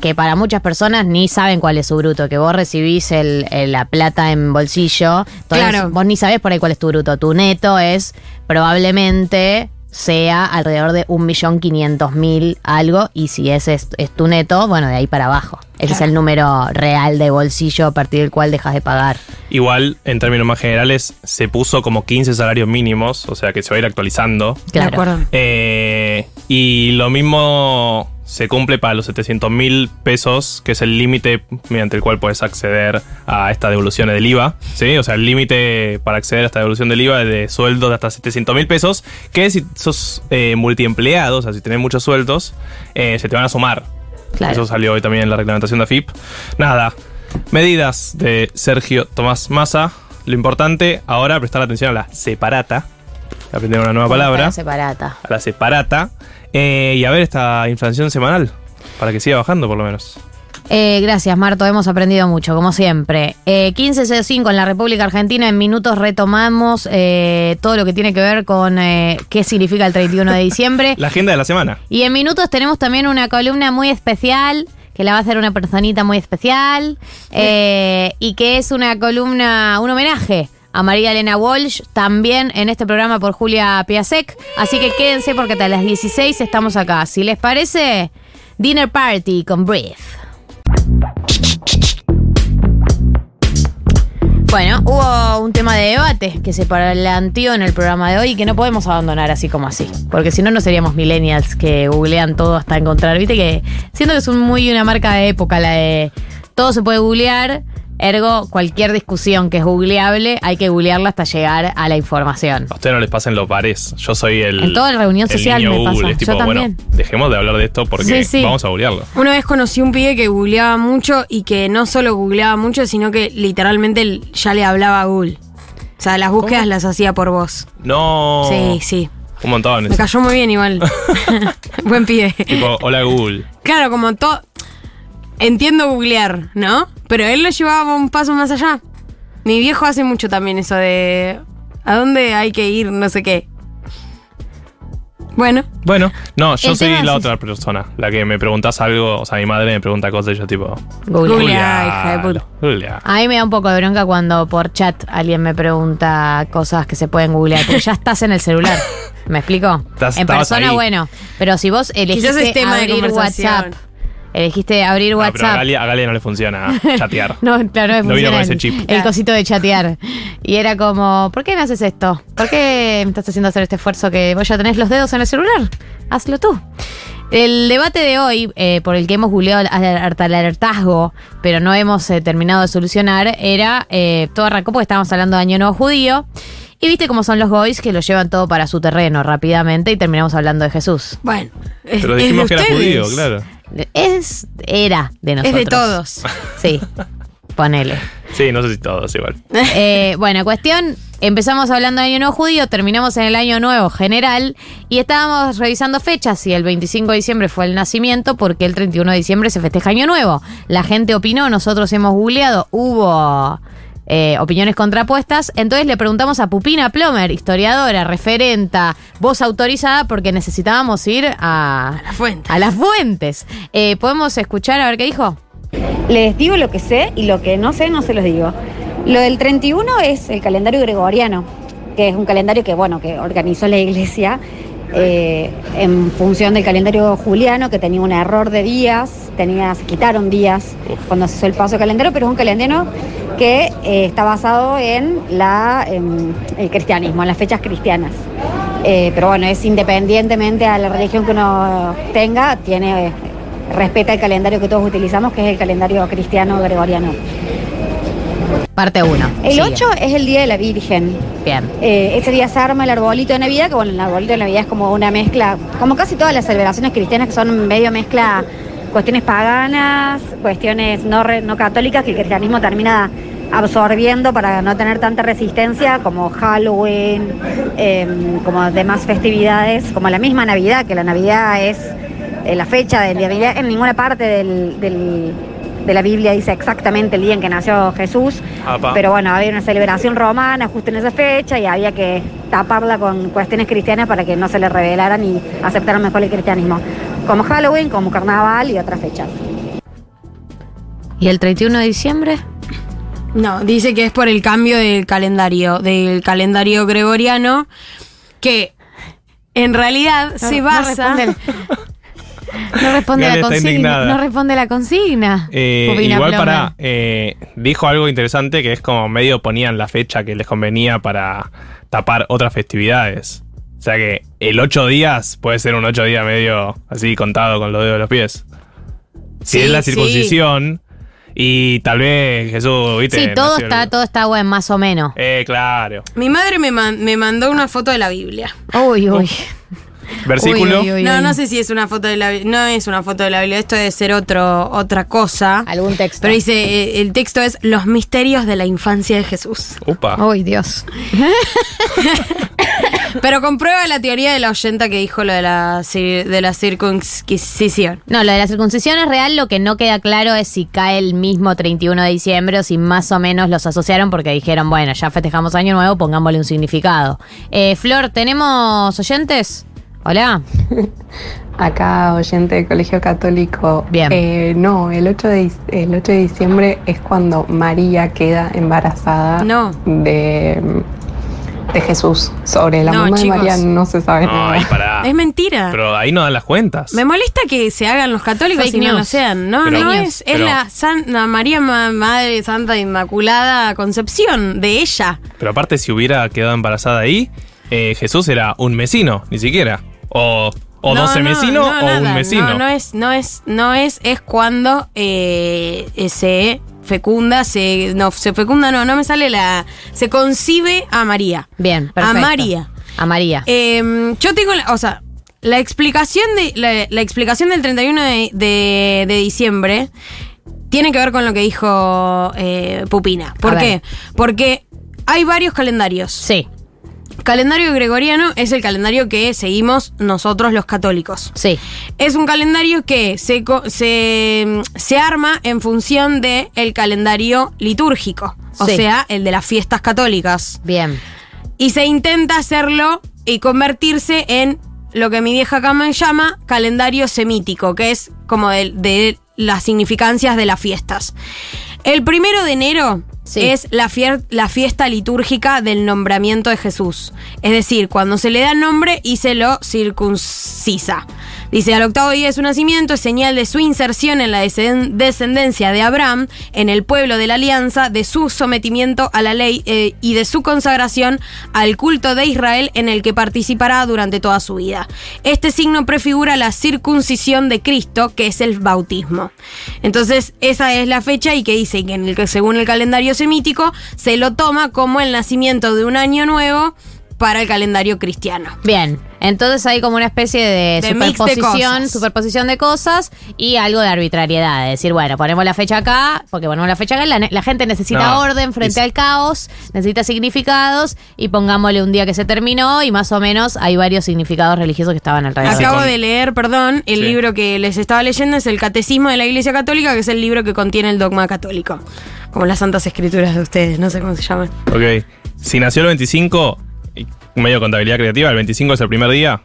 S2: Que para muchas personas ni saben cuál es su bruto, que vos recibís el- el- la plata en bolsillo. entonces
S4: Claro.
S2: Vos ni sabés por ahí cuál es tu bruto. Tu neto es probablemente sea alrededor de 1.500.000 algo y si ese es, es tu neto, bueno, de ahí para abajo. Ese es el número real de bolsillo a partir del cual dejas de pagar.
S3: Igual, en términos más generales, se puso como 15 salarios mínimos, o sea que se va a ir actualizando.
S2: Claro.
S3: Eh, y lo mismo se cumple para los 700 mil pesos, que es el límite mediante el cual puedes acceder a estas devoluciones del IVA. ¿sí? O sea, el límite para acceder a esta devolución del IVA es de sueldos de hasta 700 mil pesos, que si sos eh, multiempleado, o sea, si tenés muchos sueldos, eh, se te van a sumar.
S2: Claro.
S3: Eso salió hoy también en la reglamentación de AFIP. Nada, medidas de Sergio Tomás Massa. Lo importante ahora prestar atención a la separata. Aprender una nueva palabra
S2: Separata.
S3: a la separata eh, y a ver esta inflación semanal para que siga bajando por lo menos.
S2: Eh, gracias, Marto. Hemos aprendido mucho, como siempre. Eh, 15.05 en la República Argentina. En minutos retomamos eh, todo lo que tiene que ver con eh, qué significa el 31 de diciembre.
S3: La agenda de la semana.
S2: Eh. Y en minutos tenemos también una columna muy especial que la va a hacer una personita muy especial eh, y que es una columna, un homenaje a María Elena Walsh, también en este programa por Julia Piasek. Así que quédense porque hasta las 16 estamos acá. Si les parece, Dinner Party con Breathe. Bueno, hubo un tema de debate que se planteó en el programa de hoy y que no podemos abandonar así como así. Porque si no, no seríamos millennials que googlean todo hasta encontrar. Viste que siento que es un- muy una marca de época la de todo se puede googlear, ergo cualquier discusión que es googleable hay que googlearla hasta llegar a la información.
S3: A ustedes no les pasen los pares. Yo soy el.
S2: En toda la reunión
S3: el
S2: social
S3: niño
S2: me pasa.
S3: Google.
S2: Yo
S3: Es tipo,
S2: también.
S3: bueno, dejemos de hablar de esto porque
S4: Sí, sí.
S3: vamos a googlearlo.
S4: Una vez conocí un pibe que googleaba mucho y que no solo googleaba mucho, sino que literalmente l- ya le hablaba a Google. O sea, las búsquedas las hacía por voz.
S3: No.
S4: Sí, sí.
S3: Un montón.
S4: Me cayó muy bien igual. Buen pibe.
S3: Tipo, hola Google.
S4: Claro, como todo. Entiendo googlear, ¿no? Pero él lo llevaba un paso más allá. Mi viejo hace mucho también eso de. ¿A dónde hay que ir? No sé qué. Bueno.
S3: Bueno, no, yo
S4: El
S3: soy
S4: tema
S3: la
S4: es-
S3: otra persona. La que me preguntas algo, o sea, mi madre me pregunta cosas y yo tipo.
S2: Googlea,
S4: hija de puta.
S3: Googlea.
S2: A mí me da un poco de bronca cuando por chat alguien me pregunta cosas que se pueden googlear, porque ya estás en el celular. ¿Me explico?
S3: Estás-
S2: en
S3: estabas
S2: persona,
S3: ahí.
S2: bueno. Pero si vos
S4: Quizás
S2: elegiste
S4: es tema de
S2: abrir
S4: conversación.
S2: WhatsApp, elegiste abrir
S3: Ah, pero a
S2: WhatsApp.
S3: Galia, a Galia no le funciona Ah, chatear.
S2: No, claro, no, me
S3: No vino
S2: funciona
S3: con ese
S2: el-
S3: chip.
S2: El cosito de chatear. Y era como, ¿por qué me haces esto? ¿Por qué me estás haciendo hacer este esfuerzo que vos ya tenés los dedos en el celular? Hazlo tú. El debate de hoy, eh, por el que hemos googleado al- hasta el hartazgo, pero no hemos eh, terminado de solucionar, era, eh, todo arrancó porque estábamos hablando de Año Nuevo Judío, y viste cómo son los goys que lo llevan todo para su terreno rápidamente y terminamos hablando de Jesús.
S4: Bueno. es-
S3: Pero
S4: es de
S3: dijimos que era
S4: ustedes.
S3: judío, claro.
S2: Es, era de
S4: Es
S2: nosotros.
S4: de todos.
S2: Sí, ponele.
S3: Sí, no sé si todos igual.
S2: Eh, bueno, cuestión, empezamos hablando de año nuevo judío, terminamos en el año nuevo general y estábamos revisando fechas y el 25 de diciembre fue el nacimiento porque el 31 de diciembre se festeja año nuevo. La gente opinó, nosotros hemos googleado, hubo... eh, opiniones contrapuestas. Entonces le preguntamos a Pupina Plomer, historiadora, referenta, voz autorizada, porque necesitábamos ir a, a las fuentes. Eh, ¿Podemos escuchar a ver qué dijo?
S12: Les digo lo que sé y lo que no sé no se los digo. Lo del 31 es el calendario gregoriano, que es un calendario que, bueno, que organizó la iglesia eh, en función del calendario juliano, que tenía un error de días, tenía, se quitaron días cuando se hizo el paso calendario, pero es un calendario que eh, está basado en, la, em, el cristianismo, en las fechas cristianas. Eh, pero bueno, es independientemente a la religión que uno tenga, tiene respeta el calendario que todos utilizamos, que es el calendario cristiano gregoriano.
S2: Parte 1.
S12: El 8 es el Día de la Virgen.
S2: Bien.
S12: Eh, ese día se arma el arbolito de Navidad, que bueno, el arbolito de Navidad es como una mezcla, como casi todas las celebraciones cristianas que son medio mezcla cuestiones paganas, cuestiones no, re- no católicas que el cristianismo termina absorbiendo para no tener tanta resistencia como Halloween, em, como demás festividades, como la misma Navidad, que la Navidad es eh, la fecha de la Navidad en ninguna parte del- del- de la Biblia dice exactamente el día en que nació Jesús,
S13: Apa.
S12: pero bueno, había una celebración romana justo en esa fecha y había que taparla con cuestiones cristianas para que no se le revelaran y aceptaran mejor el cristianismo, como Halloween, como Carnaval y otras fechas.
S2: ¿Y el 31 de diciembre?
S4: No, dice que es por el cambio del calendario, del calendario gregoriano, que en realidad
S2: No,
S4: se
S2: no
S4: basa.
S2: responde No responde
S3: Galia
S2: la
S3: está
S2: consigna.
S3: indignada.
S2: No responde la consigna.
S3: Eh,
S2: Pupina
S3: igual
S2: Plomer.
S3: para. eh, dijo algo interesante que es como medio ponían la fecha que les convenía para tapar otras festividades. O sea que el ocho días puede ser un ocho días medio así contado con los dedos de los pies. Si
S2: Sí,
S3: es la
S2: sí.
S3: circuncisión y tal vez Jesús, ¿viste?
S2: Sí, todo
S3: Nació el-
S2: está, todo está bueno, más o menos.
S3: Eh, claro.
S4: Mi madre me, man- me mandó una foto de la Biblia.
S2: Uy, uy.
S3: Versículo.
S4: no, no sé si es una foto de la Biblia. No es una foto de la Biblia, esto debe ser otro, otra cosa.
S2: Algún texto.
S4: Pero dice, eh, el texto es Los misterios de la infancia de Jesús.
S3: Oh, Upa.
S2: Uy, Dios.
S4: Pero comprueba la teoría de la oyenta que dijo lo de la, cir- de la circuncisión.
S2: No, lo de la circuncisión es real, lo que no queda claro es si cae el mismo 31 de diciembre o si más o menos los asociaron porque dijeron, bueno, ya festejamos Año Nuevo, pongámosle un significado. Eh, Flor, ¿tenemos oyentes? Hola.
S13: Acá, oyente del Colegio Católico.
S2: Bien.
S13: Eh, no, el 8, de, dic- el 8 de diciembre es cuando María queda embarazada de, de Jesús. Sobre la
S4: No,
S13: mamá
S4: chicos.
S13: de María no se sabe
S3: No,
S13: nada.
S3: ahí pará.
S4: Es mentira.
S3: Pero ahí no dan las cuentas.
S4: Me molesta que se hagan los católicos
S2: Fake
S4: y no
S2: news.
S4: lo sean. No,
S3: Pero-
S4: no
S3: Fake
S4: es. Es
S3: pero-
S4: la, San- la María Ma- Madre Santa Inmaculada Concepción de ella.
S3: Pero aparte, si hubiera quedado embarazada ahí, eh, Jesús era un mesino, ni siquiera. O, o
S4: No,
S3: doce
S4: no,
S3: mesino
S4: no,
S3: o
S4: nada.
S3: un mesino.
S4: No, no es, no es, no es, es cuando eh, eh, se fecunda, se. No, se fecunda, no, no me sale la. Se concibe a María.
S2: Bien, perfecto.
S4: A María.
S2: A María.
S4: Eh, yo tengo, la- o sea, la explicación, de, la, la explicación del 31 de, de- de diciembre tiene que ver con lo que dijo eh, Pupina. ¿Por
S2: A
S4: qué?
S2: ver.
S4: Porque hay varios calendarios.
S2: Sí.
S4: Calendario gregoriano es el calendario que seguimos nosotros los católicos.
S2: Sí.
S4: Es un calendario que se, co- se, mm, se arma en función del el calendario litúrgico, o
S2: Sí.
S4: sea, el de las fiestas católicas
S2: Bien.
S4: y se intenta hacerlo y convertirse en lo que mi vieja cama llama calendario semítico, que es como de, de las significancias de las fiestas. El primero de enero es la, fier- la fiesta litúrgica del nombramiento de Jesús. Es decir, cuando se le da nombre y se lo circuncisa. Dice, al octavo día de su nacimiento es señal de su inserción en la descen- descendencia de Abraham, en el pueblo de la alianza, de su sometimiento a la ley eh, y de su consagración al culto de Israel en el que participará durante toda su vida. Este signo prefigura la circuncisión de Cristo, que es el bautismo. Entonces, esa es la fecha y que dice que, en el que según el calendario semítico se lo toma como el nacimiento de un año nuevo para el calendario cristiano.
S2: Bien. Entonces hay como una especie de,
S4: De mix de
S2: Eh, superposición,
S4: cosas.
S2: superposición de cosas y algo de arbitrariedad. De decir, bueno, ponemos la fecha acá, porque ponemos la fecha acá, la, ne- la gente necesita
S14: No,
S2: orden frente
S14: es-
S2: al caos, necesita significados y pongámosle un día que se terminó y más o menos hay varios significados religiosos que estaban alrededor.
S4: Acabo de leer, perdón, el libro que les estaba leyendo es el Catecismo de la Iglesia Católica, que es el libro que contiene el dogma católico. Como las Santas Escrituras de ustedes, no sé cómo se llaman.
S3: Ok. Si nació el 25, y medio contabilidad creativa, el 25 es el primer día.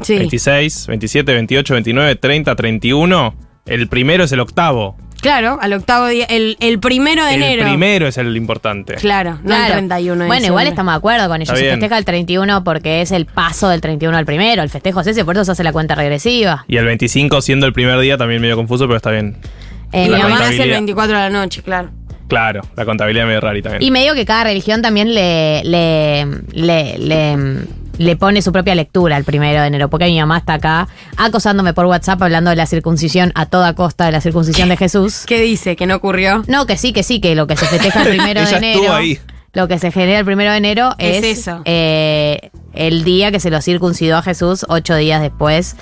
S4: Sí.
S3: 26, 27, 28, 29, 30, 31. El primero es el octavo.
S4: Claro, al octavo día, el, el primero de
S3: el
S4: Ah, enero.
S3: primero es el importante.
S4: Claro, no el
S2: Claro.
S4: 31 de
S2: Bueno, igual
S4: diciembre.
S2: estamos de acuerdo con ello.
S3: Está
S2: Se
S3: bien.
S2: festeja el 31 porque es el paso del 31 al primero. El festejo es ese, por eso se hace la cuenta regresiva.
S3: Y el 25 siendo el primer día también medio confuso, pero está bien.
S2: Eh,
S4: Y
S3: La
S4: la mamá es el
S3: contabilidad.
S4: 24 de la noche, claro.
S3: Claro, la contabilidad medio rari también.
S2: Y medio que cada religión también le, le, le, le, le pone su propia lectura al primero de enero. Porque mi mamá está acá acosándome por WhatsApp hablando de la circuncisión a toda costa de la circuncisión de Jesús.
S4: ¿Qué dice? ¿Que no ocurrió?
S2: No, que sí, que sí, que lo que se festeja el primero de
S4: Ella estuvo
S2: enero.
S4: ahí.
S2: Lo que se genera el primero de enero es,
S4: Es eso.
S2: eh, el día que se lo circuncidó a Jesús ocho días después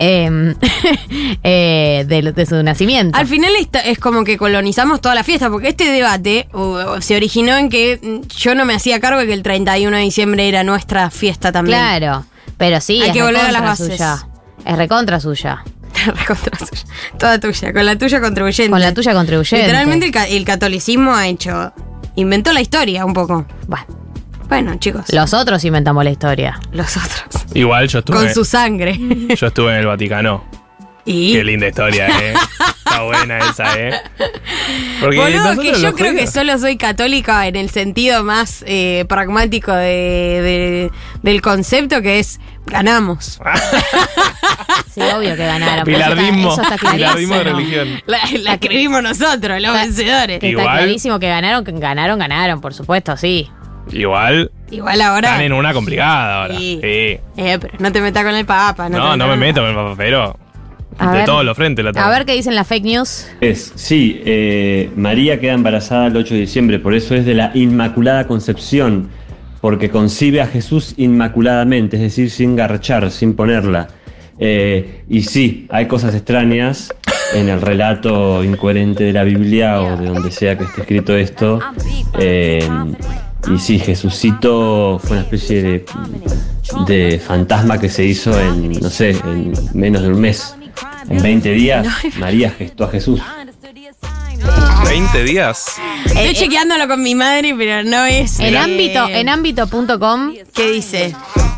S2: eh, eh, de, de su nacimiento.
S4: Al final esta- es como que colonizamos toda la fiesta, porque este debate uh, se originó en que mm, yo no me hacía cargo de que el 31 de diciembre era nuestra fiesta también.
S2: Claro, pero sí,
S4: Hay
S2: es
S4: que volver a las
S2: recontra
S4: bases.
S2: suya. Es recontra suya.
S4: recontra suya. Toda tuya, con la tuya contribuyente.
S2: Con la tuya contribuyente.
S4: Literalmente el, ca- el catolicismo ha hecho. inventó la historia un poco.
S2: Bueno.
S4: Bueno, chicos.
S2: Los otros inventamos la historia.
S4: Los otros.
S3: Igual yo estuve.
S4: Con su sangre.
S3: Yo estuve en el Vaticano.
S4: ¿Y?
S3: Qué linda historia, ¿eh? Está buena esa, ¿eh? Porque
S4: Boludo, que
S3: nosotros
S4: yo
S3: los
S4: creo que
S3: judíos-
S4: solo soy católica en el sentido más eh, pragmático de- de- del concepto, que es ganamos.
S2: Sí, obvio que ganaron. pero
S3: Pilardismo.
S2: Eso está, eso está
S3: Pilardismo de
S2: clarísimo.
S3: religión.
S4: La, la escribimos nosotros, los vencedores.
S2: Que está clarísimo que ganaron, que ganaron, ganaron, por supuesto, sí.
S3: Igual.
S4: Igual ahora-
S3: Están en una complicada ahora.
S4: Sí.
S3: Sí.
S4: Eh, pero no te metas con el papa. No,
S3: No, no
S4: te metas
S3: me
S4: con-
S3: meto, me papá, pero.
S2: A
S3: de
S2: ver.
S3: todos los frentes la
S2: A
S3: tengo.
S2: ver qué dicen las fake news.
S15: Es, sí, eh, María queda embarazada el 8 de diciembre, por eso es de la Inmaculada Concepción, porque concibe a Jesús inmaculadamente, es decir, sin garchar, sin ponerla. Eh, y sí, hay cosas extrañas en el relato incoherente de la Biblia o de donde sea que esté escrito esto. Eh, y sí, Jesucito fue una especie de, de fantasma que se hizo en, no sé, en menos de un mes. En 20 días, María gestó a Jesús.
S3: ¿20 días?
S4: Estoy chequeándolo con mi madre, pero no es.
S2: Eh, En
S4: Mirá.
S2: ámbito, en ámbito.com.
S4: ¿Qué dice?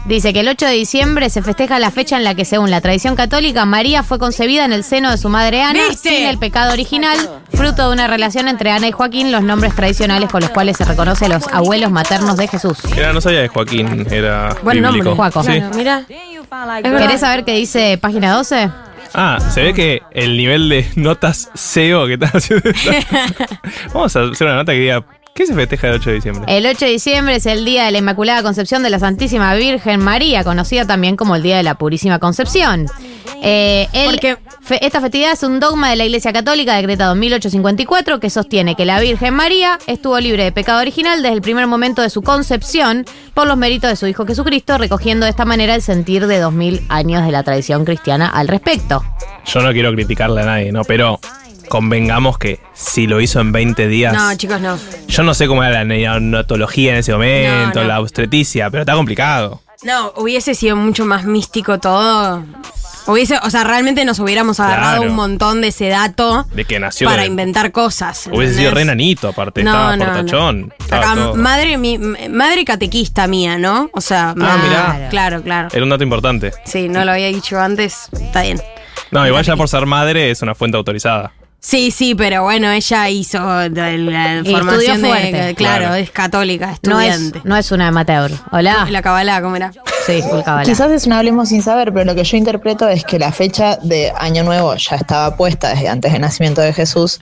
S2: Dice que el 8 de diciembre se festeja la fecha en la que, según la tradición católica, María fue concebida en el seno de su madre Ana, sin el pecado original, fruto de una relación entre Ana y Joaquín, los nombres tradicionales con los cuales se reconoce a los abuelos maternos de Jesús.
S3: Era, no sabía de Joaquín, era
S2: Buen
S3: bíblico.
S2: nombre, Joaco.
S3: Sí.
S4: Mira.
S2: ¿Querés saber qué dice página 12?
S3: Ah, se ve que el nivel de notas SEO que están haciendo. Vamos a hacer una nota que diga: ¿Qué se festeja el 8 de diciembre?
S2: El 8 de diciembre es el día de la Inmaculada Concepción de la Santísima Virgen María, conocida también como el día de la Purísima Concepción. Eh, el- fe- esta festividad es un dogma de la Iglesia Católica decretado en 1854 que sostiene que la Virgen María estuvo libre de pecado original desde el primer momento de su concepción por los méritos de su Hijo Jesucristo, recogiendo de esta manera el sentir de 2000 años de la tradición cristiana al respecto.
S3: Yo no quiero criticarle a nadie, ¿no? Pero convengamos que si lo hizo en 20 días.
S4: No, chicos, no.
S3: Yo no sé cómo era la neonatología en ese momento,
S4: No, no.
S3: la obstetricia, pero está complicado.
S4: No, hubiese sido mucho más místico todo. Hubiese, o sea, realmente nos hubiéramos agarrado
S3: Claro.
S4: un montón de ese dato
S3: De que nació.
S4: para
S3: de-
S4: inventar cosas.
S3: hubiese sido
S4: ¿entendés?
S3: re nanito, aparte.
S4: No,
S3: estaba
S4: no,
S3: portachón. estaba
S4: Acá,
S3: todo. Ah,
S4: madre, mi, m- madre catequista mía, ¿no? O sea,
S3: mirá.
S4: claro, claro.
S3: Era un dato importante.
S4: Sí, no lo había dicho antes, está bien.
S3: No, igual ya por ser madre es una fuente autorizada.
S4: Sí, sí, pero bueno, ella hizo de la
S2: Y
S4: formación
S2: estudió
S4: de,
S2: fuerte.
S4: claro,
S2: Claro.
S4: es católica,
S2: No es,
S4: estudiante.
S2: no es una amateur. Hola.
S4: La cabalá, ¿cómo era?
S2: Sí, full cabalá.
S14: Quizás es un hablemos sin saber, pero lo que yo interpreto es que la fecha de Año Nuevo ya estaba puesta desde antes del nacimiento de Jesús.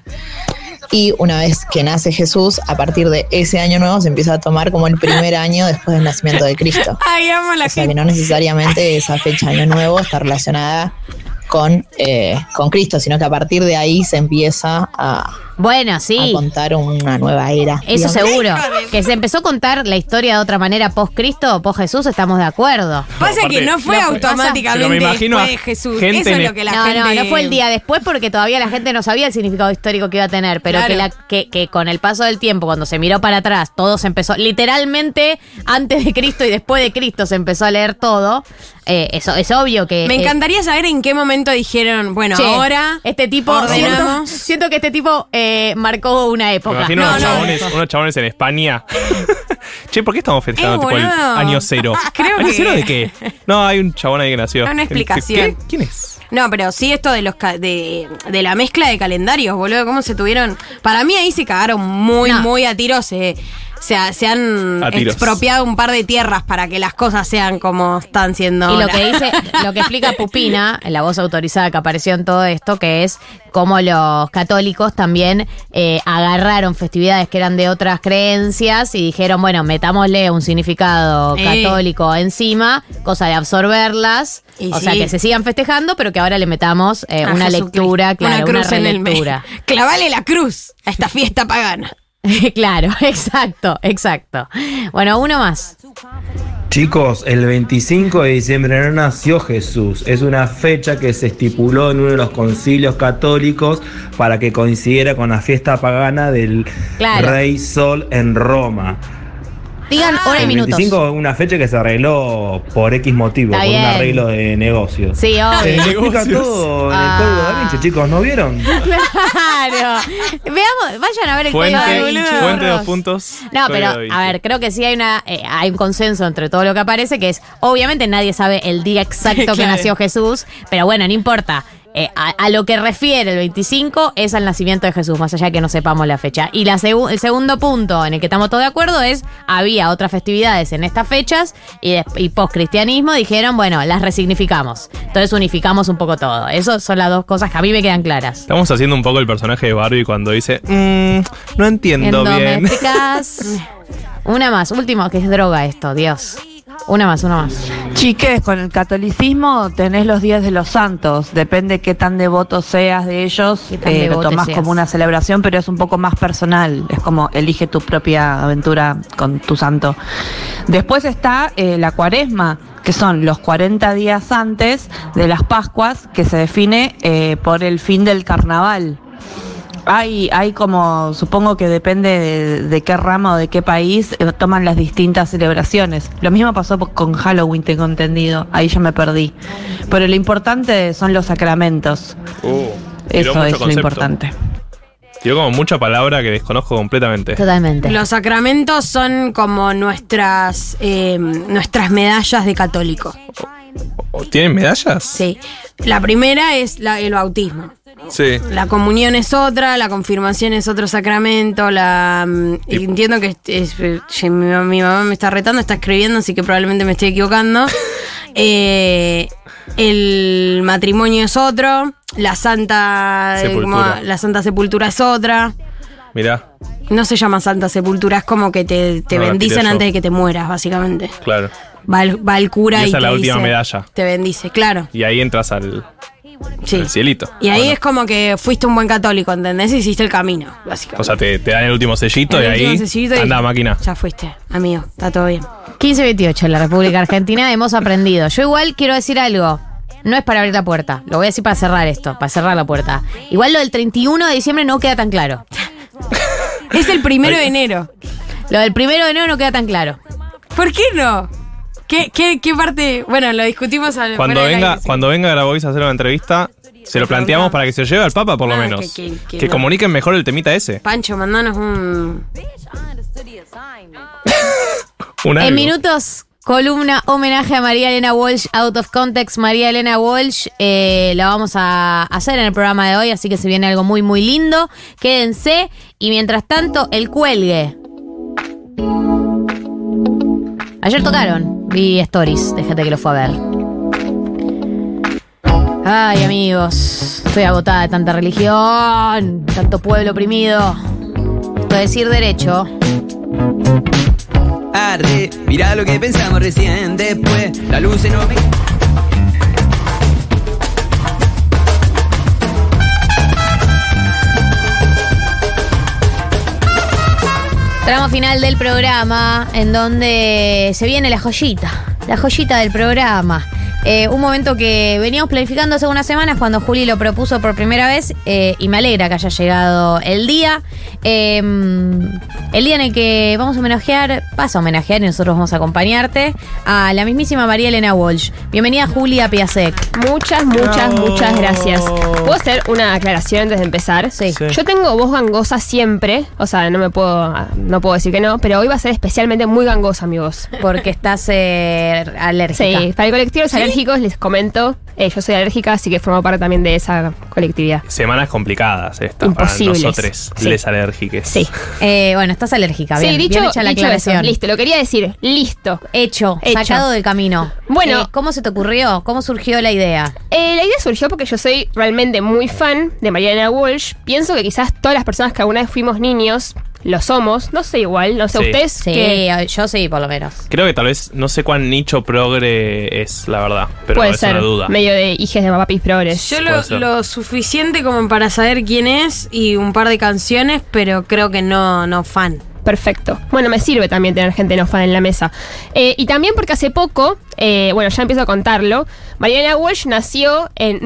S14: Y una vez que nace Jesús, a partir de ese año nuevo se empieza a tomar como el primer año después del nacimiento de Cristo.
S4: Ay, amo la
S14: o sea que no necesariamente esa fecha año nuevo está relacionada con, eh, con Cristo, sino que a partir de ahí se empieza a,
S2: bueno,
S14: a contar una nueva era.
S2: Eso
S14: digamos.
S2: seguro. Que se empezó a contar la historia de otra manera post Cristo, post Jesús, estamos de acuerdo.
S4: Pasa que no fue
S3: Pero
S4: automáticamente
S3: me imagino
S4: después de
S3: a
S4: Jesús.
S3: gente
S4: Eso es
S3: en-
S4: lo que la
S2: no,
S4: gente.
S2: no, no fue el día después porque todavía la gente no sabía el significado histórico que iba a tener, pero
S4: Claro.
S2: que, la- que, que con el paso del tiempo, cuando se miró para atrás, todo se empezó, literalmente antes de Cristo y después de Cristo se empezó a leer todo, eh, eso es obvio que...
S4: Me
S2: eh,
S4: encantaría saber en qué momento dijeron, bueno,
S2: che,
S4: ahora.
S2: este tipo siento,
S4: ordenamos.
S2: siento que este tipo eh, marcó una
S3: Me
S2: época.
S3: imagino unos, chabones, unos chabones en España. che, ¿por qué estamos festejando
S2: Eh,
S3: tipo, el
S2: boludo.
S3: año cero?
S4: Creo
S3: ¿Año
S4: que-
S3: cero de qué? No, hay un chabón ahí que nació.
S4: Da una
S3: ¿Qué-
S4: explicación.
S3: qué? ¿Quién es?
S4: No, pero sí esto de los ca- de, de la mezcla de calendarios, boludo, cómo se tuvieron. Para mí ahí se cagaron muy, muy a tiros. Se, se, ha- se han
S2: A tiros.
S4: expropiado un par de tierras para que las cosas sean como están siendo.
S2: Y lo
S4: ahora.
S2: que dice, lo que explica Pupina, la voz autorizada que apareció en todo esto, que es cómo los católicos también eh, agarraron festividades que eran de otras creencias y dijeron, bueno, metámosle un significado
S4: Eh.
S2: católico encima, cosa de absorberlas,
S4: Y
S2: o sea,
S4: sí.
S2: que se sigan festejando, pero que ahora le metamos eh,
S4: A
S2: una
S4: Ah, Jesucristo.
S2: lectura, claro, una,
S4: cruz en el medio.
S2: relectura.
S4: Clavale la cruz a esta fiesta pagana.
S2: claro, exacto, exacto. Bueno, uno más.
S16: Chicos, el 25 de diciembre no nació Jesús. Es una fecha que se estipuló en uno de los concilios católicos para que coincidiera con la fiesta pagana del
S2: Claro.
S16: rey Sol en Roma.
S2: Digan hora y
S16: el
S2: minutos.
S16: 25 es una fecha que se arregló por X motivo,
S2: Está
S16: por
S2: bien.
S16: un arreglo de negocios.
S2: Sí, obvio.
S16: Se explica
S2: Negocios.
S16: todo en
S2: Ah.
S16: el código da Vinci, chicos, ¿no vieron?
S2: Claro. Veamos, vayan a ver el código
S3: Fuente,
S2: da Vinci,
S3: fuente
S2: burros.
S3: dos puntos.
S2: No,
S3: Código
S2: pero
S3: Da Vinci.
S2: a ver, creo que sí hay una eh, hay un consenso entre todo lo que aparece que es obviamente nadie sabe el día exacto que
S4: Claro.
S2: nació Jesús, pero bueno, no importa. Eh, a, a lo que refiere el 25 es al nacimiento de Jesús, más allá de que no sepamos la fecha. Y la segu- el segundo punto en el que estamos todos de acuerdo es, había otras festividades en estas fechas y, des- y postcristianismo dijeron, bueno, las resignificamos. Entonces unificamos un poco todo. Esas son las dos cosas que a mí me quedan claras.
S3: Estamos haciendo un poco el personaje de Barbie cuando dice, "Mm, no entiendo bien.
S2: Endomésticas. una más, último, que es droga esto, Dios. Una más, una más.
S17: Chiques, con el catolicismo tenés los días de los santos, depende qué tan devoto seas de ellos,
S2: tan
S17: eh, lo
S2: devoto
S17: tomás
S2: seas.
S17: como una celebración, pero es un poco más personal, es como elige tu propia aventura con tu santo. Después está eh, la cuaresma, que son los 40 días antes de las Pascuas, que se define eh, por el fin del carnaval. Hay, hay como, supongo que depende de, de qué rama o de qué país eh, toman las distintas celebraciones. Lo mismo pasó po- con Halloween, tengo entendido. Ahí ya me perdí. Pero lo importante son los sacramentos.
S3: Uh, tiró
S17: Eso
S3: mucho
S17: es lo
S3: concepto.
S17: importante.
S3: Dio como mucha palabra que desconozco completamente.
S4: Los sacramentos son como nuestras, eh, nuestras medallas de católico.
S3: ¿Tienen medallas?
S4: Sí. La primera es la- el bautismo.
S3: Sí.
S4: La comunión es otra, la confirmación es otro sacramento, la mm, entiendo que es- es- mi, ma- mi mamá me está retando, está escribiendo, así que probablemente me estoy equivocando. Eh, el matrimonio es otro, la santa eh, como-
S3: Sepultura.
S4: la santa sepultura es otra.
S3: Mirá,
S4: No se llama santa sepultura, es como que te, te
S3: No, la
S4: bendicen
S3: tiré yo.
S4: antes de que te mueras, básicamente.
S3: claro.
S4: Va el, va el cura
S3: Y
S4: y,
S3: esa es la
S4: te
S3: última
S4: dice-
S3: medalla.
S4: Te bendice, claro.
S3: Y ahí entras al,
S4: Sí.
S3: al cielito.
S4: Y ahí es como que fuiste un buen católico, ¿entendés? Hiciste el camino, básicamente.
S3: O sea, te, te dan el último sellito
S4: El
S3: y
S4: último
S3: ahí
S4: sellito y-
S3: anda máquina.
S4: Ya fuiste, amigo, está todo bien.
S2: 1528 en la República Argentina hemos aprendido. Yo igual quiero decir algo. No es para abrir la puerta. Lo voy a decir para cerrar esto, para cerrar la puerta. Igual lo del 31 de diciembre no queda tan claro.
S4: es el primero de enero.
S2: Lo del primero de enero no queda tan claro.
S4: ¿Por qué no? ¿Qué, qué, qué parte? Bueno, lo discutimos al
S3: Cuando
S4: fuera del
S3: venga,
S4: aire.
S3: cuando venga Grabois a hacer una entrevista, se lo planteamos para que se lleve al Papa, por lo
S4: Ah,
S3: menos.
S4: que-
S3: Que,
S4: que- que no.
S3: comuniquen mejor el temita ese.
S4: Pancho, mandanos un.
S3: Un
S2: En
S3: algo.
S2: minutos, columna homenaje a María Elena Walsh, Out of Context. María Elena Walsh eh, la vamos a hacer en el programa de hoy, así que se viene algo muy, muy lindo. Quédense. Y mientras tanto, el cuelgue. Ayer tocaron. Vi stories de gente que lo fue a ver. Ay, amigos. Estoy agotada de tanta religión, tanto pueblo oprimido. Esto es ir derecho.
S1: Arde, mirá lo que pensamos recién después. La luz se nos ve.
S2: Tramo final del programa, en donde se viene la joyita, la joyita del programa. Eh, un momento que veníamos planificando hace unas semanas cuando Juli lo propuso por primera vez eh, y me alegra que haya llegado el día. Eh, el día en el que vamos a homenajear, vas a homenajear y nosotros vamos a acompañarte a la mismísima María Elena Walsh. Bienvenida Julia Piasek.
S18: Muchas, muchas, muchas gracias. ¿Puedo hacer una aclaración antes de empezar? Oh. Sí. Yo tengo voz gangosa siempre, o sea, no me puedo, no puedo decir que no, pero hoy va a ser especialmente muy gangosa mi voz.
S2: Porque estás eh, alérgica.
S18: Sí, para el colectivo de los alérgicos les comento, eh, yo soy alérgica, así que formo parte también de esa colectividad.
S3: Semanas complicadas estas
S18: Imposibles.
S3: para nosotros,
S18: Sí.
S3: les alérgiques.
S18: Sí.
S2: Eh, bueno, estás alérgica,
S18: Sí,
S2: bien,
S18: dicho-
S2: bien hecha la
S18: dicho eso,
S2: aclaración.
S18: listo, lo quería decir, listo.
S2: Hecho,
S18: Hecho.
S2: sacado del camino.
S18: Bueno.
S2: Eh, ¿Cómo se te ocurrió? ¿Cómo surgió la idea?
S18: Eh, la idea surgió porque yo soy realmente muy fan de Mariana Walsh. Pienso que quizás todas las personas que alguna vez fuimos niños lo somos. No sé igual, no sé
S3: Sí.
S18: ustedes.
S3: Sí,
S2: yo sí, por lo menos.
S3: Creo que tal vez, no sé cuán nicho progre es, la verdad, pero
S18: Puede
S3: es
S18: ser
S3: una duda.
S18: medio de hijes de papis progres.
S4: Yo
S3: Puede
S4: lo,
S3: ser.
S4: lo suficiente como para saber quién es y un par de canciones, pero creo que no, no fan.
S18: Perfecto. Bueno, me sirve también tener gente no fan en la mesa. Eh, y también porque hace poco, eh, bueno, ya empiezo a contarlo, Mariana Walsh nació en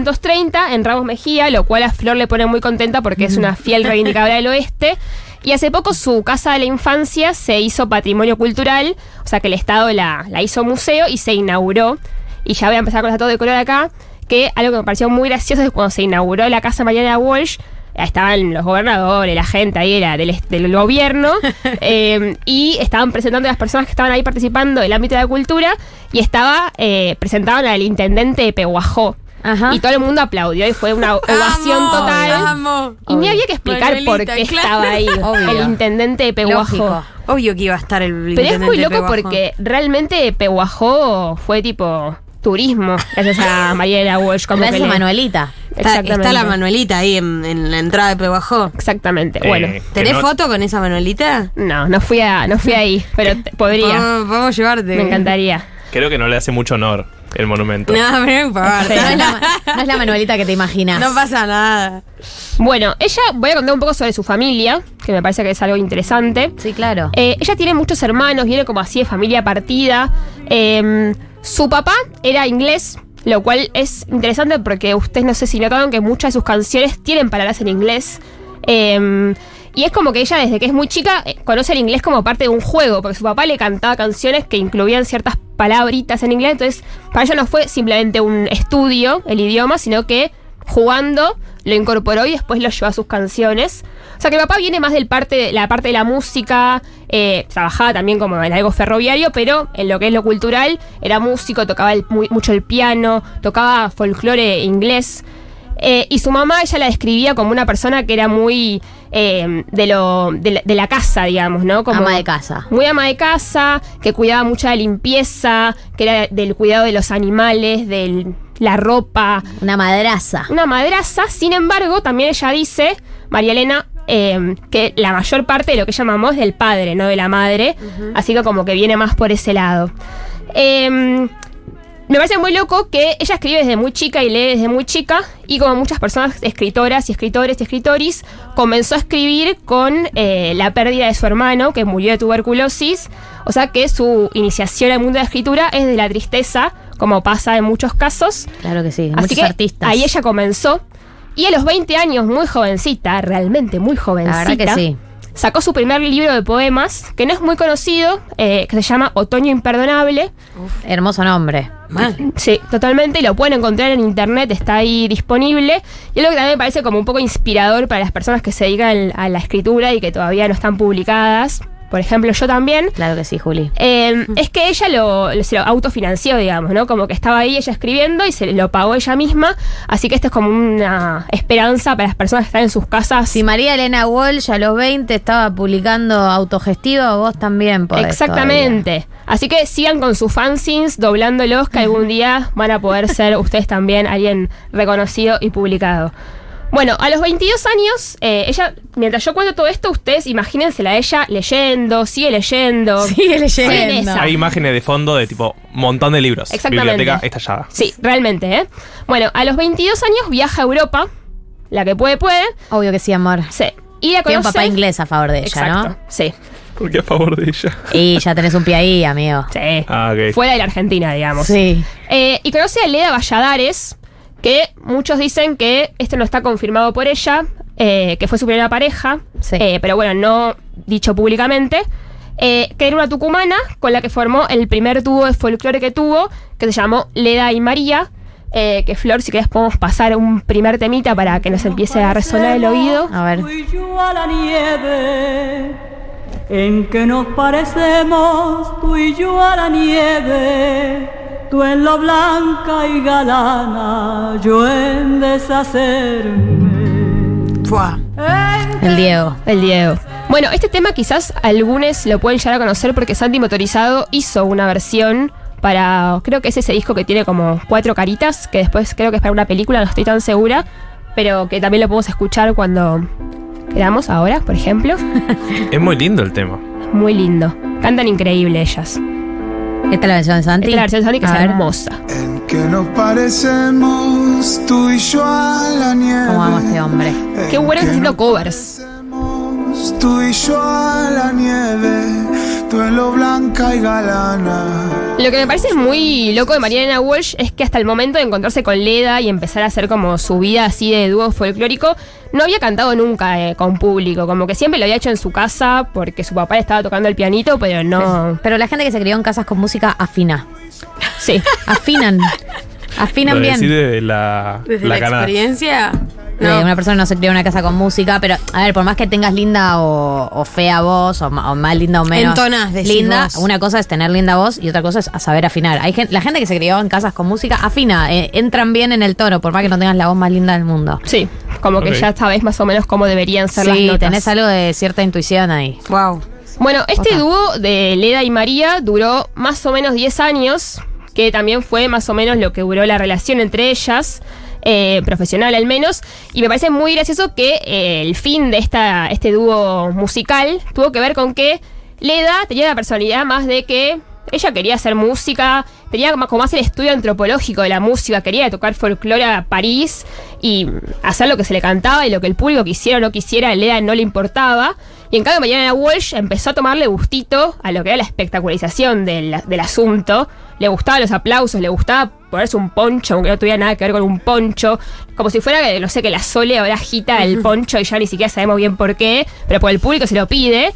S18: 1930 en Ramos Mejía, lo cual a Flor le pone muy contenta porque es una fiel reivindicadora del oeste. Y hace poco su casa de la infancia se hizo patrimonio cultural, o sea que el Estado la, la hizo museo y se inauguró. Y ya voy a empezar con los datos de color acá, que algo que me pareció muy gracioso es cuando se inauguró la casa Mariana Walsh, estaban los gobernadores, la gente ahí era del, est- del gobierno, eh, y estaban presentando a las personas que estaban ahí participando del ámbito de la cultura, y estaba, eh, presentaban al intendente de Peguajó. Y todo el mundo aplaudió y fue una ovación total. Y ni había que explicar
S4: Manuelita,
S18: por qué
S4: claro.
S18: estaba ahí
S4: Obvio.
S18: el intendente de Peguajó.
S4: Lógico. Obvio que iba a estar el
S18: Pero es muy
S4: intendente de
S18: loco
S4: Peguajó.
S18: porque realmente Peguajó fue tipo turismo, gracias a Mariela Walsh. Como
S4: Gracias
S18: que
S4: a
S18: le-
S4: Manuelita. Está-
S18: Exactamente.
S4: está la Manuelita ahí en, en la entrada de Peguajó.
S18: Exactamente. bueno.
S3: Eh,
S4: ¿Tenés
S18: que no-
S4: foto con esa Manuelita?
S18: No, no fui, a, no fui ahí, pero te- podría.
S4: Podemos, Ah, podemos llevarte.
S18: Me encantaría.
S3: Creo que no le hace mucho honor el monumento.
S4: No, pero no importa.
S2: No es la, no es la Manuelita que te imaginas.
S4: No pasa nada.
S18: Bueno, ella, voy a contar un poco sobre su familia, que me parece que es algo interesante. Eh,
S2: Sí, claro.
S18: ella tiene muchos hermanos, viene como así de familia partida. Eh, su papá era inglés, lo cual es interesante porque ustedes no sé si notaron que muchas de sus canciones tienen palabras en inglés. Eh, y es como que ella desde que es muy chica eh, conoce el inglés como parte de un juego, porque su papá le cantaba canciones que incluían ciertas palabritas en inglés, entonces para ella no fue simplemente un estudio el idioma, sino que jugando, lo incorporó y después lo llevó a sus canciones. O sea que papá viene más del parte de la parte de la música, eh, trabajaba también como en algo ferroviario, pero en lo que es lo cultural, era músico, tocaba el- muy- mucho el piano, tocaba folclore inglés. Eh, y su mamá, ella la describía como una persona que era muy eh, de, lo, de, la, de la casa, digamos, ¿no? Como
S2: Ama de casa.
S18: Muy ama de casa, que cuidaba mucha limpieza, que era del cuidado de los animales, de la ropa.
S2: Una madraza.
S18: Una madraza, sin embargo, también ella dice, María Elena, eh, que la mayor parte de lo que ella mamó es del padre, no de la madre. Así que como que viene más por ese lado. Em, me parece muy loco que ella escribe desde muy chica y lee desde muy chica y como muchas personas escritoras y escritores y escritoris comenzó a escribir con eh, la pérdida de su hermano que murió de tuberculosis o sea que su iniciación al mundo de la escritura es de la tristeza como pasa en muchos casos
S2: Claro que sí,
S18: Así
S2: muchos
S18: que
S2: artistas.
S18: ahí ella comenzó y a los 20 años muy jovencita realmente muy jovencita
S2: La verdad que sí.
S18: sacó su primer libro de poemas que no es muy conocido eh, que se llama Otoño Imperdonable
S2: Hermoso nombre.
S18: Sí, totalmente. Lo pueden encontrar en internet, está ahí disponible. Y es lo que también me parece como un poco inspirador para las personas que se dedican a la escritura y que todavía no están publicadas. Por ejemplo, yo también.
S2: Claro que sí, Juli. Mm.
S18: Eh, es que ella lo, lo- se lo autofinanció, digamos, ¿no? Como que estaba ahí ella escribiendo y se lo pagó ella misma. Así que esto es como una esperanza para las personas que están en sus casas.
S2: Si María Elena Walsh a los 20 estaba publicando autogestivo, vos también podés.
S18: Exactamente. Así que sigan con sus fanzines, doblándolos, que algún día van a poder ser ustedes también alguien reconocido y publicado. Bueno, a los 22 años, eh, ella, mientras yo cuento todo esto, ustedes imagínensela a ella leyendo, sigue leyendo.
S4: Sigue
S18: Sigue en esa.
S3: Hay imágenes de fondo de tipo montón de libros.
S18: Exactamente.
S3: Biblioteca estallada.
S18: Sí, realmente, ¿eh? Bueno, a los 22 años viaja a Europa, la que puede, puede.
S2: Obvio que sí, amor.
S18: Sí. Y la
S2: Tiene un
S18: conoce-
S2: papá inglés a favor de ella,
S18: Exacto,
S2: ¿no?
S18: Sí.
S3: Porque a favor de ella.
S2: Y ya tenés un pie ahí, amigo.
S18: Sí.
S3: Ah, ok.
S18: Fuera de la Argentina, digamos.
S2: Sí.
S18: Eh, y conoce a Leda Valladares, que muchos dicen que esto no está confirmado por ella, eh, que fue su primera pareja, eh, pero bueno, no dicho públicamente, eh, que era una tucumana con la que formó el primer dúo de folclore que tuvo, que se llamó Leda y María. eh, que Flor, si querés, podemos pasar un primer temita para que nos empiece a resonar el oído.
S2: A ver.
S19: Fui yo a la nieve, en que nos parecemos tú y yo a la nieve, tú en lo blanca y galana, yo en deshacerme.
S2: El Diego.
S18: Ah. El Diego. Bueno, este tema quizás algunos lo pueden llegar a conocer porque Santi Motorizado hizo una versión para, creo que es ese disco que tiene como cuatro caritas, que después creo que es para una película, no estoy tan segura, pero que también lo podemos escuchar cuando queramos ahora, por ejemplo.
S3: Es muy lindo el tema.
S18: Muy lindo. Cantan increíble ellas.
S2: Esta es la versión de Santi.
S18: Esta es la versión de Santi que
S2: A
S18: es
S2: ver.
S18: hermosa.
S20: Que nos parecemos tú y yo a la nieve. Eh,
S2: ¿Cómo amo a este hombre?
S18: Qué bueno que está haciendo covers.
S20: Tú y yo a la nieve, tú en lo blanca y galana.
S18: Lo que me parece muy loco de Mariana Walsh es que hasta el momento de encontrarse con Leda y empezar a hacer como su vida así de dúo folclórico, no había cantado nunca eh, con público, como que siempre lo había hecho en su casa porque su papá le estaba tocando el pianito, pero no...
S2: Pero la gente que se crió en casas con música afina.
S18: Sí.
S2: Afinan. Afinan
S3: Lo
S2: bien.
S3: decide de la, la cana-
S4: experiencia?
S2: Eh, una persona no se crió en una casa con música, pero a ver, por más que tengas linda o, o fea voz, o, ma- o más linda o menos.
S4: Entonás, decís
S2: linda.
S4: vos.
S2: Una cosa es tener linda voz y otra cosa es a saber afinar. Hay gen- la gente que se crió en casas con música afina, eh, entran bien en el tono, por más que no tengas la voz más linda del mundo.
S18: Sí, como que
S2: Ok.
S18: ya sabés más o menos cómo deberían ser las
S2: Sí,
S18: notas.
S2: tenés algo de cierta intuición ahí.
S4: Wow.
S18: Bueno, este
S2: Otra.
S18: dúo de Leda y María duró más o menos 10 años, que también fue más o menos lo que duró la relación entre ellas, eh, profesional al menos, y me parece muy gracioso que eh, el fin de esta, este dúo musical tuvo que ver con que Leda tenía la personalidad más de que ella quería hacer música, tenía como como más el estudio antropológico de la música, quería tocar folclore a París y hacer lo que se le cantaba y lo que el público quisiera o no quisiera, a Leda no le importaba. Y en cambio, Mariana Walsh empezó a tomarle gustito a lo que era la espectacularización del, del asunto. Le gustaban los aplausos, le gustaba ponerse un poncho, aunque no tuviera nada que ver con un poncho. Como si fuera, eh, no sé, que la Sole ahora agita el poncho y ya ni siquiera sabemos bien por pues qué, pero por el público se lo pide.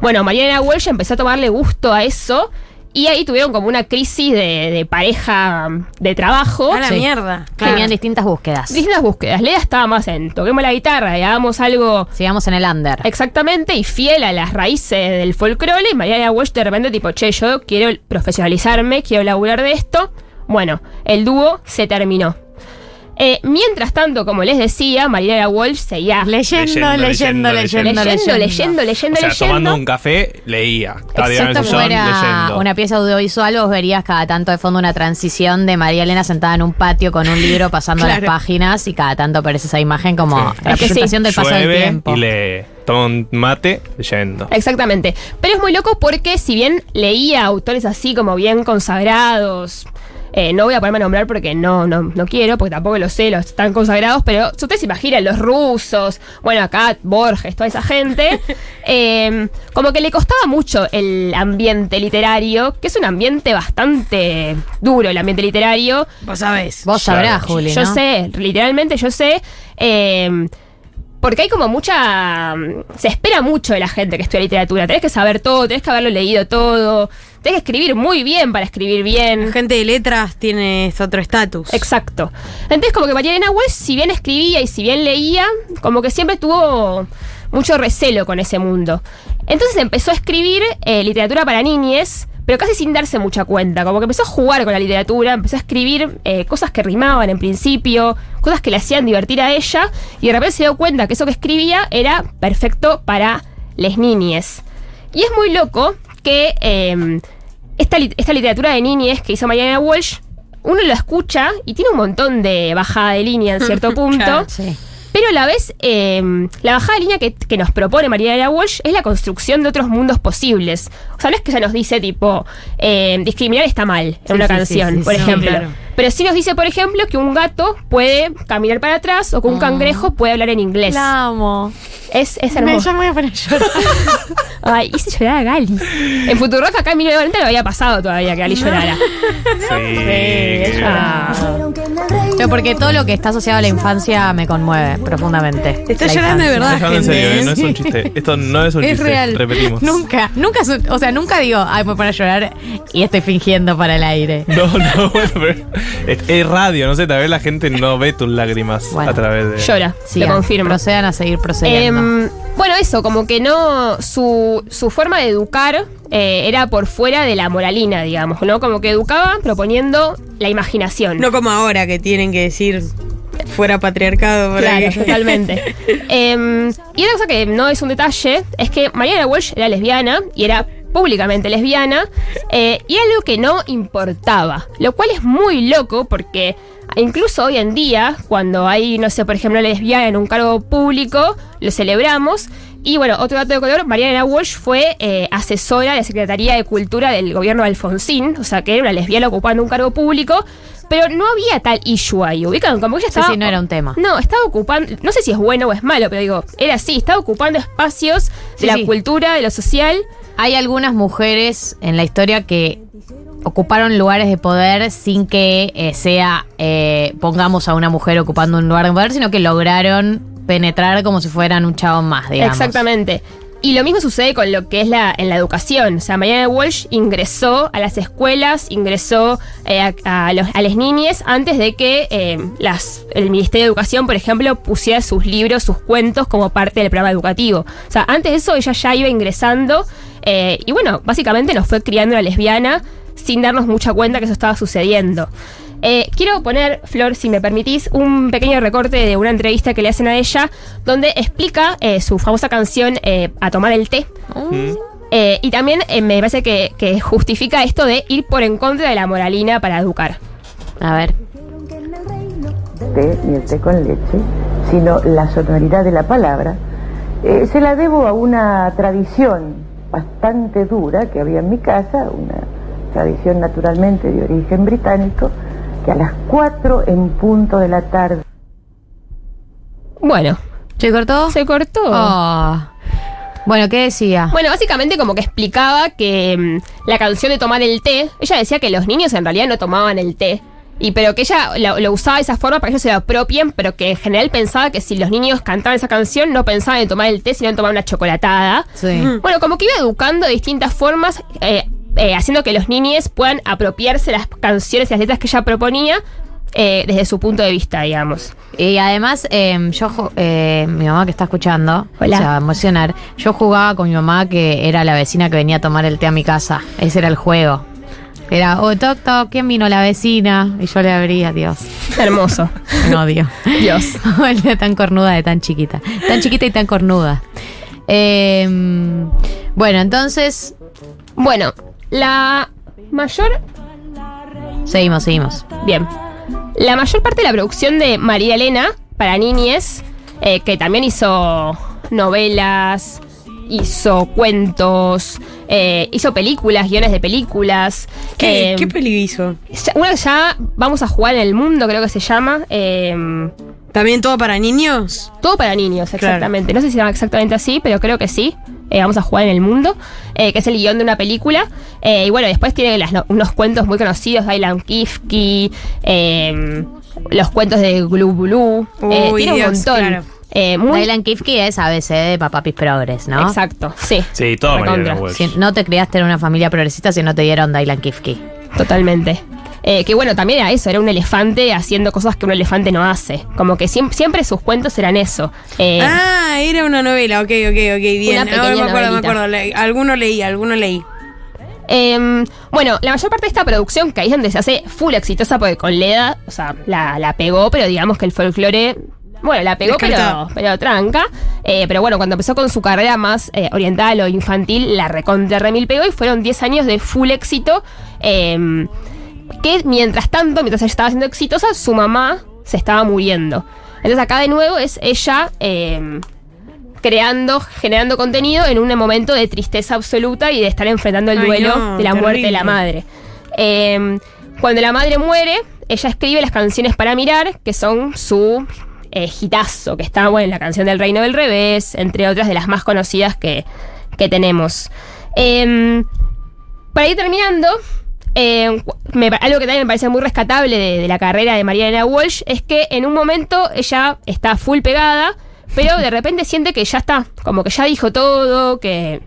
S18: Bueno, Mariana Walsh empezó a tomarle gusto a eso Y ahí tuvieron como una crisis de, de pareja um, de trabajo.
S4: A la mierda,
S18: Que
S4: claro.
S18: Tenían
S2: distintas búsquedas.
S18: Distintas búsquedas. Lea estaba más en toquemos la guitarra y hagamos algo.
S2: Sigamos en el under.
S18: Exactamente, y fiel a las raíces del folclore. Y Mariana Walsh de repente, tipo, che, yo quiero profesionalizarme, quiero laburar de esto. Bueno, el dúo se terminó. Eh, mientras tanto, como les decía, Mariana Walsh seguía
S3: Leyendo, leyendo, leyendo, leyendo,
S18: leyendo,
S3: O
S18: leyendo, leyendo,
S3: sea, tomando
S18: leyendo.
S3: un café, leía. Estaba
S2: Si
S3: tirado en
S2: esto
S3: el sillón,
S2: fuera
S3: leyendo.
S2: una pieza audiovisual, vos verías cada tanto de fondo una transición de María Elena sentada en un patio con un libro pasando
S18: Claro.
S2: las páginas y cada tanto aparece esa imagen como representación del paso del
S3: Llueve
S2: tiempo.
S3: y lee. Toma un mate, leyendo.
S18: Exactamente. Pero es muy loco porque si bien leía autores así como bien consagrados, eh, no voy a ponerme a nombrar porque no, no, no quiero, porque tampoco los sé, los tan consagrados, pero si ustedes se imaginan, los rusos, bueno, acá Borges, toda esa gente, eh, como que le costaba mucho el ambiente literario, que es un ambiente bastante duro el ambiente literario.
S4: Vos sabés.
S2: Vos sabrás, Juli,
S18: Yo
S2: ¿no?
S18: sé, literalmente yo sé. eh, porque hay como mucha. mm, Se espera mucho de la gente que estudia literatura. Tenés que saber todo, tenés que haberlo leído todo. Tenés que escribir muy bien para escribir bien. La
S4: gente de letras tiene otro estatus.
S18: Exacto. Entonces, como que María Elena Walsh, si bien escribía y si bien leía, como que siempre tuvo mucho recelo con ese mundo. Entonces empezó a escribir eh, literatura para niñes, pero casi sin darse mucha cuenta. Como que empezó a jugar con la literatura, empezó a escribir eh, cosas que rimaban en principio, cosas que le hacían divertir a ella, y de repente se dio cuenta que eso que escribía era perfecto para les niñes. Y es muy loco que eh, esta, lit- esta literatura de niñez que hizo Mariana Walsh, uno lo escucha y tiene un montón de bajada de línea en cierto punto.
S2: Claro, sí.
S18: Pero a la vez, eh, la bajada de línea que, que nos propone Mariana Walsh es la construcción de otros mundos posibles. O sea, no es que ella nos dice, tipo, eh, discriminar está mal en
S17: Sí,
S18: una
S17: sí,
S18: canción,
S17: sí, sí,
S18: por
S17: sí,
S18: ejemplo.
S17: claro.
S18: Pero sí nos dice, por ejemplo, que un gato puede caminar para atrás
S17: Ah.
S18: o que un cangrejo puede hablar en inglés.
S21: La amo.
S18: Es, es
S21: Me-
S18: hermoso.
S21: ya me voy a poner a llorar.
S18: Ay, hice llorar a Gali. En Futurock acá en 1990 lo había pasado todavía que Gali llorara. ella.
S2: Pero porque todo lo que está asociado a la infancia me conmueve profundamente.
S4: Está
S2: La
S4: llorando de
S2: infancia.
S4: verdad,
S3: Dejando en serio, ¿eh? no es un chiste. Esto no es un
S2: Es
S3: chiste.
S2: real.
S3: Repetimos.
S2: Nunca, nunca, es un- o sea, nunca digo, ay, me voy a poner a llorar y estoy fingiendo para el aire.
S3: No, no, bueno, pero es, es radio, no sé, tal vez la gente no ve tus lágrimas a través de...
S2: Sí, confirmo. Procedan a seguir procediendo.
S18: Em, bueno, eso, como que no. Su, su forma de educar eh, era por fuera de la moralina, digamos, ¿no? Como que educaba proponiendo la imaginación.
S4: No como ahora que tienen que decir fuera patriarcado. para
S18: Claro,
S4: que-
S18: totalmente. Em, y otra cosa que no es un detalle es que Mariana Walsh era lesbiana y era públicamente lesbiana eh, y era algo que no importaba, lo cual es muy loco porque incluso hoy en día, cuando hay, no sé, por ejemplo, una lesbiana en un cargo público, lo celebramos. Y bueno, otro dato de color, Mariana Walsh fue eh, asesora de la Secretaría de Cultura del gobierno de Alfonsín, o sea que era una lesbiana ocupando un cargo público, pero no había tal issue ahí, ubican, como que ella
S2: Sí,
S18: estaba...
S2: sí, no era un tema.
S18: No, estaba ocupando, no sé si es bueno o es malo, pero digo, era así, estaba ocupando espacios de
S2: Sí,
S18: la
S2: sí.
S18: cultura, de lo social.
S2: Hay algunas mujeres en la historia que ocuparon lugares de poder sin que eh, sea, eh, pongamos a una mujer ocupando un lugar de poder, sino que lograron penetrar como si fueran un chabón más, digamos.
S18: Exactamente. Y lo mismo sucede con lo que es la, en la educación. O sea, Mariana Walsh ingresó a las escuelas, ingresó eh, a, a los, a las niñas antes de que eh, las, el Ministerio de Educación, por ejemplo, pusiera sus libros, sus cuentos como parte del programa educativo. O sea, antes de eso ella ya iba ingresando eh, y bueno, básicamente nos fue criando una lesbiana sin darnos mucha cuenta que eso estaba sucediendo. Eh, quiero poner, Flor, si me permitís, un pequeño recorte de una entrevista que le hacen a ella, donde explica eh, su famosa canción eh, A tomar el té.
S2: Ah.
S19: ¿Mm?
S18: Eh, y también eh, me parece que, que justifica esto de ir por en contra de la moralina para educar.
S2: A ver.
S22: té, ni el té con leche, sino la sonoridad de la palabra, eh, se la debo a una tradición bastante dura que había en mi casa, una tradición naturalmente de origen británico, que a las cuatro en punto de la tarde
S18: Bueno.
S2: ¿Se cortó?
S18: Se cortó.
S2: Ah. Bueno, ¿qué decía?
S18: Bueno, básicamente como que explicaba que mm, la canción de tomar el té, ella decía que los niños en realidad no tomaban el té. Y pero que ella lo, lo usaba de esa forma para que ellos se lo apropien, pero que en general pensaba que si los niños cantaban esa canción no pensaban en tomar el té, sino en tomar una chocolatada.
S2: Sí.
S18: Bueno, como que iba educando de distintas formas, eh, eh, haciendo que los niñes puedan apropiarse las canciones y las letras que ella proponía eh, desde su punto de vista, digamos.
S2: Y además, eh, yo, ju- eh, mi mamá que está escuchando,
S18: Hola.
S2: se va a emocionar. Yo jugaba con mi mamá que era la vecina que venía a tomar el té a mi casa. Ese era el juego. Era, oh, toc, toc, ¿quién vino? La vecina. Y yo le abría, Dios.
S18: Hermoso.
S2: Un odio.
S18: Dios.
S2: Era tan cornuda de tan chiquita. Tan chiquita y tan cornuda. Eh, bueno, entonces.
S18: Bueno, la mayor
S2: Seguimos, seguimos.
S18: Bien. La mayor parte de la producción de María Elena para niñes, eh, que también hizo novelas, hizo cuentos, eh, hizo películas, guiones de películas.
S4: ¿Qué- qué
S18: peli hizo? Una que ya vamos a jugar en el mundo, creo que se llama. eh,
S4: ¿También todo para niños?
S18: Todo para niños,
S4: Claro.
S18: exactamente. No sé si se llama exactamente así, pero creo que sí. Eh, vamos a jugar en el mundo, eh, que es el guión de una película. Eh, y bueno, después tiene las no- unos cuentos muy conocidos de Island Kifke, eh, los cuentos de Glu Blue. Eh,
S2: Uy,
S18: tiene
S2: Dios,
S18: un montón.
S2: claro.
S18: Eh, muy-
S2: Dylan Kifke es ABC de Papapis Progres, ¿no?
S18: Exacto, sí.
S3: Sí, todo María Elena
S2: Recontra.
S3: Walsh.
S2: Si no te criaste en una familia progresista si no te dieron Dylan Kifke.
S18: Totalmente. Eh, que bueno, también era eso, era un elefante haciendo cosas que un elefante no hace. Como que siem- siempre sus cuentos eran eso. Eh,
S4: Ah, era una novela, ok, ok, ok,
S18: Una
S4: bien. Ahora me
S18: pequeña
S4: acuerdo, me
S18: novelita.
S4: acuerdo. Le- alguno leí, alguno leí.
S18: Eh, bueno, la mayor parte de esta producción, que ahí es donde se hace full exitosa, porque con Leda, o sea, la, la pegó, pero digamos que el folclore. Bueno, la pegó, pero,
S4: Descartado.
S18: pero tranca. Eh, pero bueno, cuando empezó con su carrera más eh, oriental o infantil, la recontra remil pegó y fueron 10 años de full éxito. eh, que mientras tanto, mientras ella estaba siendo exitosa, su mamá se estaba muriendo. Entonces acá de nuevo es ella. eh, creando, generando contenido en un momento de tristeza absoluta y de estar enfrentando el
S4: Ay,
S18: duelo
S4: no,
S18: de la muerte de la
S4: terrible.
S18: madre. Eh, cuando la madre muere, ella escribe las canciones para mirar, que son su eh, hitazo, que está bueno, en la canción del Reino del Revés, entre otras de las más conocidas que, que tenemos. Eh, para ir terminando, eh, me pa- algo que también me parece muy rescatable de, de la carrera de María Elena Walsh es que en un momento ella está full pegada, pero de repente siente que ya está, como que ya dijo todo, que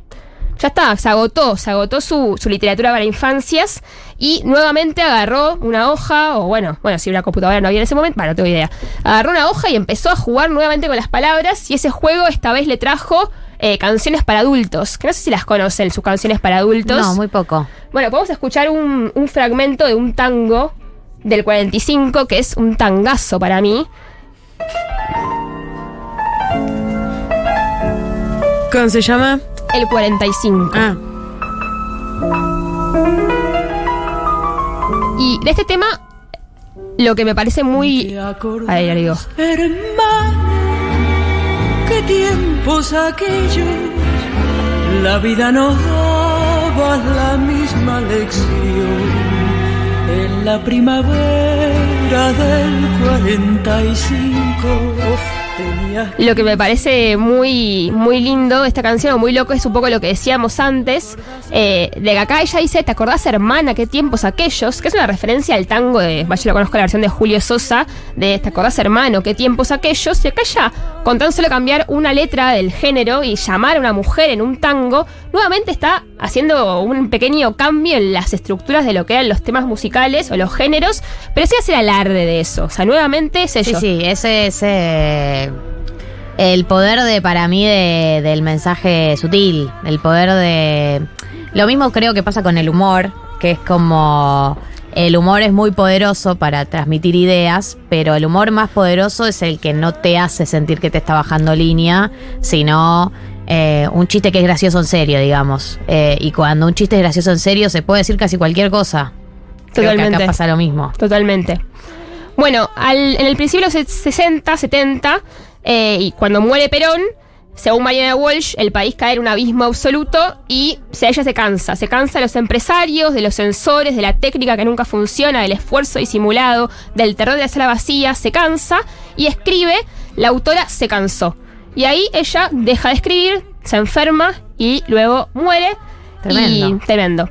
S18: ya está, se agotó, se agotó su, su literatura para infancias y nuevamente agarró una hoja, o bueno, bueno, si una computadora no había en ese momento, bueno, no tengo idea. Agarró una hoja y empezó a jugar nuevamente con las palabras y ese juego esta vez le trajo eh, canciones para adultos, que no sé si las conocen, sus canciones para adultos.
S2: No, muy poco.
S18: Bueno, vamos a escuchar un, un fragmento de un tango del 45, que es un tangazo para mí.
S4: ¿Cómo se llama? Ah.
S18: El 45. Y de este tema, lo que me parece muy... A ver, digo.
S19: qué tiempos aquellos, la vida nos daba la misma lección. En la primavera del 45 tenías
S18: Lo que me parece muy, muy lindo de esta canción, o muy loco, es un poco lo que decíamos antes. eh, de que acá ella dice, ¿te acordás, hermana, qué tiempos aquellos? Que es una referencia al tango de, vaya, yo lo conozco la versión de Julio Sosa, de ¿te acordás, hermano, qué tiempos aquellos? Y acá ya, con tan solo cambiar una letra del género y llamar a una mujer en un tango, nuevamente está haciendo un pequeño cambio en las estructuras de lo que eran los temas musicales o los géneros, pero sí hace alarde de eso. O sea, nuevamente es
S2: Sí,
S18: ello.
S2: sí, ese es eh, el poder de, para mí, de- del mensaje sutil, el poder de... Lo mismo creo que pasa con el humor, que es como... El humor es muy poderoso para transmitir ideas, pero el humor más poderoso es el que no te hace sentir que te está bajando línea, sino eh, un chiste que es gracioso en serio, digamos. Eh, y cuando un chiste es gracioso en serio, se puede decir casi cualquier cosa. Creo que acá
S18: Totalmente.
S2: pasa lo mismo.
S18: Totalmente. Bueno, al- en el principio de los 60, 70, eh, y cuando muere Perón, según Mariana Walsh, el país cae en un abismo absoluto y o sea, ella se cansa. Se cansa de los empresarios, de los sensores, de la técnica que nunca funciona, del esfuerzo disimulado, del terror de la sala vacía. Se cansa y escribe, la autora se cansó. Y ahí ella deja de escribir, se enferma y luego muere.
S2: Tremendo.
S18: Y, tremendo.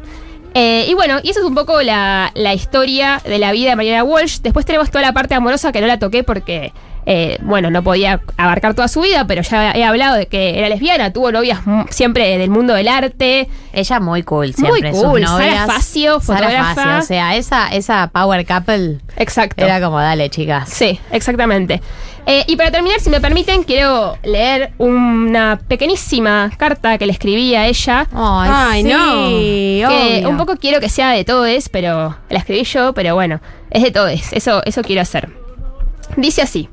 S18: Eh, y bueno, y eso es un poco la, la historia de la vida de Mariana Walsh. Después tenemos toda la parte amorosa que no la toqué porque, eh, bueno, no podía abarcar toda su vida, pero ya he hablado de que era lesbiana, tuvo novias mu- siempre eh, del mundo del arte.
S2: Ella muy cool, siempre
S18: Muy
S2: sus
S18: cool, Sara
S2: novias.
S18: Facio,
S2: Sara
S18: fotógrafa.
S2: Facio, o sea, esa, esa power couple
S18: Exacto.
S2: era como, dale, chicas.
S18: Sí, exactamente. Eh, y para terminar, si me permiten, quiero leer una pequeñísima carta que le escribí a ella.
S4: Ay, sí,
S18: Que
S4: obvio.
S18: un poco quiero que sea de todes, pero la escribí yo, pero bueno, es de todes. Eso, eso quiero hacer. Dice así: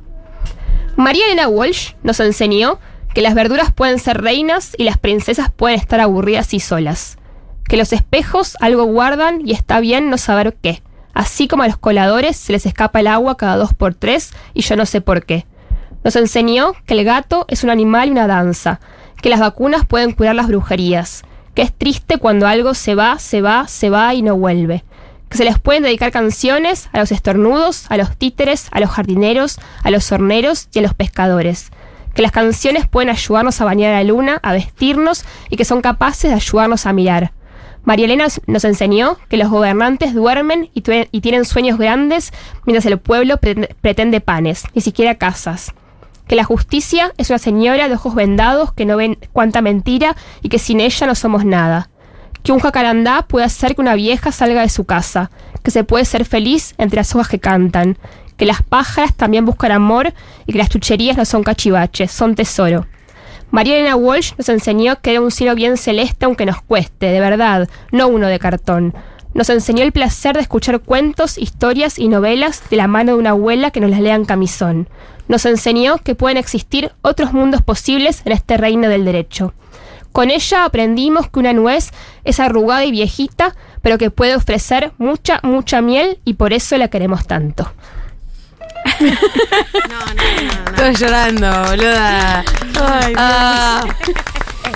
S18: María Elena Walsh nos enseñó que las verduras pueden ser reinas y las princesas pueden estar aburridas y solas. Que los espejos algo guardan y está bien no saber qué. Así como a los coladores se les escapa el agua cada dos por tres y yo no sé por qué. Nos enseñó que el gato es un animal y una danza, que las vacunas pueden curar las brujerías, que es triste cuando algo se va, se va, se va y no vuelve, que se les pueden dedicar canciones a los estornudos, a los títeres, a los jardineros, a los horneros y a los pescadores, que las canciones pueden ayudarnos a bañar a la luna, a vestirnos y que son capaces de ayudarnos a mirar. María Elena nos- nos enseñó que los gobernantes duermen y, tue- y tienen sueños grandes mientras el pueblo pretende- pretende panes, ni siquiera casas que la justicia es una señora de ojos vendados que no ven cuánta mentira y que sin ella no somos nada. Que un jacarandá puede hacer que una vieja salga de su casa, que se puede ser feliz entre las hojas que cantan, que las pájaras también buscan amor y que las chucherías no son cachivaches, son tesoro. María Elena Walsh nos enseñó que era un cielo bien celeste aunque nos cueste, de verdad, no uno de cartón. Nos enseñó el placer de escuchar cuentos, historias y novelas de la mano de una abuela que nos las lea en camisón. Nos enseñó que pueden existir otros mundos posibles en este reino del derecho. Con ella aprendimos que una nuez es arrugada y viejita, pero que puede ofrecer mucha, mucha miel y por eso la queremos tanto.
S4: Estoy llorando, boluda. Ah. Ay,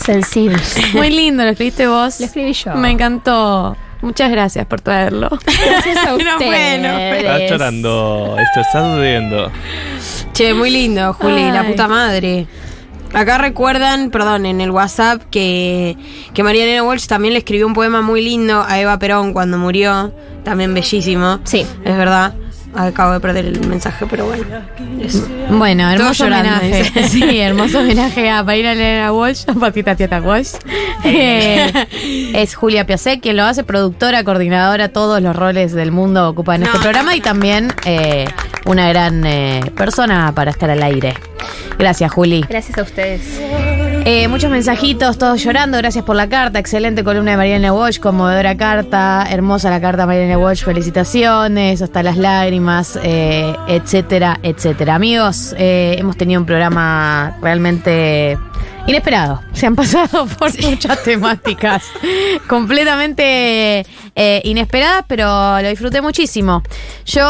S18: Sensibles.
S4: Muy lindo, lo escribiste vos. Lo
S18: escribí yo.
S4: Me encantó. Muchas gracias por traerlo.
S18: Gracias a
S4: No, bueno.
S3: Está llorando, esto está sucediendo.
S4: Che, muy lindo, Juli,
S18: Ay.
S4: la puta madre. Acá recuerdan, perdón, en el WhatsApp que, que María Elena Walsh también le escribió un poema muy lindo a Eva Perón cuando murió. También bellísimo.
S18: Sí.
S4: Es verdad. Acabo de perder el mensaje, pero bueno. Eso.
S2: Bueno, hermoso
S4: Todos llorando,
S2: homenaje.
S4: dice.
S2: Sí, hermoso homenaje a Marina Elena Walsh, a Patita Tieta Walsh. Eh, es Julia Piasek quien lo hace, productora, coordinadora, todos los roles del mundo ocupa en este programa y también eh, una gran eh, persona para estar al aire. Gracias, Juli.
S18: Gracias a ustedes.
S2: Eh, muchos mensajitos, todos llorando. Gracias por la carta. Excelente columna de Mariana Walsh, conmovedora carta. Hermosa la carta, Mariana Walsh. Felicitaciones, hasta las lágrimas, eh, etcétera, etcétera. Amigos, eh, hemos tenido un programa realmente inesperado. Se han pasado por muchas temáticas completamente eh, inesperadas, pero lo disfruté muchísimo. Yo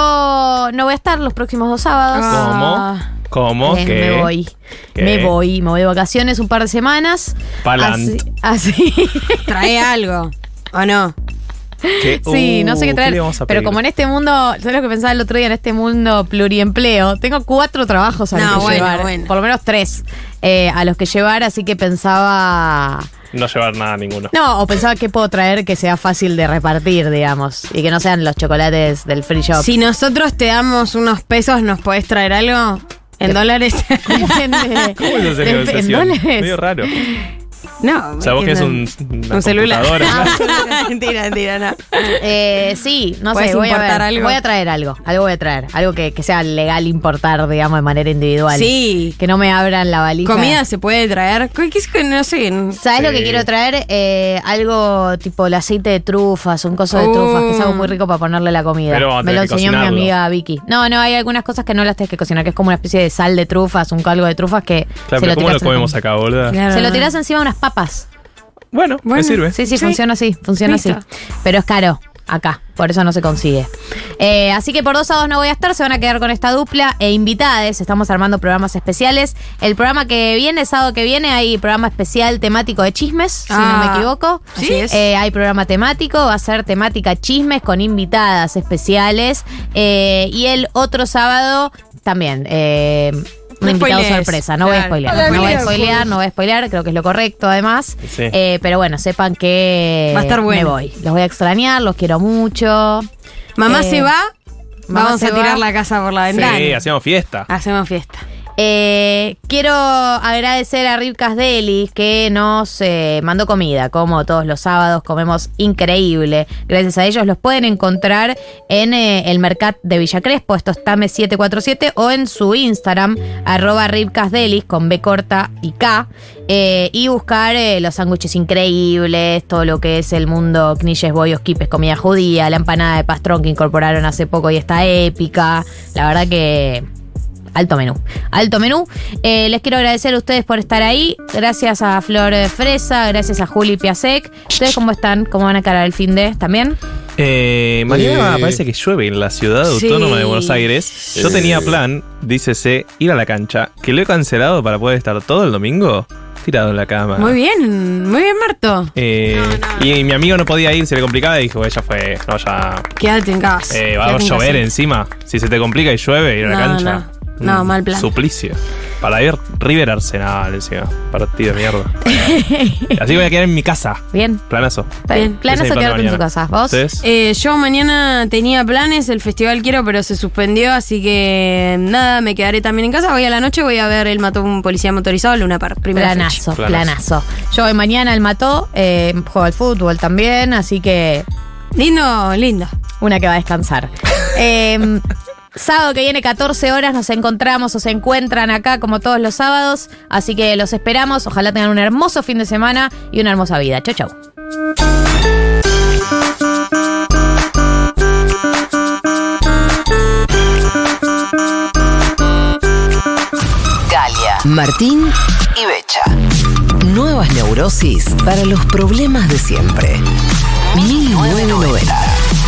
S2: no voy a estar los próximos dos
S3: Ah.
S2: sábados.
S3: ¿Cómo? ¿Cómo?
S2: Eh,
S3: ¿Qué?
S2: Me voy.
S3: ¿Qué?
S2: Me voy. Me voy de vacaciones un par de semanas.
S3: Palant.
S2: Así. así.
S4: Trae algo, ¿o no?
S3: ¿Qué?
S2: Sí,
S3: Uh,
S2: no sé qué traer.
S3: le vamos a
S2: pero
S3: pedir?
S2: como en este mundo, ¿sabes lo que pensaba el otro día? En este mundo pluriempleo, tengo cuatro trabajos a los
S4: No,
S2: que
S4: bueno,
S2: llevar.
S4: bueno.
S2: Por lo menos tres eh, a los que llevar, así que pensaba.
S3: No llevar nada ninguno.
S2: No, o pensaba que puedo traer que sea fácil de repartir, digamos. Y que no sean los chocolates del free shop.
S4: Si nosotros te damos unos pesos, ¿nos podés traer algo? ¿En dólares?
S2: Depende.
S3: ¿Cómo es esa
S2: Dep-
S3: negociación?
S2: dólares.
S3: Medio raro.
S4: No.
S3: O sea, vos que es un, una computadora,
S2: Ah.
S3: ¿no?
S4: mentira, mentira, no.
S2: Eh, sí, no
S4: ¿Puedes
S2: sé, voy a,
S4: importar
S2: ver.
S4: algo?
S2: voy a traer algo, algo voy a traer, algo que, que sea legal importar, digamos, de manera individual.
S4: Sí.
S2: Que no me abran la valija.
S4: ¿Comida se puede traer? ¿Qué qué es que no sé?
S2: ¿Sabes lo que quiero traer? Eh, algo tipo el aceite de trufas, un coso de
S4: Uh.
S2: trufas, que es algo muy rico para ponerle a la comida.
S4: Pero vamos a
S2: Me
S4: tener
S2: lo
S4: que
S2: enseñó mi
S4: cocinarlo.
S2: amiga Vicky. No, no, hay algunas cosas que no las tenés que cocinar, que es como una especie de sal de trufas, un caldo de trufas que
S3: Claro,
S2: se
S3: pero
S2: lo tirás
S3: ¿cómo lo
S2: en la
S3: comemos
S2: comida.
S3: acá, boludo?
S2: Se lo tirás encima de unas papas.
S3: Bueno, me sirve.
S2: Sí, sí, funciona así, funciona
S3: Listo.
S2: así. Pero es caro acá, por eso no se consigue. Eh, así que por dos a dos no voy a estar, se van a quedar con esta dupla e invitades. Estamos armando programas especiales. El programa que viene, el sábado que viene, hay programa especial temático de chismes, si no
S4: Ah,
S2: me equivoco.
S4: ¿sí? Así es.
S2: Eh, hay programa temático, va a ser temática chismes con invitadas especiales. Eh, y el otro sábado también. eh, un
S4: No
S2: invitado
S4: spoilees,
S2: sorpresa. No voy a
S4: claro.
S2: spoilear. No voy a
S4: Spoilees.
S2: spoilear, no voy a spoilear. Creo que es lo correcto, además.
S4: Sí.
S2: Eh, pero bueno, sepan que
S4: Va a estar bueno.
S2: me voy. Los voy a extrañar, los quiero mucho.
S4: Mamá
S2: Eh,
S4: se va,
S2: mamá
S4: vamos
S2: se
S4: a tirar
S2: va.
S4: la casa por la ventana.
S3: Sí, hacíamos fiesta.
S2: Ah.
S4: Hacemos fiesta.
S2: Eh, quiero agradecer a Rip Casdelli que nos eh, mandó comida, como todos los sábados, comemos increíble. Gracias a ellos los pueden encontrar en eh, el Mercat de Villa Crespo, esto es Tame747, o en su Instagram, arroba Rip Casdelli, con B corta y K, eh, y buscar eh, los sándwiches increíbles, todo lo que es el mundo knishes, bollos, quipes, comida judía, la empanada de pastrón que incorporaron hace poco y está épica. La verdad que... Alto menú. Alto menú. Eh, les quiero agradecer a ustedes por estar ahí. Gracias a Flor Fresa, gracias a Juli Piasek. ¿Ustedes cómo están? ¿Cómo van a encarar el fin de también?
S3: Eh, mañana
S5: Eh.
S3: parece que llueve en la ciudad
S2: Sí.
S3: autónoma de Buenos Aires. Yo
S5: Eh.
S3: tenía plan, dícese, ir a la cancha, que lo he cancelado para poder estar todo el domingo tirado en la cama.
S4: Muy bien, muy bien, Marto.
S3: Eh, Y mi amigo no podía ir, se le complicaba y dijo, ella fue, no, ya.
S4: Quédate en casa.
S3: eh, va a
S4: Quédate en
S3: llover
S4: casa.
S3: encima. Si se te complica y llueve, ir a la
S4: No,
S3: cancha.
S4: no. No,
S3: Un
S4: mal plan.
S3: Suplicio. Para ir River Arsenal encima. Partido de mierda. Así voy a quedar en mi casa.
S2: Bien.
S3: Planazo.
S2: Está bien. Planazo
S3: Ese es mi plan
S2: quedarte en
S3: mañana.
S2: tu casa. ¿Vos?
S3: ¿Ustedes?
S4: Eh, yo mañana tenía planes, el festival quiero, pero se suspendió, así que nada, me quedaré también en casa. Hoy a la noche voy a ver El Mató a un Policía Motorizado, Luna Park. Primera
S2: Planazo,
S4: fecha.
S2: planazo. Yo voy mañana al Mató, eh, juego al fútbol también, así que.
S4: Lindo, lindo.
S2: Eh, Una que va a descansar. Eh, sábado que viene, 14 horas, nos encontramos o se encuentran acá como todos los sábados, así que los esperamos. Ojalá tengan un hermoso fin de semana y una hermosa vida. Chau, chau.
S21: Galia,
S23: Martín
S21: y Becha.
S23: Nuevas neurosis para los problemas de siempre. 1990.